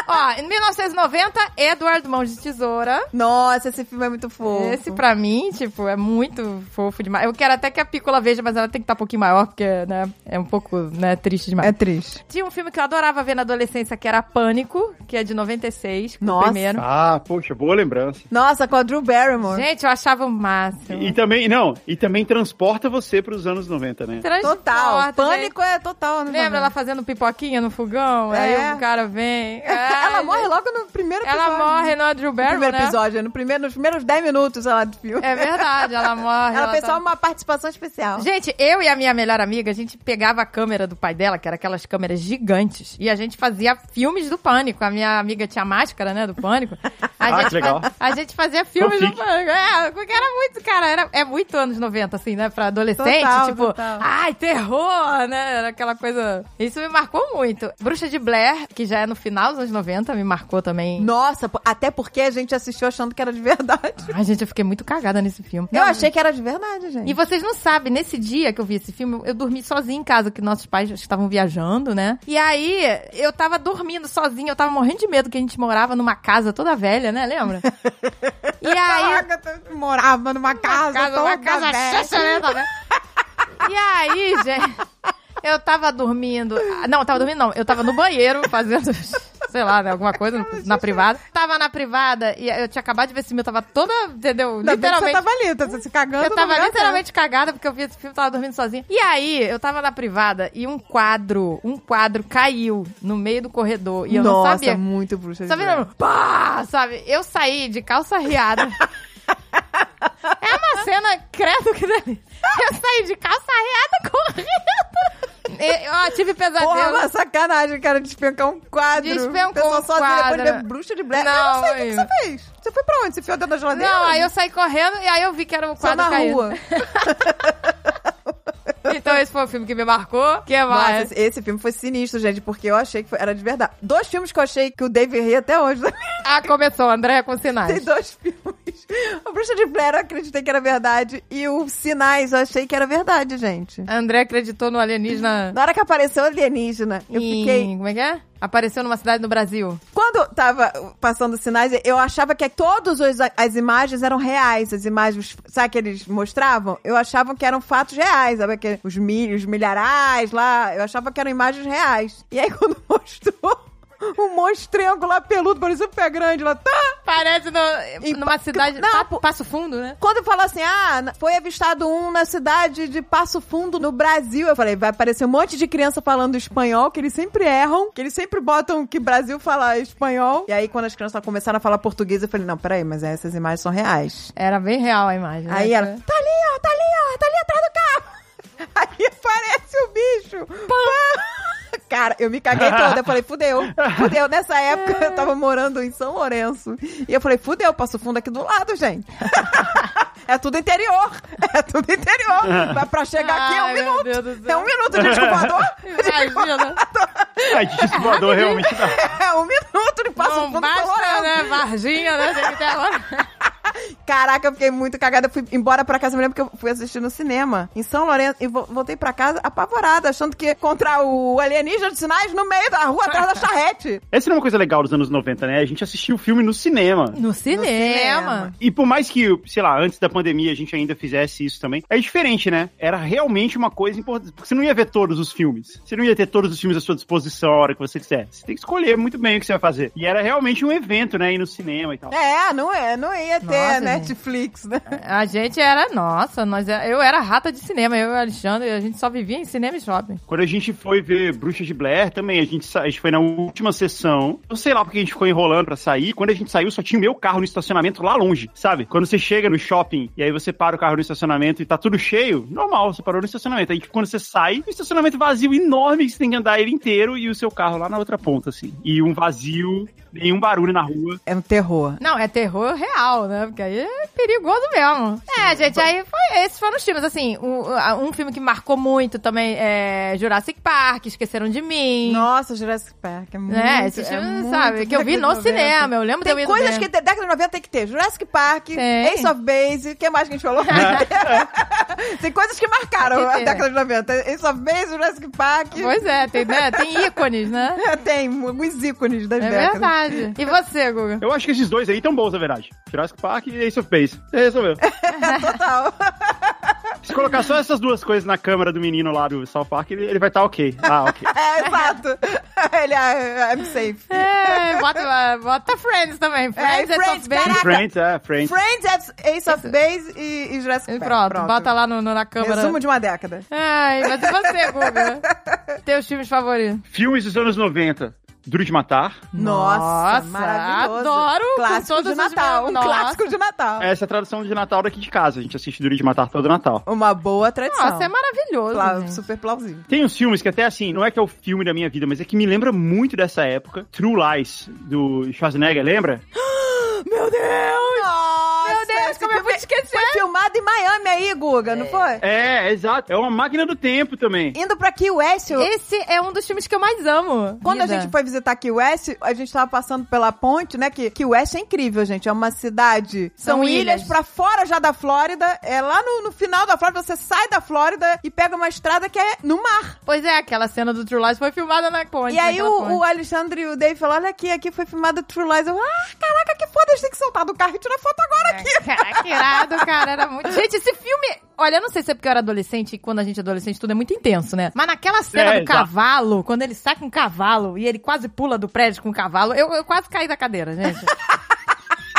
S2: ó, em 1990, Edward Mãos de Tesoura.
S3: Nossa, esse filme é muito fofo.
S2: Esse pra mim, tipo, é muito fofo demais. Eu quero até que a Piccola veja, mas ela tem que estar um pouquinho maior, porque, né, é um pouco, né, triste demais.
S3: é triste.
S2: Tinha um filme que eu adorava ver na adolescência, que era Pânico, que é de 96,
S3: Nossa.
S2: o primeiro.
S4: Ah, poxa, boa lembrança.
S3: Nossa, com a Drew Barrymore.
S2: Gente, eu achava o máximo.
S4: E também, não, e também transporta você pros anos 90, né?
S2: Transporta,
S3: Total.
S2: gente.
S3: Pânico é total. anos
S2: Lembra
S3: 90.
S2: ela fazendo pipoquinha no fogão?
S3: É.
S2: Aí o cara vem.
S3: ela
S2: Ai,
S3: morre
S2: gente.
S3: logo no primeiro episódio.
S2: É, Ela morre no Drew
S3: no
S2: Barrymore,
S3: primeiro
S2: né?
S3: episódio, no primeiro, nos primeiros 10 minutos ela do filme.
S2: É verdade, ela morre.
S3: Ela fez
S2: tá-
S3: só uma participação especial.
S2: Gente, eu e a minha melhor amiga, a gente pegava a câmera do pai dela, que era aquelas câmeras gigantes, e a gente fazia filmes do pânico. A minha amiga tinha máscara, né, do pânico. A
S4: Ah,
S2: gente
S4: que legal.
S2: fa- A gente fazia filmes do
S4: Fanfic.
S2: pânico. É, porque era muito, cara, era, é muito anos 90, assim, né, pra adolescente.
S3: Total,
S2: tipo,
S3: total.
S2: ai, terror, né, era aquela coisa... Isso me marcou muito. Bruxa de Blair, que já é no final dos anos 90, me marcou também.
S3: Nossa, po- até porque a gente assistiu achando que era de verdade.
S2: Ai, gente, eu fiquei muito cagada nesse filme.
S3: Eu achei que era de verdade, gente.
S2: E vocês não sabem, nesse dia que eu vi esse filme, eu dormi sozinha em casa, que nossos pais estavam viajando, né? E aí, eu tava dormindo sozinha, eu tava morrendo de medo que a gente morava numa casa toda velha, né? Lembra? e aí,
S3: Agatha morava numa casa,
S2: casa,
S3: toda
S2: uma casa
S3: velha.
S2: chacharenta, né? E aí, gente, eu tava dormindo. Ah, Não, eu tava dormindo, não. Eu tava no banheiro fazendo, sei lá, né, alguma coisa na privada. Tava na privada e eu tinha acabado de ver esse filme, eu tava toda, entendeu?
S3: Ainda bem que você
S2: literalmente.
S3: tava ali, tá se cagando.
S2: Eu
S3: no
S2: tava
S3: lugar
S2: literalmente cagada porque eu vi esse filme, tava dormindo sozinha. E aí, eu tava na privada e um quadro, um quadro caiu no meio do corredor
S3: certo.
S2: e eu
S3: Nossa, é
S2: não sabia. Tá
S3: muito bruxa. de
S2: Só
S3: Blair.
S2: virando, pá, sabe? Eu saí de calça riada. é uma cena, credo que delícia. Eu saí de calça riada correndo. E, ó, tive pesadelo.
S3: Porra, uma sacanagem, cara, despencar um quadro.
S2: Despencou
S3: O pessoal
S2: um
S3: sozinho depois de
S2: quadro.
S3: ver bruxa de Blair.
S2: Não,
S3: eu não sei o que,
S2: amigo.
S3: que você fez. Você foi pra onde? Você fiou dentro da geladeira?
S2: Não, aí eu saí correndo e aí eu vi que era um
S3: Só
S2: quadro
S3: na
S2: caindo.
S3: rua.
S2: Então esse foi o filme que me marcou. Que é mais?
S3: Nossa, esse filme foi sinistro, gente, porque eu achei que foi- era de verdade. Dois filmes que eu achei que o Dave ri até hoje.
S2: Ah, começou, André com sinais.
S3: Tem dois filmes. A Bruxa de Blair eu acreditei que era verdade e o Sinais eu achei que era verdade, gente.
S2: André acreditou no alienígena.
S3: Na hora que apareceu o alienígena, eu
S2: em-
S3: fiquei...
S2: Como é que é? Apareceu numa cidade no Brasil.
S3: Quando eu tava passando sinais, eu achava que todas os- as imagens eram reais. As imagens, sabe, que eles mostravam? Eu achava que eram fatos reais. Sabe, que os, mil, os milharais lá, eu achava que eram imagens reais. E aí quando mostrou um monstrengo lá peludo, parecia um pé grande lá, tá?
S2: Parece no-
S3: Em
S2: numa
S3: Pa-
S2: cidade.
S3: Não,
S2: Pa-
S3: pô-
S2: Passo Fundo, né?
S3: Quando falou assim, ah, na- foi avistado um na cidade de Passo Fundo, no Brasil, eu falei, vai aparecer um monte de criança falando espanhol, que eles sempre erram, que eles sempre botam que Brasil fala espanhol. E aí, quando as crianças começaram a falar português, eu falei, não, peraí, mas essas imagens são reais.
S2: Era bem real a imagem. né?
S3: Aí ela, tá ali, ó, tá ali, ó, tá ali atrás do carro. Aí aparece o bicho. Pá! Cara, eu me caguei toda. Eu falei, fudeu. Fudeu. Nessa época,
S2: É.
S3: eu tava morando em São Lourenço. E eu falei, fudeu, Passo Fundo aqui do lado, gente. é tudo interior. É tudo interior. Mas pra chegar aqui é um
S2: Ai, meu
S3: minuto.
S2: Deus do
S3: É
S2: céu.
S3: um minuto de desculpador.
S2: Imagina. né?
S4: A gente voador realmente dá.
S3: É um minuto de Passo
S2: Não
S3: Fundo pra
S2: basta,
S3: Lourenço.
S2: né? Varginha, né? Tem que ter agora.
S3: Caraca, eu fiquei muito cagada. Eu fui embora pra casa, eu me lembro que eu fui assistir no cinema, em São Lourenço, e vo- voltei pra casa apavorada, achando que ia encontrar o alienígena de sinais no meio da rua, atrás da charrete.
S4: Essa era uma coisa legal dos anos 90, né? A gente assistia o filme no cinema.
S2: No cinema.
S3: cinema.
S4: E por mais que, sei lá, antes da pandemia a gente ainda fizesse isso também, é diferente, né? Era realmente uma coisa importante. Porque você não ia ver todos os filmes. Você não ia ter todos os filmes à sua disposição a hora que você quiser. Você tem que escolher muito bem o que você vai fazer. E era realmente um evento, né? Ir no cinema e tal.
S3: É, não, é, não ia ter
S2: Nossa, gente.
S3: Netflix, né?
S2: A gente era, nossa, nós, era- eu era rata de cinema, eu e o Alexandre, a gente só vivia em cinema e shopping.
S4: Quando a gente foi ver Bruxa de Blair também, a gente, sa- a gente foi na última sessão. Eu sei lá porque a gente ficou enrolando pra sair. Quando a gente saiu, só tinha o meu carro no estacionamento lá longe, sabe? Quando você chega no shopping e aí você para o carro no estacionamento e tá tudo cheio, normal, você parou no estacionamento. Aí tipo, quando você sai, um estacionamento vazio enorme que você tem que andar ele inteiro e o seu carro lá na outra ponta, assim. E um vazio, nenhum barulho na rua.
S3: É um terror.
S2: Não, é terror real, né? Porque aí é perigoso mesmo. É, gente, aí foi, esses foram os filmes, assim, um, um filme que marcou muito também é Jurassic Park, Esqueceram de Mim.
S3: Nossa, Jurassic Park é muito.
S2: Né, esses
S3: é
S2: filmes,
S3: muito
S2: sabe, que eu vi
S3: década
S2: no
S3: de 90.
S2: cinema, eu lembro de eu
S3: Tem
S2: ir no
S3: coisas
S2: cinema.
S3: que da década de 90 tem que ter. Jurassic Park,
S2: Tem.
S3: Ace of Base, o que mais que a gente falou? tem coisas que marcaram
S2: Tem que
S3: a
S2: ter.
S3: década de 90. Ace of Base, Jurassic Park.
S2: Pois é, tem, né? tem ícones, né?
S3: Tem alguns ícones das
S2: É
S3: décadas.
S2: verdade. E você, Guga?
S4: Eu acho que esses dois aí estão bons, na verdade. Jurassic Park e Ace of Base. Você resolveu.
S3: Total.
S4: Se colocar só essas duas coisas na câmera do menino lá do South Park, ele, ele vai estar ok. Ah, ok.
S3: É, exato. Ele é I'm safe.
S2: É, bota, bota Friends também. Friends é,
S3: Friends,
S2: Friends, bem.
S3: caraca.
S4: Friends, é, Friends.
S3: Friends, Ace of Base e, e Jurassic
S2: E
S3: Park.
S2: Pronto, bota lá no, no- na câmera.
S3: Resumo de uma década.
S2: Ai, mas e você, Guga? Teus filmes favoritos?
S4: Filmes dos anos 90. Duro de Matar.
S3: Nossa,
S2: Nossa,
S3: maravilhoso.
S2: adoro com
S3: Clássico
S2: todos
S3: de
S2: os
S3: Natal.
S2: meus-
S3: Um
S2: Nossa.
S3: clássico de Natal.
S4: Essa é a tradução de Natal daqui de casa. A gente assiste Duro de Matar todo Natal.
S3: Uma boa tradição.
S2: Nossa, é maravilhoso.
S3: Pla-
S2: gente.
S3: Super plausível.
S4: Tem uns filmes que até assim, não é que é o filme da minha vida, mas é que me lembra muito dessa época. True Lies, do Schwarzenegger, lembra?
S3: Meu Deus! Nossa,
S2: Meu Deus,
S3: esse
S2: como eu
S3: filme
S2: vou te esquecer?
S3: Foi filmado em Miami aí, Guga, não foi?
S4: É, exato. É uma máquina do tempo também.
S3: Indo pra Key West. eu-
S2: Esse é um dos filmes que eu mais amo.
S3: Quando a
S2: vida.
S3: gente foi visitar Key West, a gente tava passando pela ponte, né? Que Key West é incrível, gente. É uma cidade. São,
S2: São
S3: ilhas
S2: ilhas.
S3: pra fora já da Flórida. É lá no, no final da Flórida. Você sai da Flórida e pega uma estrada que é no mar.
S2: Pois é, aquela cena do True Lies foi filmada na ponte.
S3: E aí
S2: naquela
S3: o, o
S2: ponte.
S3: Alexandre e o Dave falaram: olha aqui, aqui foi filmado True Lies. Eu, ah, caraca, que foda, a gente tem que soltar do carro e tirar foto agora
S2: É.
S3: aqui.
S2: Caraca, irado, cara, era muito... Gente, esse filme... Olha, eu não sei se é porque eu era adolescente e quando a gente é adolescente tudo é muito intenso, né? Mas naquela cena
S4: É,
S2: do
S4: exato.
S2: cavalo, quando ele sai com o cavalo e ele quase pula do prédio com o cavalo, eu, eu quase caí da cadeira, gente.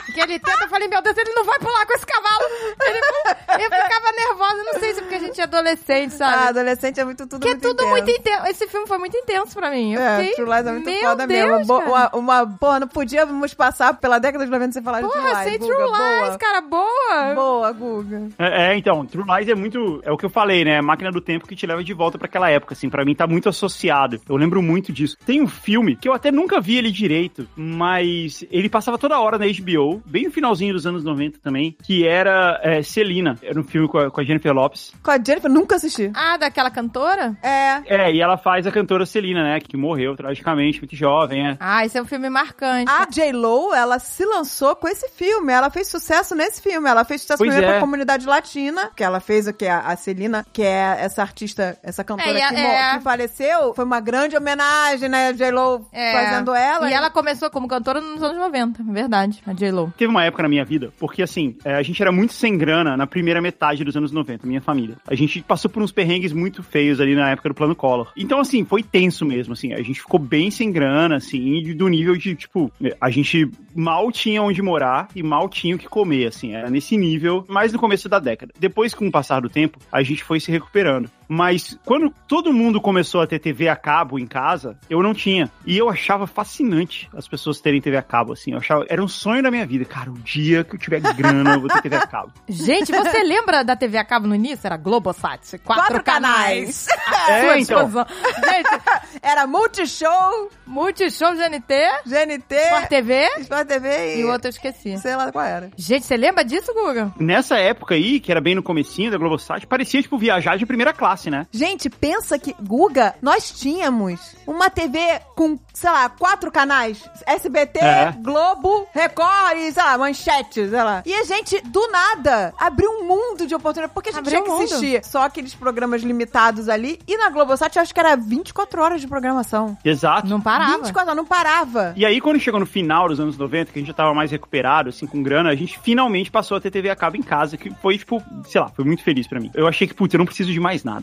S2: Porque ele tenta, eu falei, meu Deus, ele não vai pular com esse cavalo. Ele, eu ficava nervosa, não sei se é porque a gente é adolescente, sabe?
S3: Ah, adolescente é muito tudo
S2: Porque é
S3: muito
S2: tudo
S3: intenso.
S2: muito intenso. Esse filme foi muito intenso pra mim. Eu
S3: É,
S2: fiquei,
S3: True Lies é muito
S2: meu
S3: foda
S2: Deus,
S3: mesmo. Bo-
S2: cara.
S3: Uma, uma, porra, não podíamos passar pela década de 90 sem falar de True
S2: Porra,
S3: Lies.
S2: sem
S3: Guga,
S2: True Lies,
S3: boa.
S2: cara, boa.
S3: Boa, Guga.
S4: É, é, então, True Lies é muito. É o que eu falei, né? É a máquina do tempo que te leva de volta pra aquela época, assim. Pra mim tá muito associado. Eu lembro muito disso. Tem um filme que eu até nunca vi ele direito, mas ele passava toda hora na HBO, bem no finalzinho dos anos 90 também, que era é, Celina. Era um filme com a, com a Jennifer Lopes.
S3: Com a Jennifer, nunca assisti.
S2: Ah, daquela cantora?
S3: É.
S4: É, e ela faz a cantora Celina, né? Que morreu tragicamente, muito jovem, é.
S2: Ah, esse é um filme marcante.
S3: A J-Lo, ela se lançou com esse filme. Ela fez sucesso nesse filme. Ela fez sucesso
S4: Pois
S3: primeiro
S4: é.
S3: pra comunidade latina, que ela fez o que? A, a Celina, que é essa artista, essa cantora
S2: É, e a-
S3: que, mo-
S2: é.
S3: que faleceu. Foi uma grande homenagem, né? A J-Lo
S2: É.
S3: fazendo ela.
S2: E ela começou como cantora nos anos 90, verdade, a J-Lo.
S4: Teve uma época na minha vida, porque assim, é, a gente era muito sem grana na primeira metade dos anos 90, minha família. A gente passou por uns perrengues muito feios ali na época do plano Collor. Então, assim, foi tenso mesmo, assim. A gente ficou bem sem grana, assim, e do nível de, tipo, a gente mal tinha onde morar e mal tinha o que comer, assim. Era nesse nível, mais no começo da década. Depois, com o passar do tempo, a gente foi se recuperando. Mas quando todo mundo começou a ter TV a cabo em casa, eu não tinha. E eu achava fascinante as pessoas terem TV a cabo, assim. Eu achava, era um sonho da minha vida. Cara, o dia que eu tiver grana, eu vou ter TV a cabo.
S2: Gente, você lembra da TV a cabo no início? Era Globosat. Quatro,
S3: Quatro canais.
S2: A
S4: É,
S2: sua
S4: então.
S2: explosão. Gente,
S3: Era Multishow,
S2: Multishow, GNT,
S3: GNT,
S2: Sport TV
S3: Sport TV e,
S2: e o outro eu esqueci.
S3: sei lá qual era.
S2: Gente, você lembra disso, Guga?
S4: Nessa época aí, que era bem no comecinho da Globosat, parecia, tipo, viajar de primeira classe, classe, né?
S3: Gente, pensa que, Guga, nós tínhamos uma TV com, sei lá, quatro canais. SBT,
S4: É.
S3: Globo, Record, e, sei lá, Manchete, sei lá. E a gente, do nada, abriu um mundo de oportunidades, porque a gente
S2: Abriu
S3: tinha que
S2: um mundo.
S3: assistir só aqueles programas limitados ali. E na Globosat, eu acho que era 24 horas de programação.
S4: Exato.
S2: Não parava.
S3: 24 horas, não parava.
S4: E aí, quando chegou no final dos anos 90, que a gente já tava mais recuperado, assim, com grana, a gente finalmente passou a ter TV a cabo em casa, que foi, tipo, sei lá, foi muito feliz pra mim. Eu achei que, putz, eu não preciso de mais nada.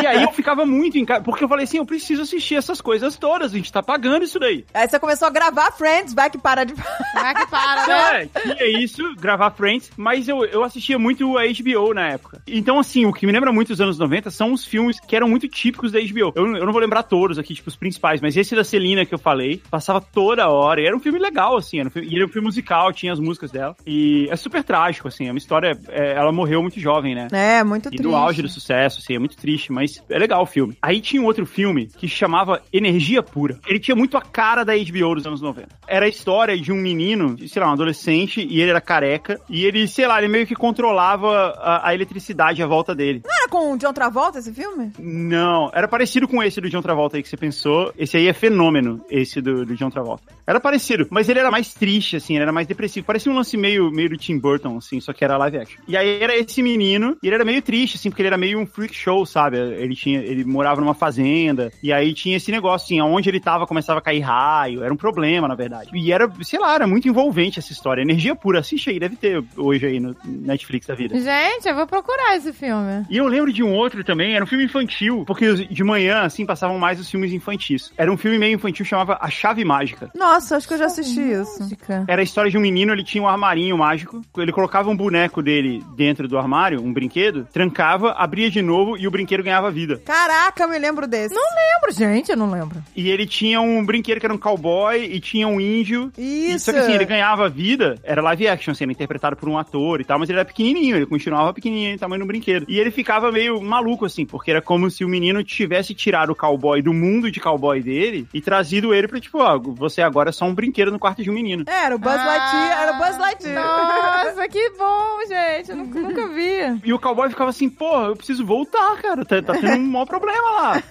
S4: e aí eu ficava muito em casa, porque eu falei assim, eu preciso assistir essas coisas todas, a gente tá pagando isso daí.
S3: Aí você começou a gravar Friends, vai que para de...
S2: Como é que para, né?
S4: É, tinha isso, gravar Friends, mas eu, eu assistia muito a HBO na época. Então, assim, o que me lembra muito dos anos 90 são os filmes que eram muito típicos da HBO. Eu, eu não vou lembrar todos aqui, tipo, os principais, mas esse da Celina que eu falei, passava toda hora, e era um filme legal, assim, era um filme, e era um filme musical, tinha as músicas dela, e é super trágico, assim, é uma história, é, ela morreu muito jovem, né?
S3: É, muito
S4: E
S3: triste.
S4: no auge do sucesso, assim, é muito triste, mas é legal o filme. Aí tinha um outro filme que chamava Energia Pura. Ele tinha muito a cara da HBO dos anos 90. Era a história de um menino, de, sei lá, um adolescente, e ele era careca, e ele, sei lá, ele meio que controlava a, a eletricidade à volta dele.
S3: Não era com o John Travolta esse filme?
S4: Não, era parecido com esse do John Travolta aí que você pensou. Esse aí é fenômeno, esse do, do John Travolta. Era parecido, mas ele era mais triste, assim, ele era mais depressivo. Parecia um lance meio, meio do Tim Burton, assim, só que era live action. E aí era esse menino, e ele era meio triste, assim, porque ele era meio um freak show, sabe? Ele tinha, ele morava numa fazenda, e aí tinha esse negócio, assim, aonde ele tava começava a cair raio, era um problema, na verdade. E era, sei lá, era muito envolvente essa história. Energia pura, assiste aí, deve ter hoje aí no Netflix da vida.
S2: Gente, eu vou procurar esse filme.
S4: E eu lembro de um outro também, era um filme infantil, porque os- de manhã, assim, passavam mais os filmes infantis. Era um filme meio infantil, chamava A Chave Mágica.
S3: Nossa, acho que eu já assisti isso.
S2: Música.
S4: Era a história de um menino, ele tinha um armarinho mágico, ele colocava um boneco dele dentro do armário, um brinquedo, trancava, abria de novo e o brinquedo ganhava vida.
S3: Caraca, eu me lembro desse.
S2: Não lembro, gente, eu não lembro.
S4: E ele tinha um brinquedo que era um cowboy e tinha um índio. E-
S3: Isso.
S4: Só que assim, ele ganhava vida, era live action, assim, era interpretado por um ator e tal, mas ele era pequenininho, ele continuava pequenininho, tamanho no brinquedo. E ele ficava meio maluco, assim, porque era como se o menino tivesse tirado o cowboy do mundo de cowboy dele e trazido ele pra, tipo, ó, você agora é só um brinquedo no quarto de um menino.
S3: Era o Buzz Lightyear, era o
S2: Ah,
S3: Buzz Lightyear.
S2: Nossa, que bom, gente. Eu nunca, nunca vi.
S4: E o cowboy ficava assim, porra, eu preciso voltar, cara, tá, tá tendo um maior problema lá.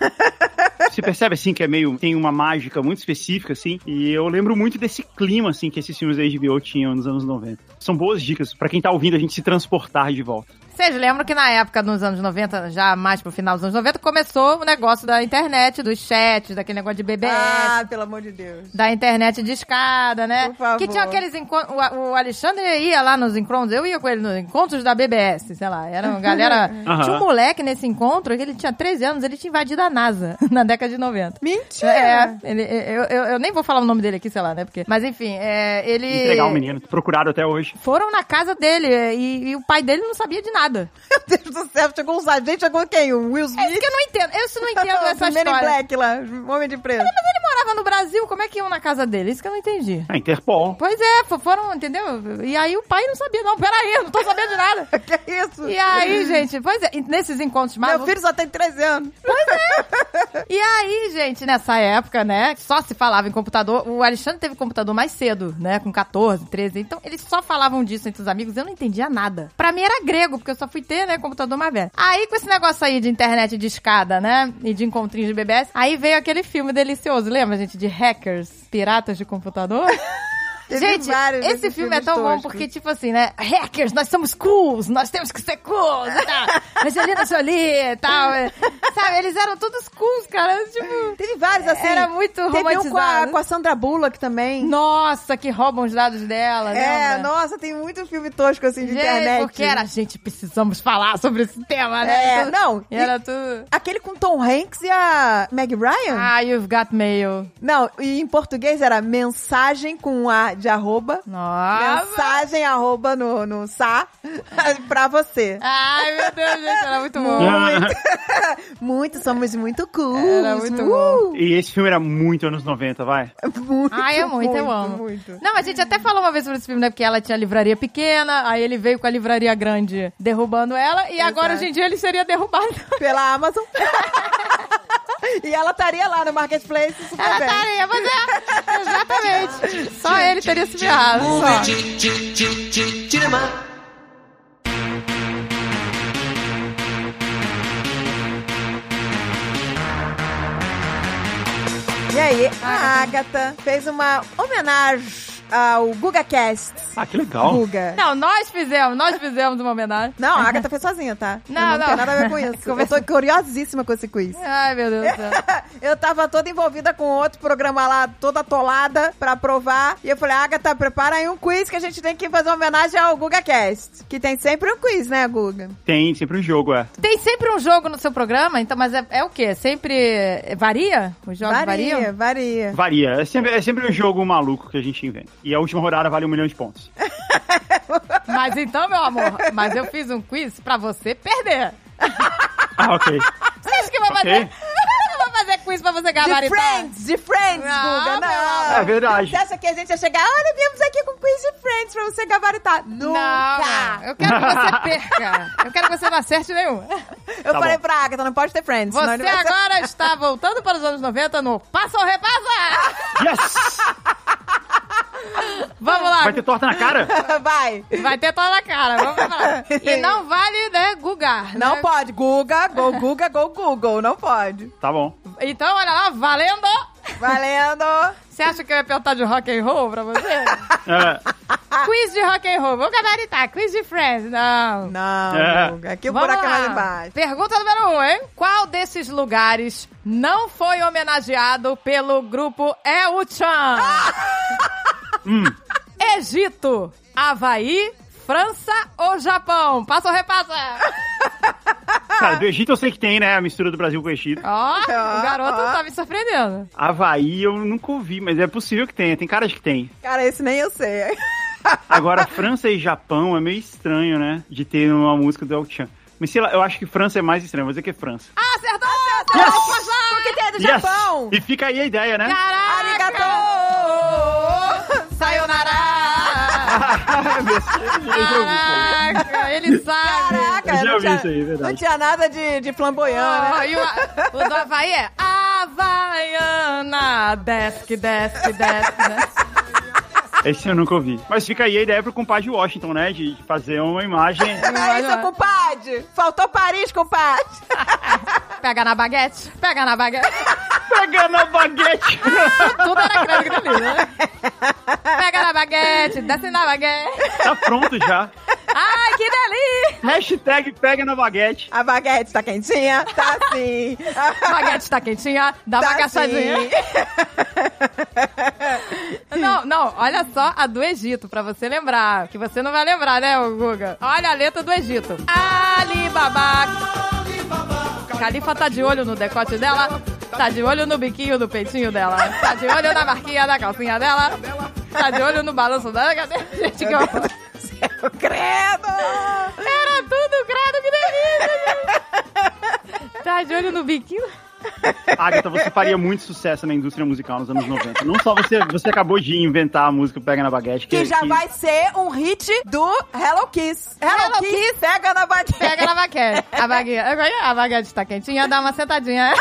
S4: Você percebe, assim, que é meio, tem uma mágica muito específica, assim, e eu lembro muito desse clima, assim, que esses filmes da HBO tinham nos anos 90. São boas dicas pra quem tá ouvindo a gente se transportar de volta.
S2: Vocês lembram que na época, nos anos 90, já mais pro final dos anos 90, começou o negócio da internet, dos chats, daquele negócio de BBS.
S3: Ah, pelo amor de Deus.
S2: Da internet de escada, né?
S3: Por favor.
S2: Que tinha aqueles encontros. O Alexandre ia lá nos encontros, eu ia com ele nos encontros da BBS, sei lá. Era uma galera.
S4: Aham.
S2: Tinha um moleque nesse encontro que ele tinha 13 anos, ele tinha invadido a NASA na década de 90.
S3: Mentira.
S2: É, ele- eu, eu, eu nem vou falar o nome dele aqui, sei lá, né? Porque, mas enfim, é, ele.
S4: Entregar o menino, procurado até hoje.
S2: Foram na casa dele é, e, e o pai dele não sabia de nada.
S3: Meu Deus do céu, chegou um sargento, chegou quem? O Will
S2: É isso
S3: Smith?
S2: que eu não entendo. Eu isso não entendo
S3: O
S2: essa
S3: primeiro
S2: história.
S3: em Black lá, Homem de Preto.
S2: Mas ele morava no Brasil, como é que iam na casa dele? Isso que eu não entendi.
S4: A Interpol.
S2: Pois é, fo- foram, entendeu? E aí o pai não sabia. Não, peraí, eu não tô sabendo de nada.
S3: Que é isso?
S2: E aí, gente, pois é, e nesses encontros mais.
S3: Meu filho só tem 13 anos.
S2: E aí, gente, nessa época, né, só se falava em computador. O Alexandre teve computador mais cedo, né, com 14, 13. Então, eles só falavam disso entre os amigos. Eu não entendia nada. Pra mim era grego, porque eu só fui ter, né, computador mais velho. Aí, com esse negócio aí de internet de escada, né, e de encontrinhos de BBS, aí veio aquele filme delicioso. Lembra, gente, de hackers, piratas de computador?
S3: Teve
S2: Gente,
S3: vários
S2: esse
S3: desses
S2: filme é
S3: filmes
S2: tão bom
S3: toscos.
S2: porque, tipo assim, né? Hackers, nós somos cools, nós temos que ser cools e tal.
S3: Tá.
S2: Angelina Jolie e tal. é. Sabe, eles eram todos cools, cara. Tipo,
S3: Teve vários, assim.
S2: Era muito
S3: Teve um com a,
S2: romantizado.
S3: com a Sandra Bullock também.
S2: nossa, que roubam os dados dela,
S3: É,
S2: lembra?
S3: nossa, tem muito filme tosco, assim, de
S2: Gente,
S3: internet.
S2: porque era, gente, precisamos falar sobre esse tema, né?
S3: É,
S2: Tudo-
S3: não,
S2: E
S3: e-
S2: era tudo...
S3: Aquele com Tom Hanks e a Meg Ryan?
S2: Ah, you've got mail.
S3: Não, e em português era mensagem com A de arroba.
S2: Nossa!
S3: Mensagem arroba no, no sa pra você.
S2: Ai, meu Deus, gente, era muito bom.
S3: Muito, somos muito cool.
S2: Era muito
S3: uh,
S4: e esse filme era muito anos 90, vai.
S3: Muito,
S2: Ah, é muito, eu amo.
S3: muito.
S2: Não, a gente até falou uma vez sobre esse filme, né? Porque ela tinha livraria pequena, aí ele veio com a livraria grande derrubando ela, e agora hoje em dia ele seria derrubado.
S3: Pela Amazon. e ela estaria lá no Marketplace super
S2: Ela
S3: Tá bem.
S2: estaria, mas é, Tá, exatamente. Só ele teria se ferrado. Só.
S7: Cinema.
S3: aí, a Agatha fez uma homenagem ao GugaCast.
S4: Ah, que legal.
S3: Guga.
S2: Não, nós fizemos, nós fizemos uma homenagem.
S3: Não, a Agatha fez sozinha, tá?
S2: Não,
S3: Eu não,
S2: não.
S3: tem nada a ver com isso. Eu tô curiosíssima com esse quiz.
S2: Ai, meu Deus do céu.
S3: Eu tava toda envolvida com outro programa lá, toda atolada, pra provar. E eu falei, Agatha, prepara aí um quiz que a gente tem que fazer uma homenagem ao GugaCast. Que tem sempre um quiz, né, Guga?
S4: Tem sempre um jogo, é.
S2: Tem sempre um jogo no seu programa, então, mas é, é o quê? Sempre é, varia? Os jogos variam?
S3: varia, varia.
S4: Varia. É sempre, é sempre um jogo maluco que a gente inventa. E a última rodada vale um milhão de pontos.
S2: Mas então, meu amor, mas eu fiz um quiz pra você perder.
S4: Ah, ok.
S2: Você acha que eu vou
S4: Ok.
S2: fazer? Eu não vou fazer quiz pra você
S3: De
S2: gabaritar.
S3: Friends, de Friends,
S2: tá? Ah, Não,
S3: Guga,
S2: meu
S3: não.
S2: amor.
S4: É verdade.
S3: Você acha que a gente ia chegar? Olha, viemos aqui com quiz de Friends pra você gabaritar.
S2: Não,
S3: Nunca!
S2: eu quero que você perca. Eu quero que você não acerte nenhum.
S3: Eu
S4: Tá
S3: falei
S4: bom.
S3: pra Agatha, não pode ter Friends. senão ele
S2: Você
S3: vai-
S2: agora está voltando para os anos 90 no Passa ou Repassa!
S4: Yes!
S2: Vamos lá.
S4: Vai ter torta na cara?
S3: Vai.
S2: Vai ter toda na cara, vamos lá. E não vale, né, gugar.
S3: Não
S2: né?
S3: pode. Guga, go Guga, go Google. Não pode.
S4: Tá bom.
S2: Então, olha lá, valendo!
S3: Valendo.
S2: Você acha que eu ia perguntar de rock and roll pra você?
S4: É,
S2: quiz de rock and roll, vou gabaritar. Quiz de Friends, não.
S3: Não,
S4: É.
S3: Guga. Aqui o
S2: Vamos
S3: buraco é mais
S2: lá.
S3: embaixo.
S2: Pergunta número um, hein? Qual desses lugares não foi homenageado pelo grupo É o Chan?
S3: Ah!
S2: Egito, Havaí, França ou Japão? Passa ou repassa?
S4: cara, do Egito eu sei que tem, né? A mistura do Brasil com o Egito.
S2: Ó, o garoto
S3: ó.
S2: tá me surpreendendo.
S4: Havaí eu nunca ouvi, mas é possível que tenha. Tem cara de que tem.
S3: Cara, esse nem eu sei.
S4: Agora, França e Japão é meio estranho, né? De ter uma música do El-Chan. Mas sei lá, eu acho que França é mais estranho. Vou dizer que é França.
S2: Ah, acertou!
S3: Yes! O que tem do
S4: Yes!
S3: Japão?
S4: E fica aí a ideia, né?
S2: Ah! Caraca!
S3: Arigato!
S2: Sayonara!
S4: Eu já ouvi
S2: Ah!
S4: isso aí.
S2: Caraca, ele sabe!
S3: Caraca,
S4: Eu já
S3: não
S4: ouvi
S3: tinha-
S4: isso aí, é verdade.
S3: Não tinha nada de, de flamboyante,
S2: Ah,
S3: né?
S2: e o, o do Havaí é Havaiana, desk, desk, desk, desk.
S4: Esse eu nunca ouvi. Mas fica aí a ideia pro compadre Washington, né? De de fazer uma imagem.
S3: É isso, compadre! Faltou Paris, compadre!
S2: Pega na baguete, pega na baguete.
S4: Pegando a baguete!
S2: Tudo era crânio ali, né? Pega na baguete, desce na baguete.
S4: tá pronto já.
S2: Ai, que delícia!
S4: Hashtag pega na baguete.
S3: A baguete tá quentinha? Tá sim!
S2: Baguete tá quentinha, dá uma
S3: Tá
S2: caçadinha.
S3: sim.
S2: Não, não, olha só a do Egito, pra você lembrar. Que você não vai lembrar, né, ô Guga? Olha a letra do Egito. Alibaba. Califa tá de olho no decote dela, tá de olho no biquinho do peitinho dela, tá de olho na marquinha da calcinha dela, tá de olho no balanço dela. Cadê? Gente, que horror.
S3: Eu assim. credo!
S2: Era tudo, credo, que delícia, gente. Tá de olho no biquinho.
S4: Agatha, você faria muito sucesso na indústria musical nos anos 90. Não só você, você acabou de inventar a música Pega na Baguete. é
S3: Que já vai ser um hit do Hello Kiss. Hello,
S2: Hello
S3: Kiss, pega na baguete.
S2: Pega na baguete. A baguete, a baguete tá quentinha, dá uma sentadinha.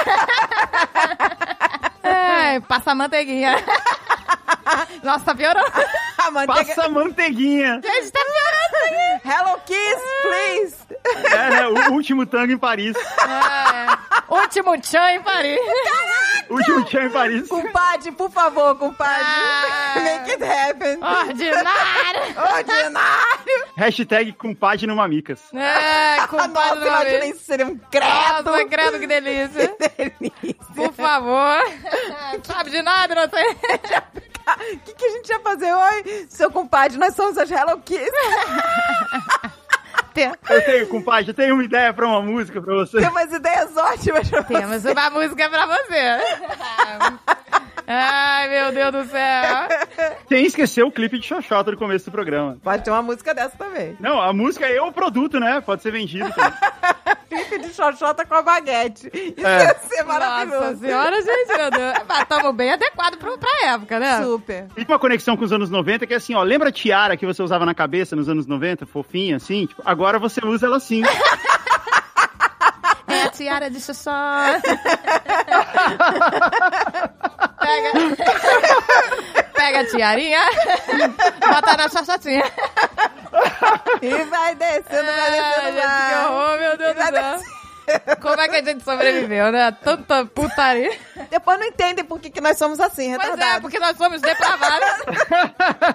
S2: Ai, passa a manteiguinha. Nossa, tá piorando.
S3: A manteiga.
S4: Passa a manteiguinha!
S2: Gente, tá piorando.
S3: Hello Kiss, please.
S4: É, né? O último tango em Paris.
S2: É. Último tchan em Paris.
S4: O último tchan em Paris.
S3: Compadre, por favor, compadre.
S2: Ah.
S3: Make it happen.
S2: Ordinário.
S3: Ordinário.
S4: Hashtag compadre no Mamicas.
S2: É,
S3: Nossa,
S2: compadre do
S3: imagina
S2: nariz.
S3: isso. Seria um credo.
S2: Nossa, credo, que delícia.
S3: Delícia.
S2: Por favor. Sabe de nada, não sei.
S3: O que, que a gente ia fazer? Oi, seu compadre, nós somos as Hello Kiss.
S4: Eu tenho, compadre, eu tenho uma ideia pra uma música pra você.
S3: Tem umas ideias ótimas pra você.
S2: Temos uma música pra você. Ai, meu Deus do céu.
S4: Sem esquecer o clipe de Xoxota do começo do programa.
S3: Pode ter uma música dessa também.
S4: Não, a música é o produto, né? Pode ser vendido. também.
S3: Clipe de xoxota com a baguete. Isso
S4: É.
S3: ia ser maravilhoso.
S2: Nossa senhora, gente, meu Deus. Mas tamo bem adequado pro, pra época, né?
S3: Super.
S4: Tem uma conexão com os anos 90 que é assim, ó. Lembra a tiara que você usava na cabeça nos anos 90? Fofinha, assim? Tipo, agora você usa ela assim.
S2: É a tiara de Xuxó. Pega. Pega a tiarinha, bota na xoxotinha.
S3: E vai descendo, vai
S2: Ai,
S3: descendo,
S2: gente, que
S3: vai.
S2: horror, meu Deus do
S3: Vai
S2: céu.
S3: descendo.
S2: Como é que a gente sobreviveu, né? Tanta putaria.
S3: Depois não entendem por que, que nós somos
S2: Pois
S3: assim,
S2: é,
S3: retardados.
S2: porque nós somos depravados.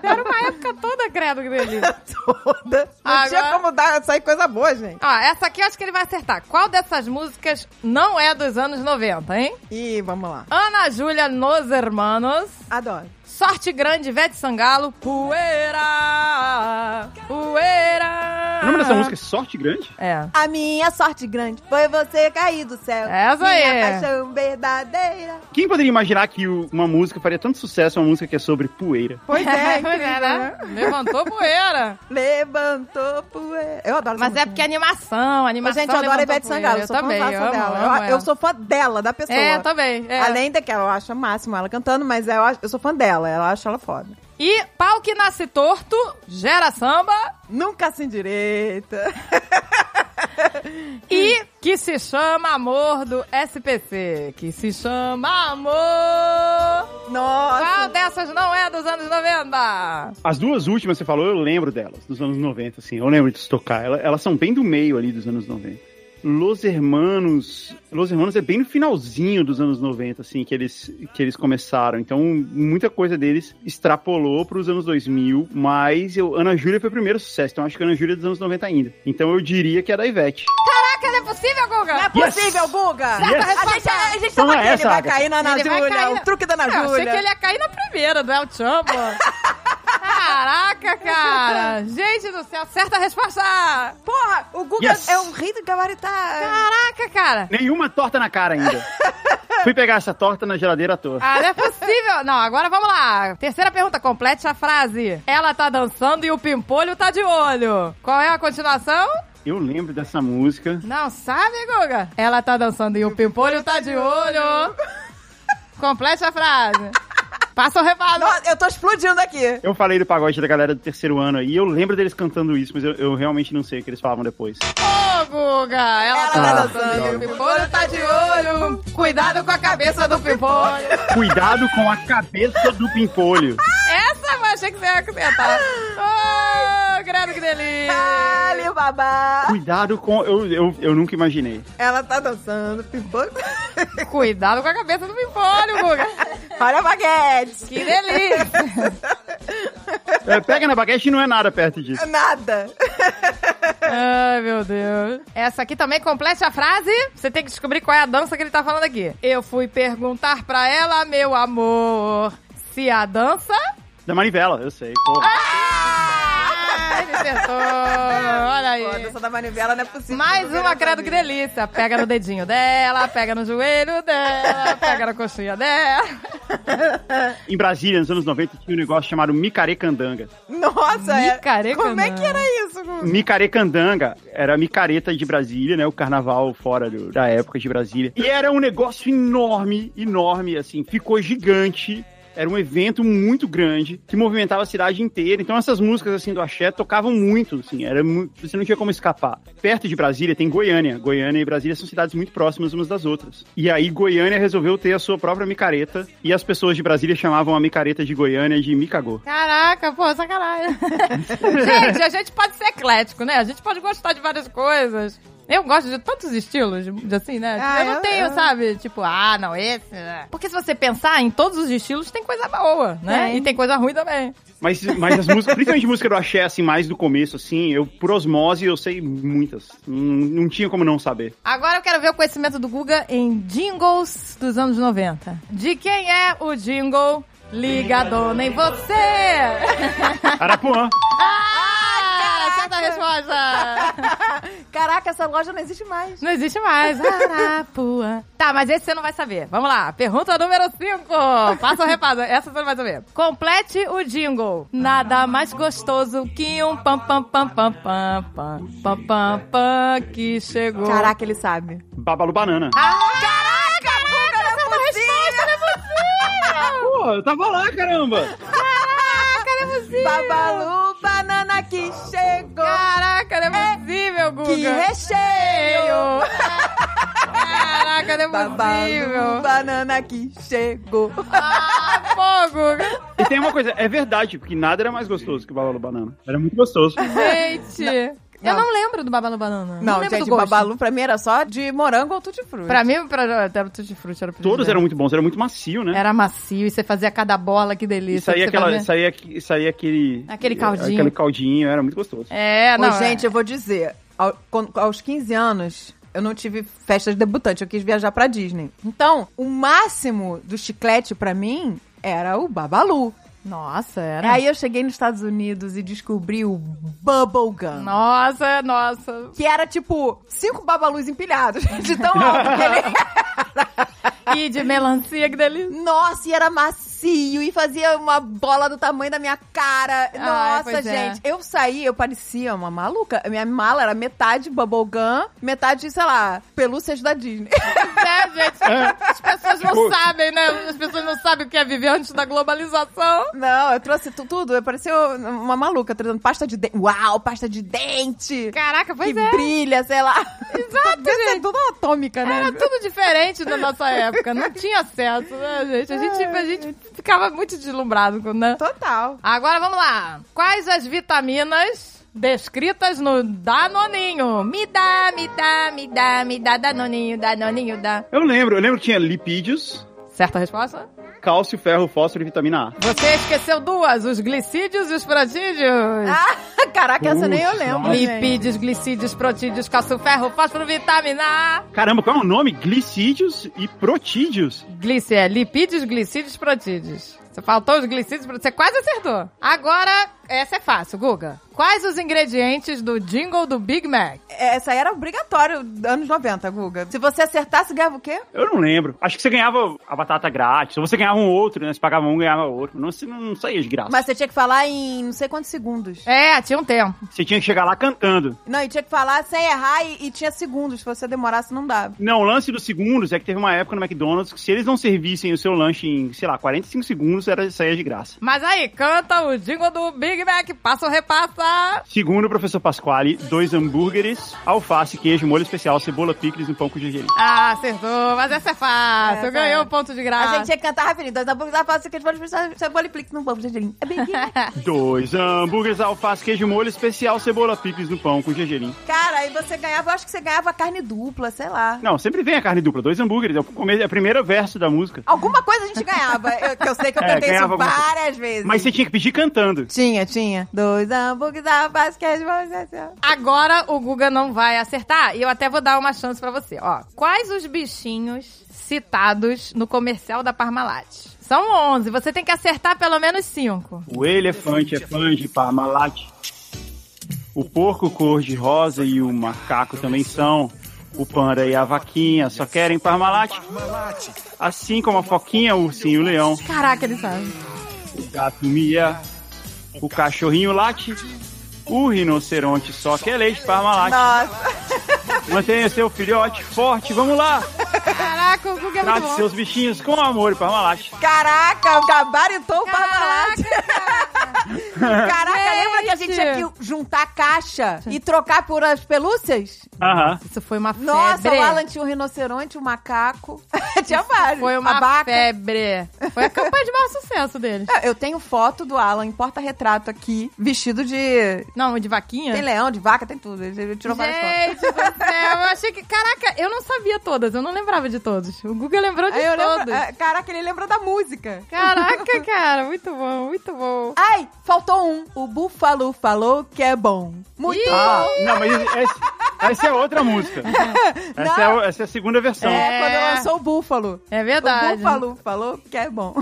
S2: Era uma época toda, credo, que delícia.
S3: Toda. Não tinha
S2: Agora-
S3: como dar, sair coisa boa, gente.
S2: Ó, essa aqui eu acho que ele vai acertar. Qual dessas músicas não é dos anos 90, hein?
S3: Ih, vamos lá.
S2: Ana Júlia Nos Hermanos.
S3: Adoro.
S2: Sorte Grande, Ivete Sangalo. Poeira! Poeira!
S4: O nome
S3: Ah.
S4: dessa música é Sorte Grande?
S2: É.
S3: A minha sorte grande foi você cair do céu.
S2: Essa aí.
S3: minha paixão verdadeira.
S4: Quem poderia imaginar que o- uma música faria tanto sucesso, uma música que é sobre poeira?
S3: Pois é,
S2: Pois é,
S3: incrível,
S2: né?
S3: né?
S2: Levantou poeira.
S3: Levantou poeira. Eu adoro essa
S2: Mas é
S3: música.
S2: porque é animação,
S3: Mas,
S2: animação.
S3: gente, eu adoro a
S2: levantou poeira.
S3: Ivete Sangalo. Eu
S2: Eu
S3: sou
S2: também,
S3: fã
S2: eu amo,
S3: dela.
S2: eu
S3: Eu,
S2: amo
S3: eu
S2: ela.
S3: sou fã dela, da pessoa.
S2: É, também. é.
S3: Além da que ela acha máximo ela cantando, mas eu, acho- eu sou fã dela, ela acha ela foda.
S2: E pau que nasce torto, gera samba
S3: Nunca assim direita.
S2: e que se chama amor do SPC. Que se chama amor. Qual
S3: Nossa.
S2: dessas não é dos anos 90?
S4: As duas últimas que você falou, eu lembro delas, dos anos 90, assim. Eu lembro de tocar. Ela- Elas, são bem do meio ali dos anos 90. Los Hermanos. Los Hermanos é bem no finalzinho dos anos 90, assim, que eles, que eles começaram. Então, muita coisa deles extrapolou para os anos 2000, mas eu, Ana Júlia foi o primeiro sucesso. Então, acho que Ana Júlia é dos anos 90 ainda. Então, eu diria que é da Ivete.
S2: Caraca, não é possível, Guga? Tá
S3: Não é possível, Guga!
S4: Yes.
S3: A gente, tá- a gente
S4: Então
S3: tava
S4: é
S3: aqui, ele
S4: essa,
S3: vai
S4: Agatha.
S3: cair na Ana
S2: Ele vai
S3: Júlia,
S2: cair-
S3: o truque da Ana
S2: Eu achei
S3: Júlia.
S2: que ele ia cair na primeira, né? do El Chan, pô. Caraca, cara. Gente do céu, certa resposta.
S3: Porra, o Guga
S4: Yes.
S3: é um rei do gabaritar.
S2: Caraca, cara.
S4: Nenhuma torta na cara ainda. Fui pegar essa torta na geladeira à toa.
S2: Ah, não é possível. Não, agora vamos lá. Terceira pergunta, complete a frase. Ela tá dançando e o pimpolho tá de olho. Qual é a continuação?
S4: Eu lembro dessa música.
S2: Não sabe, Guga? Ela tá dançando e o pimpolho tá de olho. Complete a frase. Passa o reparo.
S3: Nossa, eu tô explodindo aqui.
S4: Eu falei do pagode da galera do terceiro ano aí, eu lembro deles cantando isso, mas eu, eu realmente não sei o que eles falavam depois.
S2: Ô, Guga, ela,
S3: Ela
S2: tá
S3: tá
S2: dançando e o pimpolho tá de olho. Cuidado com a cabeça do pimpolho.
S4: Cuidado com a cabeça do pimpolho.
S2: Essa eu achei que você ia acrescentar. Ô, credo que delícia.
S3: Alibaba.
S4: Cuidado com. Eu, eu, eu nunca imaginei.
S3: Ela tá dançando, pimpolho.
S2: Cuidado com a cabeça do pimpolho, Guga.
S3: Olha a baguete.
S2: Que delícia.
S4: É, pega na baguete e não é nada perto disso.
S3: Nada.
S2: Ai, meu Deus. Essa aqui também complete a frase. Você tem que descobrir qual é a dança que ele tá falando aqui. Eu fui perguntar pra ela, meu amor, se a dança...
S4: Da manivela, eu sei. Porra.
S2: Ah, ele acertou. Olha aí.
S3: Pô, a dança da manivela não é possível.
S2: É. Mais
S3: Guga
S2: uma
S3: não
S2: credo que
S3: sabia.
S2: delícia. Pega no dedinho dela, pega no joelho dela, pega na coxinha dela.
S4: Em Brasília, nos anos 90, tinha um negócio chamado micarecandanga.
S3: Nossa, é.
S2: Micareca,
S3: Como é
S2: não.
S3: que era isso, Guga?
S4: Micarecandanga era a micareta de Brasília, né? O carnaval fora do- da época de Brasília. E era um negócio enorme, enorme, assim, ficou gigante. Era um evento muito grande que movimentava a cidade inteira. Então essas músicas assim do axé tocavam muito, assim, era mu- você não tinha como escapar. Perto de Brasília tem Goiânia. Goiânia e Brasília são cidades muito próximas umas das outras. E aí Goiânia resolveu ter a sua própria micareta e as pessoas de Brasília chamavam a micareta de Goiânia de Micagô.
S2: Caraca, pô, sacanagem. gente, a gente pode ser eclético, né? A gente pode gostar de várias coisas. Eu gosto de tantos estilos, de- de assim, né?
S3: Ah,
S2: eu não
S3: eu-
S2: tenho,
S3: eu-
S2: sabe? Tipo, ah, não, esse. né? Porque se você pensar em todos os estilos, tem coisa boa, né?
S3: Tem.
S2: E tem coisa ruim também.
S4: Mas, mas as músicas, principalmente música do axé, assim, mais do começo, assim, eu, por osmose, eu sei muitas. Não, não tinha como não saber.
S2: Agora eu quero ver o conhecimento do Guga em jingles dos anos 90. De quem é o jingle? Liga a dona em você!
S4: Arapuã.
S2: Ah, certa resposta!
S3: Caraca, essa loja não existe mais.
S2: Não existe mais. Arapuã. Tá, mas esse você não vai saber. Vamos lá. Pergunta número 5. Passa o reparo. Essa você não vai saber. Complete o jingle. Nada mais gostoso que um pam pam pam pam pam pam pam pam pam que chegou.
S3: Caraca, ele sabe.
S4: Babalu Banana.
S2: Ah, caraca, caraca, essa é uma resposta, é não é possível.
S4: Porra, eu tava lá, caramba!
S2: Caraca, não é possível.
S3: Babalu, banana que chegou.
S2: Caraca, não é possível, Guga.
S3: Que recheio.
S2: Caraca, não é
S3: Babalu,
S2: possível.
S3: banana que chegou.
S2: Ah, pô, Guga.
S4: E tem uma coisa, é verdade, porque nada era mais gostoso que o Babalu Banana. Era muito gostoso.
S2: Gente! Eu não lembro do Babalu Banana.
S3: Não,
S2: lembro
S3: gente,
S2: do gosto.
S3: Babalu pra mim era só de morango ou tutti frutti.
S2: Pra mim, pra, era tudo de fruta. Era o
S4: Todos
S2: primeiro.
S4: eram muito bons, era muito macio, né?
S2: Era macio, e você fazia cada bola, que
S4: E
S2: delícia.
S4: saía,
S2: Você
S4: é aquela,
S2: fazia-
S4: saía, aqui- saía aquele... é,
S2: Aquele caldinho.
S4: Aquele caldinho, era muito gostoso.
S2: É,
S3: Ô,
S2: não.
S3: gente,
S2: é.
S3: eu vou dizer, ao- quando- aos 15 anos, eu não tive festa de debutante, eu quis viajar pra Disney. Então, o máximo do chiclete pra mim era o Babalu.
S2: Nossa, era.
S3: Aí eu cheguei nos Estados Unidos e descobri o Bubblegum.
S2: Nossa, nossa.
S3: Que era tipo cinco babalus empilhados de tão alto que ele
S2: E de melancia, que delícia.
S3: Nossa, e era macio e fazia uma bola do tamanho da minha cara.
S2: Ah,
S3: Nossa,
S2: pois é.
S3: gente. Eu saí, eu parecia uma maluca. A minha mala era metade bubblegum, metade, sei lá, pelúcias da Disney. É,
S2: né, gente? As pessoas não
S4: Ficou-
S2: sabem, né? As pessoas não sabem o que é viver antes da globalização.
S3: Não, eu trouxe tu- tudo. Eu parecia uma maluca, trazendo pasta de dente. Uau, pasta de dente!
S2: Caraca, pois
S3: que
S2: é.
S3: brilha, sei lá. Exato, gente. É tudo atômica, né?
S2: Era tudo diferente da nossa época. Não tinha acesso, né, gente? A gente, a gente ficava muito deslumbrado, com- né?
S3: Total.
S2: Agora vamos lá. Quais as vitaminas descritas no Danoninho? Me dá, me dá, me dá, me dá, Danoninho, Danoninho, dá.
S4: Eu lembro, eu lembro que tinha lipídios,
S2: Certa resposta?
S4: cálcio, ferro, fósforo e vitamina A.
S2: Você esqueceu duas, os glicídios e os protídeos.
S3: Ah, caraca, essa nem eu
S4: Puxa,
S3: lembro.
S4: nossa.
S3: gente.
S2: Lipídios, glicídios, protídeos, cálcio, ferro, fósforo, vitamina A.
S4: Caramba, qual é o nome? Glicídios e protídeos.
S2: Glice, é lipídios, glicídios, protídeos. Você faltou os glicídios, pro- você quase acertou. Agora, essa é fácil, Guga. Quais os ingredientes do jingle do Big Mac?
S3: Essa aí era obrigatório, anos 90, Guga. Se você acertasse, ganhava o quê?
S4: Eu não lembro. Acho que você ganhava a batata grátis, ou você ganhava um outro, né? Você pagava um, ganhava outro. Não, você não saía de graça.
S3: Mas você tinha que falar em não sei quantos segundos.
S2: É, tinha um tempo.
S4: Você tinha que chegar lá cantando.
S3: Não, e tinha que falar sem errar e, e tinha segundos. Se você demorasse, não dava.
S4: Não, o lance dos segundos é que teve uma época no McDonald's que se eles não servissem o seu lanche em, sei lá, 45 segundos, era saía de graça.
S2: Mas aí, canta o jingle do Big Mac, passa ou repassa.
S4: Segundo o professor Pasquale, dois hambúrgueres, alface, queijo, molho especial, cebola, picles e um pão com gergelim.
S2: Ah, acertou, mas essa é fácil,
S3: Essa
S2: ganhou
S3: é.
S2: um ponto de
S3: A
S4: Ah.
S2: graça.
S3: gente tinha que cantar rapidinho. Então, Dois da boca da face, que eles cebola e plique no bambu, gergelim. É bem aqui.
S4: Dois hambúrgueres, alface, queijo, molho especial, cebola, picles no pão com gergelim.
S3: Cara, aí você ganhava, eu acho que você ganhava carne dupla, sei lá.
S4: Não, sempre vem a carne dupla, dois hambúrgueres, é o come- é o primeiro verso da música.
S3: Alguma coisa a gente ganhava. Eu, que eu sei que eu
S4: É,
S3: cantei isso
S4: ganhava alguma coisa.
S3: várias vezes.
S4: Mas você tinha que pedir cantando.
S3: Tinha, tinha. Dois hambúrgueres da face, que eles
S2: Agora o Guga não vai acertar e eu até vou dar uma chance pra você. Ó, quais os bichinhos citados no comercial da Parmalat? São 11, você tem que acertar pelo menos 5.
S4: O elefante é fã de Parmalat. O porco cor-de-rosa e o macaco também são. O panda e a vaquinha só querem Parmalat. Assim como a foquinha, o ursinho e o leão.
S2: Caraca, ele sabe.
S4: O gato mia. O cachorrinho late. O rinoceronte só quer leite Parmalat.
S3: Nossa.
S4: Mantenha seu filhote forte, vamos lá.
S2: Caraca, o Guga é muito
S4: Trate
S2: bom.
S4: seus bichinhos com amor e Parmalat.
S3: Caraca, gabaritou o Parmalat. Caraca, lembra que a gente
S2: Gente.
S3: tinha que juntar a caixa e trocar por as pelúcias?
S4: Aham.
S2: Isso foi uma febre.
S3: Nossa, o Alan tinha um rinoceronte, um macaco. tinha vários.
S2: Foi uma
S3: a vaca.
S2: febre. Foi a campanha de maior sucesso deles.
S3: Eu tenho foto do Alan em porta-retrato aqui, vestido de.
S2: Não, de vaquinha?
S3: Tem leão, de vaca, tem tudo. Ele ele tirou várias fotos.
S2: Gente do céu, eu achei que... Caraca, eu não sabia todas, eu não lembrava de todos. O Guga lembrou de
S3: Aí eu
S2: todos.
S3: lembro, ah, caraca, ele lembra da música.
S2: Caraca, cara, muito bom, muito bom.
S3: Ai, faltou um. O Búfalo falou que é bom. Muito
S2: Ih!
S4: Ah,
S3: bom.
S4: não, mas esse- esse- essa é outra música. Essa é, o- essa é a segunda versão.
S3: É, quando lançou o Búfalo.
S2: É verdade.
S3: O Búfalo falou que é bom.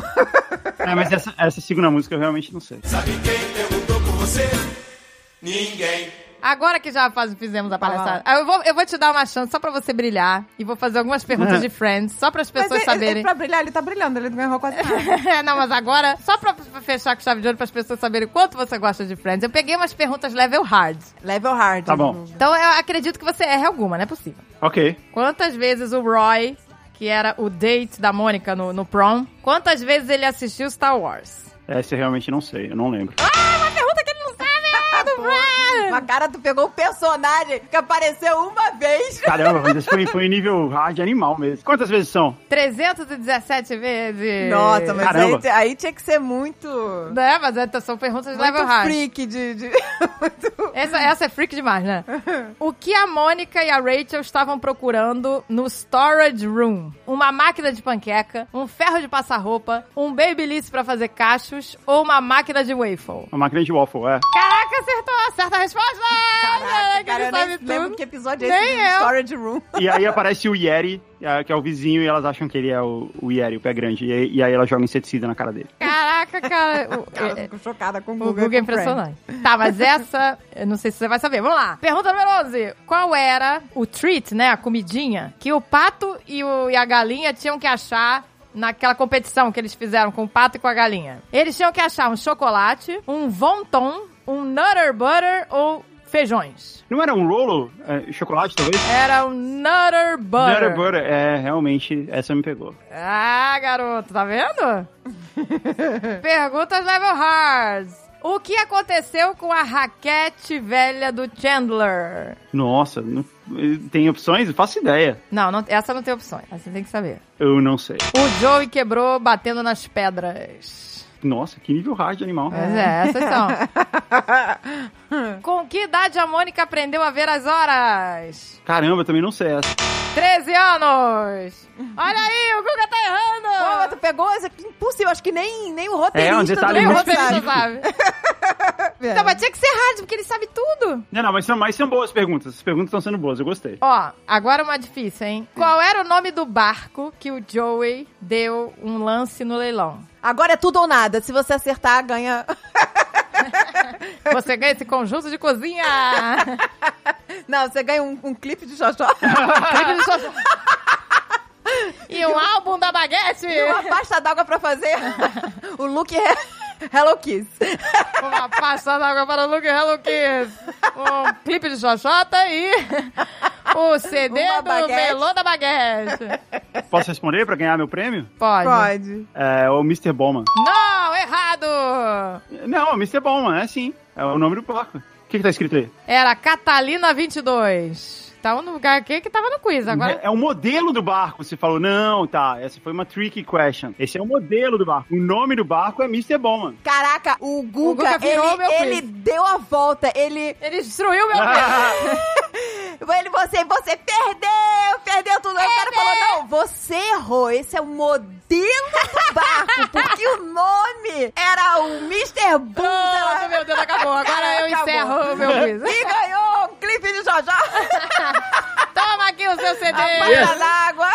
S4: É, mas essa, essa segunda música eu realmente não sei.
S7: Sabe quem perguntou por você? Ninguém.
S2: Agora que já faz- fizemos a palhaçada,
S3: Ah.
S2: eu, vou, eu vou te dar uma chance só pra você brilhar e vou fazer algumas perguntas de Friends só para as pessoas
S3: ele- ele-
S2: saberem. É,
S3: pra brilhar, ele tá brilhando, ele não errou quase nada.
S2: não, mas agora, só pra pra fechar com chave de ouro, para as pessoas saberem quanto você gosta de Friends, eu peguei umas perguntas level hard.
S3: Level hard.
S4: Tá bom.
S2: Então eu acredito que você erre alguma, não é possível.
S4: Ok.
S2: Quantas vezes o Roy, que era o date da Mônica no, no prom, quantas vezes ele assistiu Star Wars? Ah, é
S4: Essa eu realmente não sei, eu não lembro.
S2: Pergunta que ele não sabe, é do Roy!
S3: Mas, cara, tu pegou um personagem que apareceu uma vez.
S4: Caramba, mas esse foi, foi nível hard animal mesmo. Quantas vezes são?
S2: 317 vezes.
S3: Nossa, mas aí,
S4: Caramba.
S3: t- aí tinha que ser muito.
S2: Né? Mas é, são perguntas de level
S3: Muito
S2: hard.
S3: freak de. de- muito-
S2: Essa, essa é freak demais, né? O que a Mônica e a Rachel estavam procurando no storage room? Uma máquina de panqueca, um ferro de passar roupa, um babyliss pra fazer cachos ou uma máquina de waffle?
S4: Uma máquina de waffle, é.
S2: Caraca, acertou! Acerta a resposta! Caraca,
S3: Cara, eu
S2: ele
S3: nem
S2: sabe
S3: lembro
S2: tudo.
S3: que episódio é esse
S2: Nem
S3: de
S2: eu. É,
S3: Storage Room.
S4: E aí aparece o Yeri, eh, que é o vizinho, e elas acham que ele é o, o Yeri, o pé grande. E, aí- e aí ela joga inseticida na cara dele.
S2: Caraca, cara. O-
S3: Cara,
S2: é-
S3: eu fico chocada com o
S2: O
S3: Google.
S2: Google é
S3: com o Friends.
S2: impressionante. Tá, mas essa, eu não sei se você vai saber. Vamos lá. Pergunta número 11. Qual era o treat, né, a comidinha, que o pato e, o- e a galinha tinham que achar naquela competição que eles fizeram com o pato e com a galinha? Eles tinham que achar um chocolate, um vonton, um nutter butter ou feijões.
S4: Não era um rolo? eh, chocolate, talvez?
S2: Era um nutter butter.
S4: Butter, butter. É, realmente, essa me pegou.
S2: Ah, garoto, tá vendo? Perguntas level hard. O que aconteceu com a raquete velha do Chandler?
S4: Nossa, não- tem opções? Não faço ideia.
S2: Não, não- essa não tem opções. Essa tem que saber.
S4: Eu não sei.
S2: O Joey quebrou batendo nas pedras.
S4: Nossa, que nível hard de animal.
S2: Mas é, essas são. com que idade a Mônica aprendeu a ver as horas?
S4: Caramba, eu também não sei essa.
S2: 13 anos! Olha aí, o Guga tá
S3: Pô, mas
S2: errando!
S3: tu pegou essa que impossível. Acho que nem, nem o
S4: É, um
S3: roteirista
S4: detalhe
S3: do
S2: Nem o
S4: muito
S3: negócio
S2: roteirista
S4: específico.
S2: sabe.
S3: sabe.
S2: Então, mas tinha que ser hard, porque ele sabe tudo.
S4: Não, não, mas são, mas são boas perguntas. As perguntas estão sendo boas, eu gostei.
S2: Ó, agora uma difícil, hein? Qual era o nome do barco que o Joey deu um lance no leilão?
S3: Agora é tudo ou nada. Se você acertar, ganha.
S2: Você ganha esse conjunto de cozinha!
S3: Não, você ganha um, um clipe de Xoxó.
S2: Clipe de sua- e um álbum da baguete!
S3: e um uma pasta d'água pra fazer o look é Hello Kiss.
S2: Uma pasta d'água para o Luke Hello Kiss! Um clipe de xoxota e o CD
S3: Uma
S2: do
S3: baguete.
S2: melô da baguete!
S4: Posso responder pra ganhar meu prêmio?
S2: Pode.
S3: Pode.
S4: É o Mr. Bowman.
S2: Não, errado!
S4: Não, o Mr. Bowman, é sim. É o nome do barco. O que, que tá escrito aí?
S2: Era Catalina 22. Tá um lugar aqui que tava no quiz. Agora
S4: É, é o modelo do barco. Você falou, não, tá, essa foi uma tricky question. Esse é o modelo do barco. O nome do barco é Mr. Bowman.
S3: Caraca, o Guga,
S2: Guga virou
S3: ele,
S2: meu
S3: ele
S2: quiz.
S3: deu a volta. Ele,
S2: ele destruiu meu
S3: Ah.
S2: quiz.
S3: ele você, você perdeu, perdeu tudo. Aí o cara falou, não, você errou. Esse é o modelo do barco, porque o nome era o Mr.
S2: Oh,
S3: Bunda.
S2: meu Deus, acabou. Agora eu
S3: Acabou.
S2: encerro o meu quiz.
S3: E ganhou um clipe de Jojó,
S2: Toma aqui o seu CD.
S3: pasta d'água,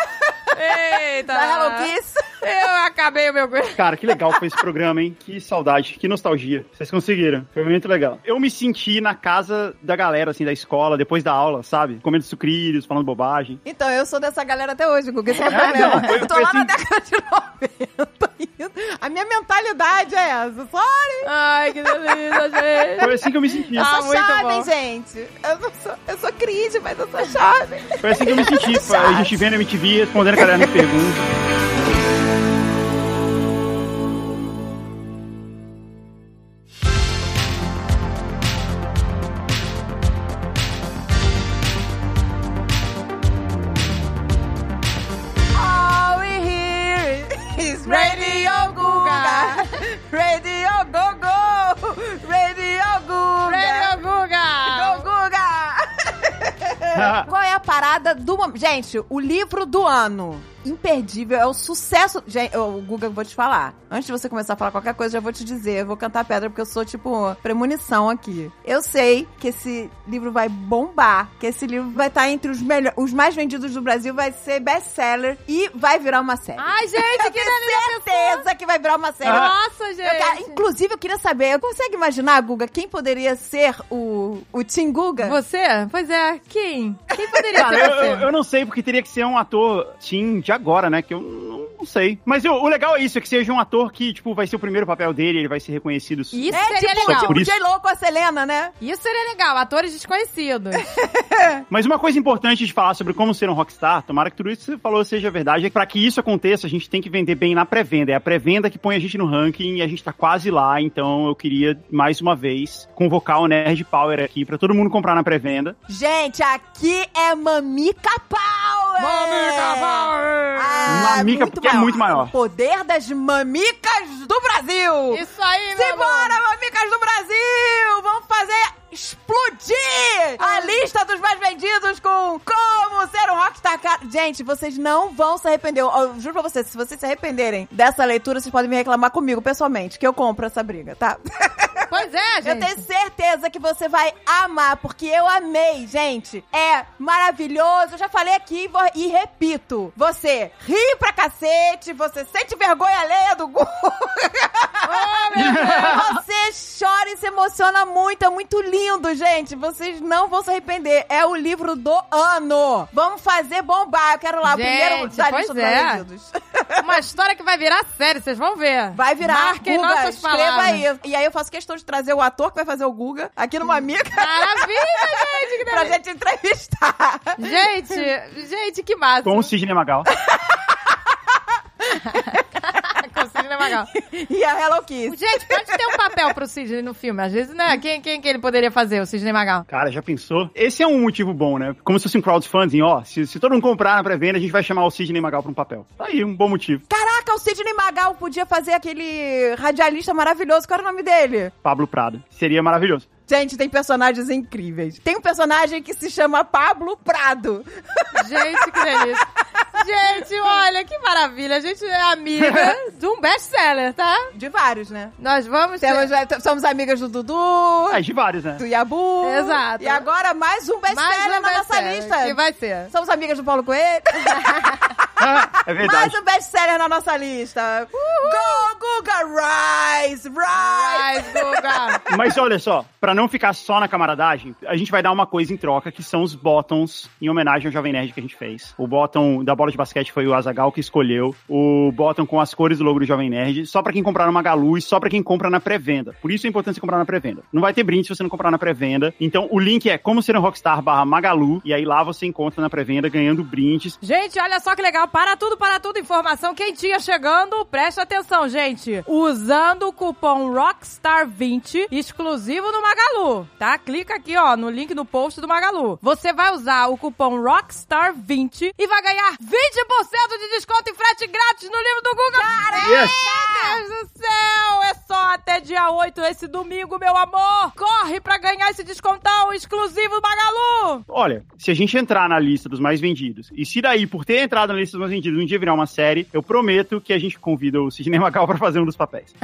S2: Eita.
S3: da Hello Kiss.
S2: Eu acabei o meu quiz.
S4: Cara, que legal foi esse programa, hein? Que saudade, que nostalgia. Vocês conseguiram. Foi muito legal. Eu me senti na casa da galera, assim, da escola, depois da aula, sabe? Comendo sucrilhos, falando bobagem.
S3: Então, eu sou dessa galera até hoje, Guga. Esse é o
S4: É,
S3: problema.
S4: não, foi-
S3: eu tô
S4: foi
S3: lá na
S4: assim-
S3: década de 90 ainda. A minha mentalidade é essa. Sorry.
S2: Ai, que delícia, gente.
S4: Foi assim que eu me senti.
S3: Eu
S2: Ah,
S3: sou
S2: muito
S3: jovem,
S2: bom.
S3: gente. Eu, não sou, eu sou cringe, mas eu sou jovem.
S4: Foi assim que eu me senti. Foi a gente vendo a MTV, respondendo a galera nas perguntas.
S3: All we hear is Radio Guga. Radio Gogo. Radio Guga.
S2: Prêmio
S3: Go
S2: Guga.
S3: Guga. Qual é a parada do momento? Gente, o livro do ano. Imperdível, é o sucesso. Gente, ô, Guga, eu vou te falar. Antes de você começar a falar qualquer coisa, já vou te dizer. Eu vou cantar pedra porque eu sou, tipo, premonição aqui. Eu sei que esse livro vai bombar, que esse livro vai estar entre os, melhor, os mais vendidos do Brasil, vai ser best-seller e vai virar uma série.
S2: Ai, gente,
S3: eu
S2: que
S3: tenho
S2: delícia.
S3: certeza que vai virar uma série.
S2: Nossa,
S3: Eu quero-
S2: Ah, gente.
S3: inclusive, eu queria saber, consegue imaginar, Guga, quem poderia ser o, o Tim Guga?
S2: Você? Pois é. Quem? Quem poderia
S4: Cara,
S2: ser
S4: eu, eu-
S2: você?
S4: eu não sei, porque teria que ser um ator teen de agora, né? Que eu não Não sei. Mas eu- o legal é isso, é que seja um ator que, tipo, vai ser o primeiro papel dele, ele vai ser reconhecido.
S2: Isso
S3: É
S2: seria
S3: tipo,
S2: legal.
S3: tipo
S4: Por
S3: o
S4: isso-
S3: J-Lo com a Selena, né?
S2: Isso seria legal, atores desconhecidos.
S3: É.
S4: Mas uma coisa importante de falar sobre como ser um rockstar, tomara que tudo isso que você falou seja verdade, é que pra que isso aconteça, a gente tem que vender bem na pré-venda. É a pré-venda que põe a gente no ranking e a gente tá quase lá, então eu queria, mais uma vez, convocar o Nerd Power aqui pra todo mundo comprar na pré-venda.
S3: Gente, aqui é Mamica Power!
S2: Mamica Power!
S3: Ah,
S4: Mamica,
S3: muito
S4: porque é muito maior.
S3: O poder das mamicas do Brasil!
S2: Isso aí,
S3: Tipo-
S2: meu amor.
S3: Simbora, mamicas do Brasil! Vamos fazer explodir a lista dos mais vendidos com como ser um rockstar. Cara, Gente, vocês não vão se arrepender. Eu, eu juro pra vocês, se vocês se arrependerem dessa leitura, vocês podem me reclamar comigo pessoalmente, que eu compro essa briga, tá?
S2: Pois é,
S3: Eu
S2: gente.
S3: tenho certeza que você vai amar, porque eu amei, gente. É maravilhoso. Eu já falei aqui e, vou- e repito. Você ri pra cacete, você sente vergonha alheia do Guga. você chora e se emociona muito. É muito lindo, gente. Vocês não vão se arrepender. É o livro do ano. Vamos fazer bombar. Eu quero lá, o
S2: Gente,
S3: primeiro da
S2: pois
S3: lista dos
S2: é.
S3: vendidos.
S2: Uma história que vai virar série, vocês vão ver.
S3: Vai virar
S2: Marquem
S3: Guga,
S2: nossas
S3: escreva
S2: palavras.
S3: aí. E aí eu faço questão de trazer o ator que vai fazer o Guga aqui numa amiga.
S2: Maravilha, gente. Que
S3: pra
S2: delícia.
S3: gente entrevistar.
S2: Gente, gente, que massa.
S4: Com o Sidney Magal.
S2: Com o Sidney Magal.
S3: E a Hello Kiss.
S2: Gente, pode ter um papel pro Sidney no filme. Às vezes, né? Quem, quem que ele poderia fazer, o Sidney Magal?
S4: Cara, já pensou? Esse é um motivo bom, né? Como se fosse um crowdfunding, ó. Se, se todo mundo comprar na pré-venda, a gente vai chamar o Sidney Magal pra um papel. Tá aí, um bom motivo.
S3: Caraca, o Sidney Magal podia fazer aquele radialista maravilhoso. Qual era o nome dele?
S4: Pablo Prada. Seria maravilhoso.
S3: Gente, tem personagens incríveis. Tem um personagem que se chama Pablo Prado.
S2: Gente, que delícia. Gente, olha, que maravilha. A gente é amiga de um best-seller, tá?
S3: De vários, né?
S2: Nós vamos ter...
S3: Temos, é, somos amigas do Dudu,
S4: Ah, de vários, né?
S3: do Yabu.
S2: Exato.
S3: E agora mais um best-seller
S2: um
S3: na nossa
S2: best-seller,
S3: lista.
S2: Que vai ser.
S3: Somos amigas do Paulo Coelho.
S4: É verdade.
S3: mais um best-seller na nossa lista. Go, Guga, rise, rise.
S2: Ai, Guga.
S4: Mas olha só, pra não ficar só na camaradagem, a gente vai dar uma coisa em troca, que são os bottoms, em homenagem ao Jovem Nerd que a gente fez. O bottom da bola de basquete foi o Azagal que escolheu, o bottom com as cores do logo do Jovem Nerd, só pra quem comprar no Magalu e só pra quem compra na pré-venda. Por isso é importante você comprar na pré-venda. Não vai ter brinde se você não comprar na pré-venda. Então o link é como ser um rockstar barra Magalu, e aí lá você encontra na pré-venda ganhando brindes.
S2: Gente, olha só que legal. Para tudo, para tudo. Informação quentinha chegando. Presta atenção, gente. Usando o cupom ROCKSTAR20, exclusivo do Magalu, tá? Clica aqui, ó, no link no post do Magalu. Você vai usar o cupom ROCKSTAR20 e vai ganhar 20% de desconto e frete grátis no livro do Google. Caraca!
S4: Yes!
S2: Meu Deus do céu! É só até dia 8, esse domingo, meu amor. Corre pra ganhar esse descontão exclusivo do Magalu.
S4: Olha, se a gente entrar na lista dos mais vendidos, e se daí, por ter entrado na lista dos mais vendidos, um dia virar uma série, eu prometo que a gente convida o Sidney Magal pra fazer um dos papéis.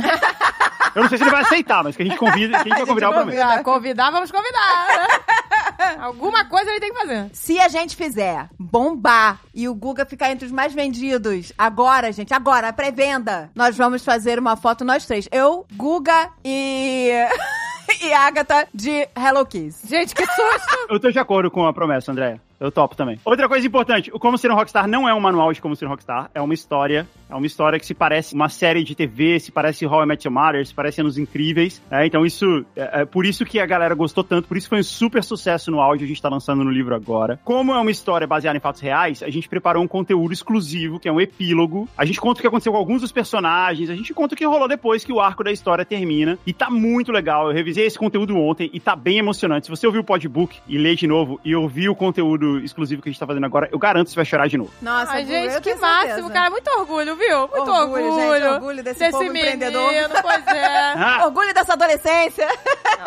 S4: Eu não sei se ele vai aceitar, mas que a gente convida, que a gente vai convidar, eu prometo.
S2: Ah, convidar, vamos convidar, né? Alguma coisa ele tem que fazer.
S3: Se a gente fizer bombar e o Guga ficar entre os mais vendidos, agora, gente, agora, pré-venda, nós vamos fazer uma foto nós três. Eu, Guga e. e Agatha de Hello Kiss.
S2: Gente, que susto!
S4: Eu tô de acordo com a promessa, André. Eu topo também. Outra coisa importante, o Como Ser um Rockstar não é um manual de como ser um rockstar, é uma história. É uma história que se parece uma série de TV, se parece How I Met Your Mother, se parece Anos Incríveis. É, então isso, é, é por isso que a galera gostou tanto, por isso foi um super sucesso no áudio, a gente tá lançando no livro agora. Como é uma história baseada em fatos reais, a gente preparou um conteúdo exclusivo, que é um epílogo. A gente conta o que aconteceu com alguns dos personagens, a gente conta o que rolou depois que o arco da história termina. E tá muito legal, eu revisei esse conteúdo ontem e tá bem emocionante. Se você ouviu o podbook e lê de novo e ouvir o conteúdo exclusivo que a gente tá fazendo agora, eu garanto que você vai chorar de novo.
S3: Nossa,
S2: Ai,
S3: Guga,
S2: gente,
S3: eu
S2: que
S3: tenho
S2: máximo,
S3: certeza.
S2: cara. Muito orgulho, viu? Muito orgulho.
S3: Orgulho, gente, orgulho desse povo empreendedor.
S2: menino, Pois é.
S4: Ah,
S3: Orgulho dessa adolescência.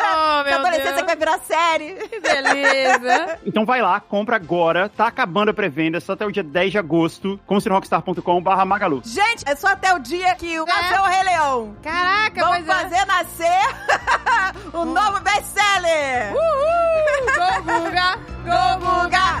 S2: Oh,
S3: Essa
S2: meu
S3: adolescência que
S2: Deus.
S3: vai virar série.
S2: Que delícia.
S4: então vai lá, compra agora, tá acabando a pré-venda, só até o dia 10 de agosto, como ser um rockstar.com barra Magalu.
S3: Gente, é só até o dia que o nasceu o Rei Leão.
S2: Caraca,
S3: Vamos
S2: pois é. Hum.
S3: fazer nascer o novo
S2: Uh!
S3: best-seller.
S2: Uhul! Go, Guga! Go, Guga!